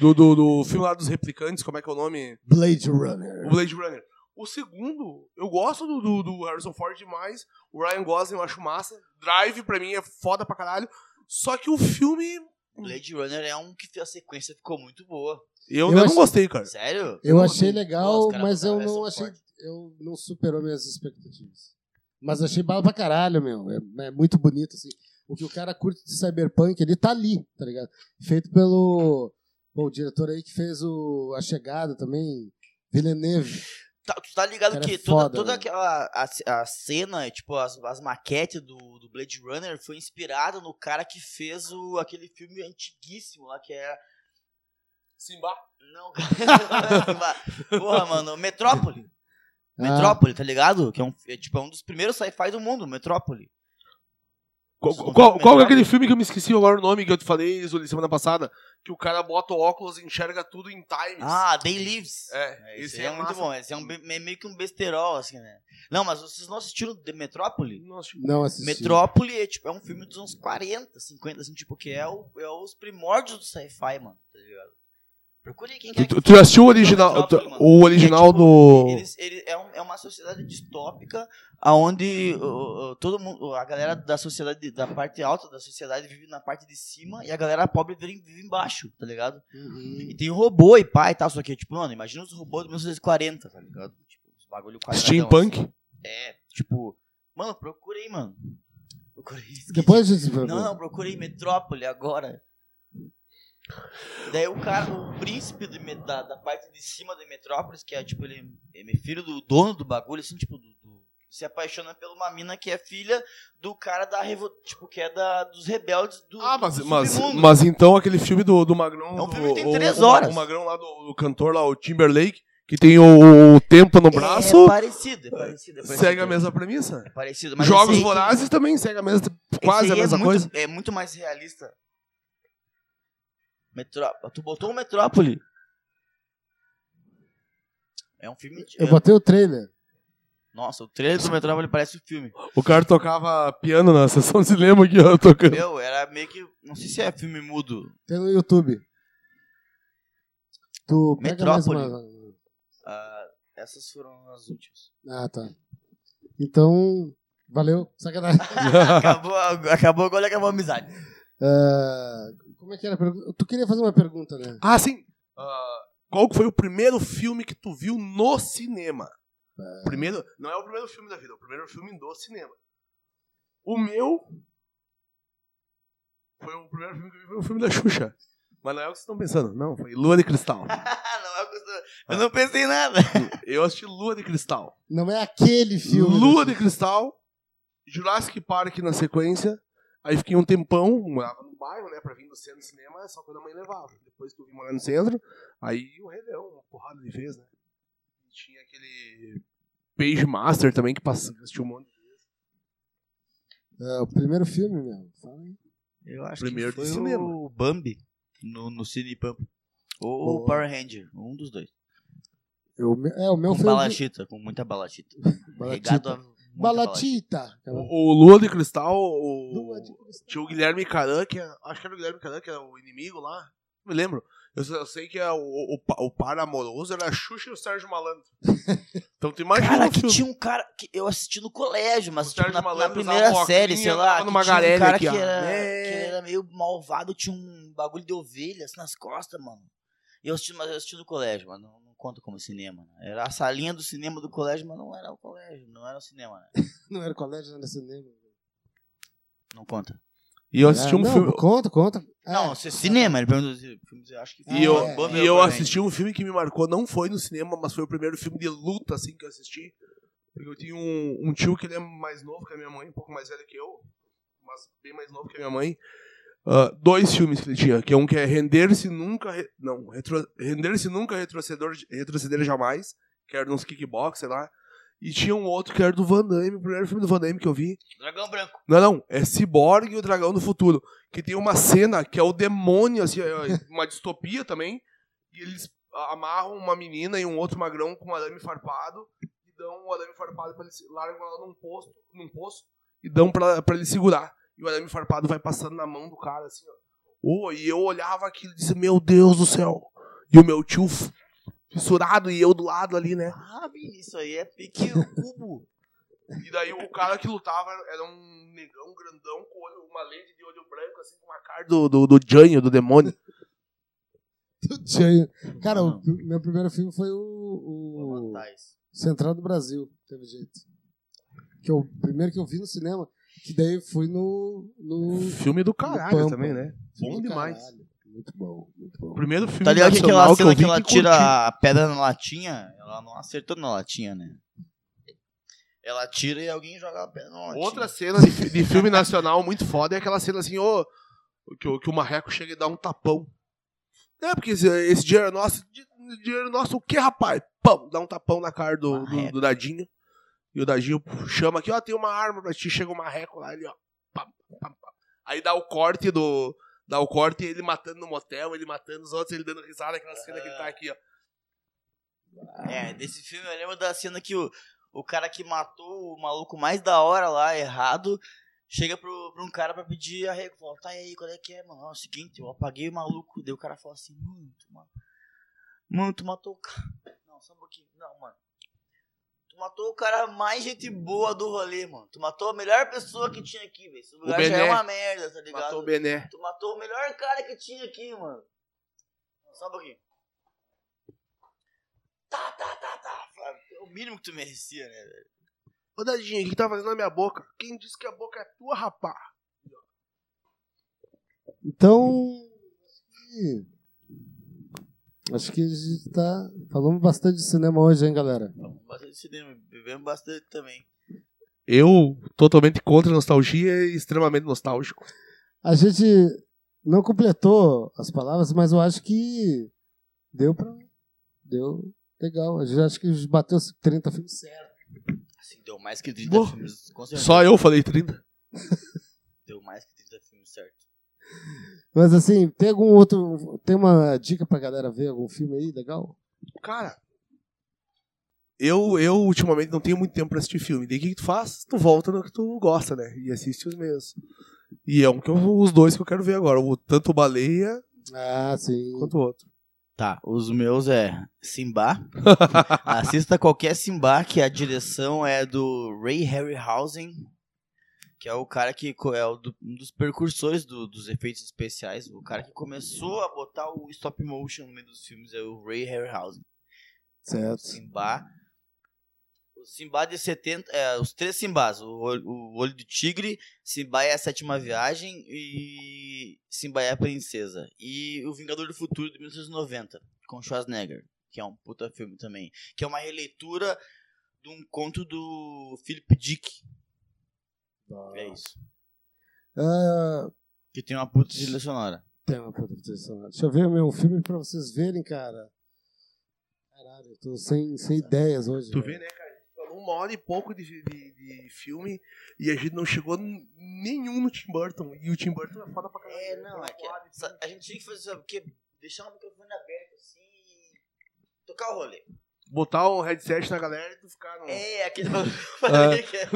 Speaker 3: do, do, do filme lá dos replicantes, como é que é o nome?
Speaker 2: Blade Runner.
Speaker 3: O Blade Runner. O segundo, eu gosto do, do, do Harrison Ford demais. O Ryan Gosling eu acho massa. Drive, pra mim, é foda pra caralho. Só que o filme.
Speaker 4: Blade Runner é um que a sequência ficou muito boa.
Speaker 3: Eu,
Speaker 2: Eu
Speaker 3: eu
Speaker 2: acho-
Speaker 3: não gostei, cara.
Speaker 4: Sério?
Speaker 2: Eu
Speaker 4: Não,
Speaker 2: achei
Speaker 4: assim,
Speaker 2: legal,
Speaker 4: os caras
Speaker 2: mas eu
Speaker 4: botaram
Speaker 2: não
Speaker 4: essa
Speaker 2: achei.
Speaker 4: forte.
Speaker 2: Eu não superou minhas expectativas. Mas achei bala pra caralho, meu. É, é muito bonito, assim. O que o cara curte de cyberpunk, ele tá ali, tá ligado? Feito pelo. Bom, o diretor aí que fez o, a chegada também, Villeneuve.
Speaker 4: Tá- tu tá ligado
Speaker 2: Cara,
Speaker 4: que
Speaker 2: é
Speaker 4: toda,
Speaker 2: foda,
Speaker 4: toda
Speaker 2: né?
Speaker 4: aquela a, a cena, tipo, as, as maquetes do, do Blade Runner foi inspirada no cara que fez o, aquele filme antiguíssimo lá, que é.
Speaker 3: Simba.
Speaker 4: Não, [LAUGHS] cara. Porra, mano, Metrópole.
Speaker 2: Ah.
Speaker 4: Metrópole, tá ligado? Que é, um, é, tipo, é um dos primeiros sci-fi do mundo, Metrópole.
Speaker 3: Qual, qual- qual é aquele filme que eu me esqueci agora o nome que eu te falei, Zuli, semana passada? Que o cara bota o óculos e enxerga tudo em times.
Speaker 4: Ah, Day Lives.
Speaker 3: É,
Speaker 4: Esse, aí é, muito bom. Esse é, um, be- é meio que um besterol, assim, né? Não, mas vocês não assistiram The Metrópole?
Speaker 2: Não assisti.
Speaker 4: Metrópole é, tipo, é um filme dos anos 40, 50, assim, tipo, que é, o, é os primórdios do sci-fi, mano, tá ligado? Procure quem é quer
Speaker 3: Tu, tu já assistiu o
Speaker 4: Não,
Speaker 3: original,
Speaker 4: Metrópole, mano.
Speaker 3: o original
Speaker 4: É, tipo,
Speaker 3: do...
Speaker 4: Eles, ele- é, um- é uma sociedade distópica onde todo mundo, a galera da sociedade, da parte alta da sociedade vive na parte de cima e a galera pobre vive, vive embaixo, tá ligado?
Speaker 2: Uhum.
Speaker 4: E tem um robô e pá e tal, só que, tipo, mano, imagina os robôs de 1940, tá ligado? Tipo, os bagulho quadradão,
Speaker 3: Steampunk?
Speaker 4: assim. É, tipo, mano, procura aí, mano. Procura aí.
Speaker 2: Depois a gente
Speaker 4: Não, não, procura aí Metrópole agora. Daí o cara, o príncipe de Met- da, da parte de cima de Metrópolis, que é, tipo, ele é ele é filho do dono do bagulho, assim, tipo, do, do- se apaixona por uma mina que é filha do cara da revo, tipo, que é da, dos rebeldes do
Speaker 3: Ah, mas,
Speaker 4: do
Speaker 3: mas,
Speaker 4: submundo.
Speaker 3: mas então aquele filme do, do Magrão...
Speaker 4: É um
Speaker 3: do-
Speaker 4: filme que tem
Speaker 3: o-
Speaker 4: três
Speaker 3: o-
Speaker 4: horas.
Speaker 3: O Magrão lá do, do cantor lá, o Timberlake, que tem o, o tempo no um braço,
Speaker 4: É parecido, é parecido. É parecido.
Speaker 3: segue a mesma premissa.
Speaker 4: É parecido. mas esse
Speaker 3: Jogos
Speaker 4: aí-
Speaker 3: Vorazes também segue a mesma,
Speaker 4: esse
Speaker 3: quase a
Speaker 4: aí é
Speaker 3: mesma
Speaker 4: muito-
Speaker 3: coisa.
Speaker 4: É muito mais realista. Metró... Tu botou o Metrópole. É um filme... de-
Speaker 2: Eu botei o trailer.
Speaker 4: Nossa, o trailer do Metrópole parece o filme.
Speaker 3: [LAUGHS] O cara tocava piano na [LAUGHS] sessão de cinema aqui, ó, tocando.
Speaker 4: Meu, era meio que... Não sei se é filme mudo.
Speaker 2: Tem no YouTube. Tu pega mais
Speaker 4: Metrópole.
Speaker 2: uma-
Speaker 4: Ah, essas foram as últimas.
Speaker 3: [LAUGHS]
Speaker 2: Ah, tá. Então, valeu. Sacanagem. [LAUGHS]
Speaker 4: acabou, a- acabou agora, acabou a amizade.
Speaker 2: Ah, como é que era a pergunta? Tu queria fazer uma pergunta, né?
Speaker 3: Ah, sim. Ah, qual que foi o primeiro filme que tu viu no cinema? Primeiro, não é o primeiro filme da vida, é o primeiro filme do cinema. O meu foi o primeiro filme que eu vi, foi o filme da Xuxa. Mas não é o que vocês estão pensando, não. Foi Lua de [LAUGHS] Cristal.
Speaker 4: Ah, não, eu, gosto- eu não pensei em nada.
Speaker 3: Eu assisti Lua de Cristal.
Speaker 2: Não é aquele filme.
Speaker 3: Lua de Cristal, Jurassic Park na sequência. Aí fiquei um tempão, morava no bairro, né? Pra vir no centro do cinema, só quando a mãe levava. Depois que eu vim morar no centro, aí o Rei Leão, uma porrada de vez, né? E tinha aquele Page Master também, que passou, que assistiu um monte.
Speaker 2: É, o primeiro filme mesmo. Fala aí.
Speaker 4: Eu acho
Speaker 3: Primeiro
Speaker 4: que foi
Speaker 3: de cinema.
Speaker 4: o Bambi no, no Cine Pump. Ou
Speaker 2: Boa.
Speaker 4: o Power Ranger, um dos dois.
Speaker 2: Eu- é, o meu
Speaker 4: Com
Speaker 2: foi o vi-
Speaker 4: balachita, com muita balachita. Regado a
Speaker 2: Balatita.
Speaker 4: muita
Speaker 2: Balatita.
Speaker 3: O, o Lua de Cristal, o...
Speaker 2: Lua de Cristal.
Speaker 3: tinha o Guilherme Caran, que é- acho que era o Guilherme Caran, que era o inimigo lá. Não me lembro. Eu, só- eu sei que é o, o, pa- o par amoroso era a Xuxa e o
Speaker 2: [LAUGHS]
Speaker 3: Sérgio Malandro. Então tu imagina
Speaker 4: Cara,
Speaker 3: o
Speaker 4: que
Speaker 3: filme.
Speaker 4: tinha um cara que eu assisti no colégio, mas
Speaker 3: O
Speaker 4: tipo,
Speaker 3: Sérgio
Speaker 4: na, na
Speaker 3: Malandro
Speaker 4: primeira
Speaker 3: usava uma
Speaker 4: série,
Speaker 3: óculinha,
Speaker 4: sei lá,
Speaker 3: tava
Speaker 4: que
Speaker 3: numa
Speaker 4: tinha um
Speaker 3: garelha
Speaker 4: cara
Speaker 3: aqui,
Speaker 4: que,
Speaker 3: ó.
Speaker 4: era,
Speaker 3: É.
Speaker 4: que era meio malvado, tinha um bagulho de ovelhas nas costas, mano. E eu assisti, mas eu assisti no colégio, mas não, não conta como cinema. né? Era a salinha do cinema do colégio, mas não era o colégio, não era o cinema, né?
Speaker 2: [LAUGHS] Não era colégio, era cinema.
Speaker 4: Não conta.
Speaker 3: E eu assisti
Speaker 2: Ah,
Speaker 3: um
Speaker 2: não,
Speaker 3: filme.
Speaker 2: Conta, conta. Ah,
Speaker 4: Não, se- é
Speaker 2: [LAUGHS]
Speaker 4: cinema, ele perguntou se- filmes, eu acho que
Speaker 2: Ah,
Speaker 3: E eu,
Speaker 2: é.
Speaker 4: Bambi
Speaker 3: e eu
Speaker 4: Power
Speaker 3: assisti um filme que me marcou, não foi no cinema, mas foi o primeiro filme de luta, assim, que eu assisti. Porque eu tinha um, um tio que ele é mais novo que a minha mãe, um pouco mais velho que eu, mas bem mais novo que a minha mãe. Ah, dois filmes que ele tinha, que é um que é Render-se Nunca... Re- Não, Retro- Render-se Nunca Retrocedor, Retroceder Jamais, que era de uns kickbox, sei lá. E tinha um outro que era do Van Damme, o primeiro filme do Van Damme que eu vi,
Speaker 4: Ranger. Dragão Branco.
Speaker 3: não, não. É Cyborg e o Dragão do Futuro. Que tem uma cena que é o demônio, assim, é uma distopia também. E eles amarram uma menina e um outro magrão com um arame farpado. E dão o arame farpado pra ele. se- Largam ela num poço, num poço e dão pra, pra ele segurar. E o arame farpado vai passando na mão do cara, assim, ó. Ô, e eu olhava aquilo e disse, meu Deus do céu. E o meu tio f- fissurado e eu do lado ali, né?
Speaker 4: Ah, Vini, isso aí é pique o [LAUGHS] cubo.
Speaker 3: E daí o cara que lutava era um negão grandão com olho, uma lente de olho branco, assim, com uma cara do, do, do Janho, do demônio.
Speaker 2: do Jânio. Cara, o
Speaker 4: Não.
Speaker 2: o meu primeiro filme foi o, o Central do Brasil. Teve jeito. Que é o primeiro que eu vi no cinema. Que daí fui no. no
Speaker 3: Filme do
Speaker 2: Pampa.
Speaker 3: né?
Speaker 2: filme do
Speaker 3: demais.
Speaker 2: caralho. Muito bom, muito bom.
Speaker 3: Primeiro filme
Speaker 4: Tá ligado que aquela
Speaker 3: nacional eu
Speaker 4: cena que
Speaker 3: vi
Speaker 4: ela
Speaker 3: curti.
Speaker 4: tira a pedra na latinha? Ela não acertou na latinha, né? Ela tira e alguém joga a pedra na latinha.
Speaker 3: Outra cena de, fi- de filme nacional muito foda é aquela cena assim, ô, que, o- que o Marreco chega e dá um tapão. É, porque esse, esse dinheiro é nosso, di- dinheiro nosso o que, rapaz? Pão, dá um tapão na cara do, do,
Speaker 4: Marreco.
Speaker 3: do Dadinho. E o Dadinho chama aqui, ó, tem uma arma pra ti, chega o Marreco lá, ele, ó. pam, pam, pam. Aí dá o corte do... Dá o corte, ele matando no motel, ele matando os outros, ele dando risada, aquela cena que ele tá aqui, ó.
Speaker 4: É, desse filme eu lembro da cena que o, o cara que matou o maluco mais da hora lá, errado, chega pro, pra um cara pra pedir arrego. Fala, tá e aí, qual é que é, mano? Ó, É o seguinte, eu apaguei o maluco. Daí o cara fala assim, mano, tu, ma- mano, tu matou o cara. [LAUGHS] Não, só um pouquinho. Não, mano. Tu matou o cara mais gente boa do rolê, mano. Tu matou a melhor pessoa que tinha aqui, velho. Esse lugar já é
Speaker 3: Bené.
Speaker 4: uma merda, tá ligado?
Speaker 3: Matou o Bené.
Speaker 4: Tu matou o melhor cara que tinha aqui, mano. Só um pouquinho. Tá, tá, tá, tá. É o mínimo que tu merecia, né, velho?
Speaker 3: Ô, Dadinho, o que tá fazendo na minha boca? Quem disse que a boca é tua, rapá?
Speaker 2: Então. e- Acho que a gente tá. Falamos bastante de cinema hoje, hein, galera?
Speaker 4: Vamos Tá bastante cinema, bebemos bastante também.
Speaker 3: Eu, totalmente contra a nostalgia e extremamente nostálgico.
Speaker 2: A gente não completou as palavras, mas eu acho que deu pra. Deu. Legal, a gente acha que bateu os 30 filmes certo.
Speaker 4: Assim, deu mais que 30
Speaker 3: Boa.
Speaker 4: filmes, com certeza.
Speaker 3: Só eu falei 30.
Speaker 4: Deu mais que 30 filmes, certo.
Speaker 2: Mas assim, tem algum outro. Tem uma dica pra galera ver algum filme aí legal?
Speaker 3: Cara, eu, eu ultimamente não tenho muito tempo pra assistir filme. Daí o que, que tu faz? Tu volta no que tu gosta, né? E assiste os mesmos. E é um que eu, os dois que eu quero ver agora. O, tanto o Baleia
Speaker 2: Ah, sim.
Speaker 3: quanto o outro.
Speaker 4: Tá, os meus é Simba. Assista qualquer Simba, que a direção é do Ray Harryhausen, que é o cara que co- é o do- um dos precursores do- dos efeitos especiais. O cara que começou a botar o stop motion no meio dos filmes é o Ray Harryhausen.
Speaker 2: Certo.
Speaker 4: Simba. O Simba de 70. É, os três Simbás. O, Olho- o Olho do Tigre, Simba é a Sétima Viagem e Simba é a Princesa. E O Vingador do Futuro de 1990, com Schwarzenegger, que é um puta filme também. Que é uma releitura de um conto do Philip Dick. É isso.
Speaker 2: Ah,
Speaker 4: Que tem uma puta trilha sonora.
Speaker 2: tem uma puta trilha sonora. Deixa eu ver meu um filme pra vocês verem, cara. Caralho, eu tô sem, sem ideias hoje.
Speaker 3: Tu vê,
Speaker 2: velho.
Speaker 3: né, cara? A gente Falou uma hora e pouco de, de, de filme e a gente não chegou n- nenhum no Tim Burton. E o Tim Burton é foda pra caralho.
Speaker 4: É, não, é que sa- a gente tinha que fazer, sabe o quê? Deixar o microfone aberto assim e tocar o rolê.
Speaker 3: Botar um headset na galera e tu ficar no...
Speaker 4: É, aquele bagulho que [LAUGHS] é.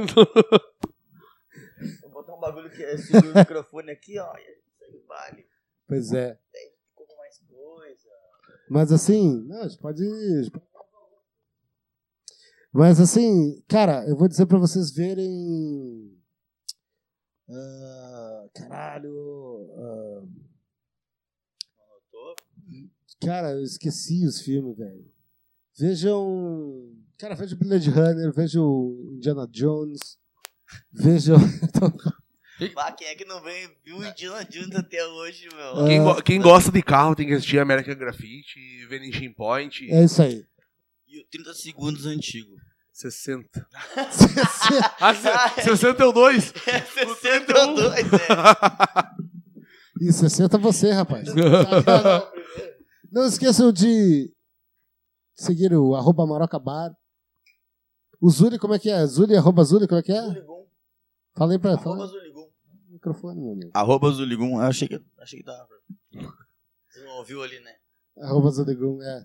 Speaker 4: Vou botar um bagulho que é segura o microfone aqui, ó. E a gente segue o baile,
Speaker 2: Pois é.
Speaker 4: como mais coisa.
Speaker 2: Mas assim, não, a gente pode. a gente pode- Mas assim, cara, eu vou dizer pra vocês verem. ah, caralho. ah,
Speaker 4: Anotou?
Speaker 2: Cara, eu esqueci os filmes, velho. Vejam. Cara, veja o Blade Runner, veja o Indiana Jones. Vejam.
Speaker 4: Bah, quem é que não vem viu o Indiana Jones até hoje, meu?
Speaker 2: É.
Speaker 3: Quem, go- quem gosta de carro tem que assistir American Graffiti, Vanishing Point,
Speaker 2: É isso aí. [LAUGHS]
Speaker 4: E o 30 segundos antigo.
Speaker 3: 60. Ah, se- 60 é o 2?
Speaker 4: [LAUGHS] É 62, é.
Speaker 2: E 60 é você, rapaz. Não esqueçam de seguir o arroba marocabar. O Zuri, como é que é? Zuri, arroba Zuri, como é que é?
Speaker 4: Zuligum.
Speaker 2: Falei pra fala
Speaker 4: Arroba
Speaker 2: no
Speaker 4: Zuligum.
Speaker 2: microfone, meu amigo.
Speaker 4: Arroba Zuligum. Eu achei que, achei que tava. Você não ouviu ali, né?
Speaker 2: Arroba Zuligum, é.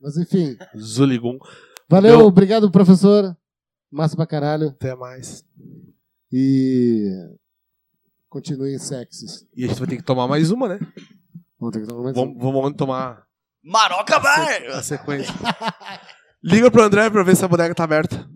Speaker 2: Mas enfim.
Speaker 3: [LAUGHS] Zuligun.
Speaker 2: Valeu,
Speaker 3: Não.
Speaker 2: obrigado, professor. Massa pra caralho.
Speaker 3: Até mais.
Speaker 2: E continuem sexys.
Speaker 3: E a gente vai ter que tomar mais uma, né?
Speaker 2: Vamos ter que tomar mais um.
Speaker 3: Vamos, vamos tomar
Speaker 4: Maroca
Speaker 3: a
Speaker 4: Bar!
Speaker 3: [LAUGHS] se- a sequência. Liga pro André pra ver se a boneca tá aberta.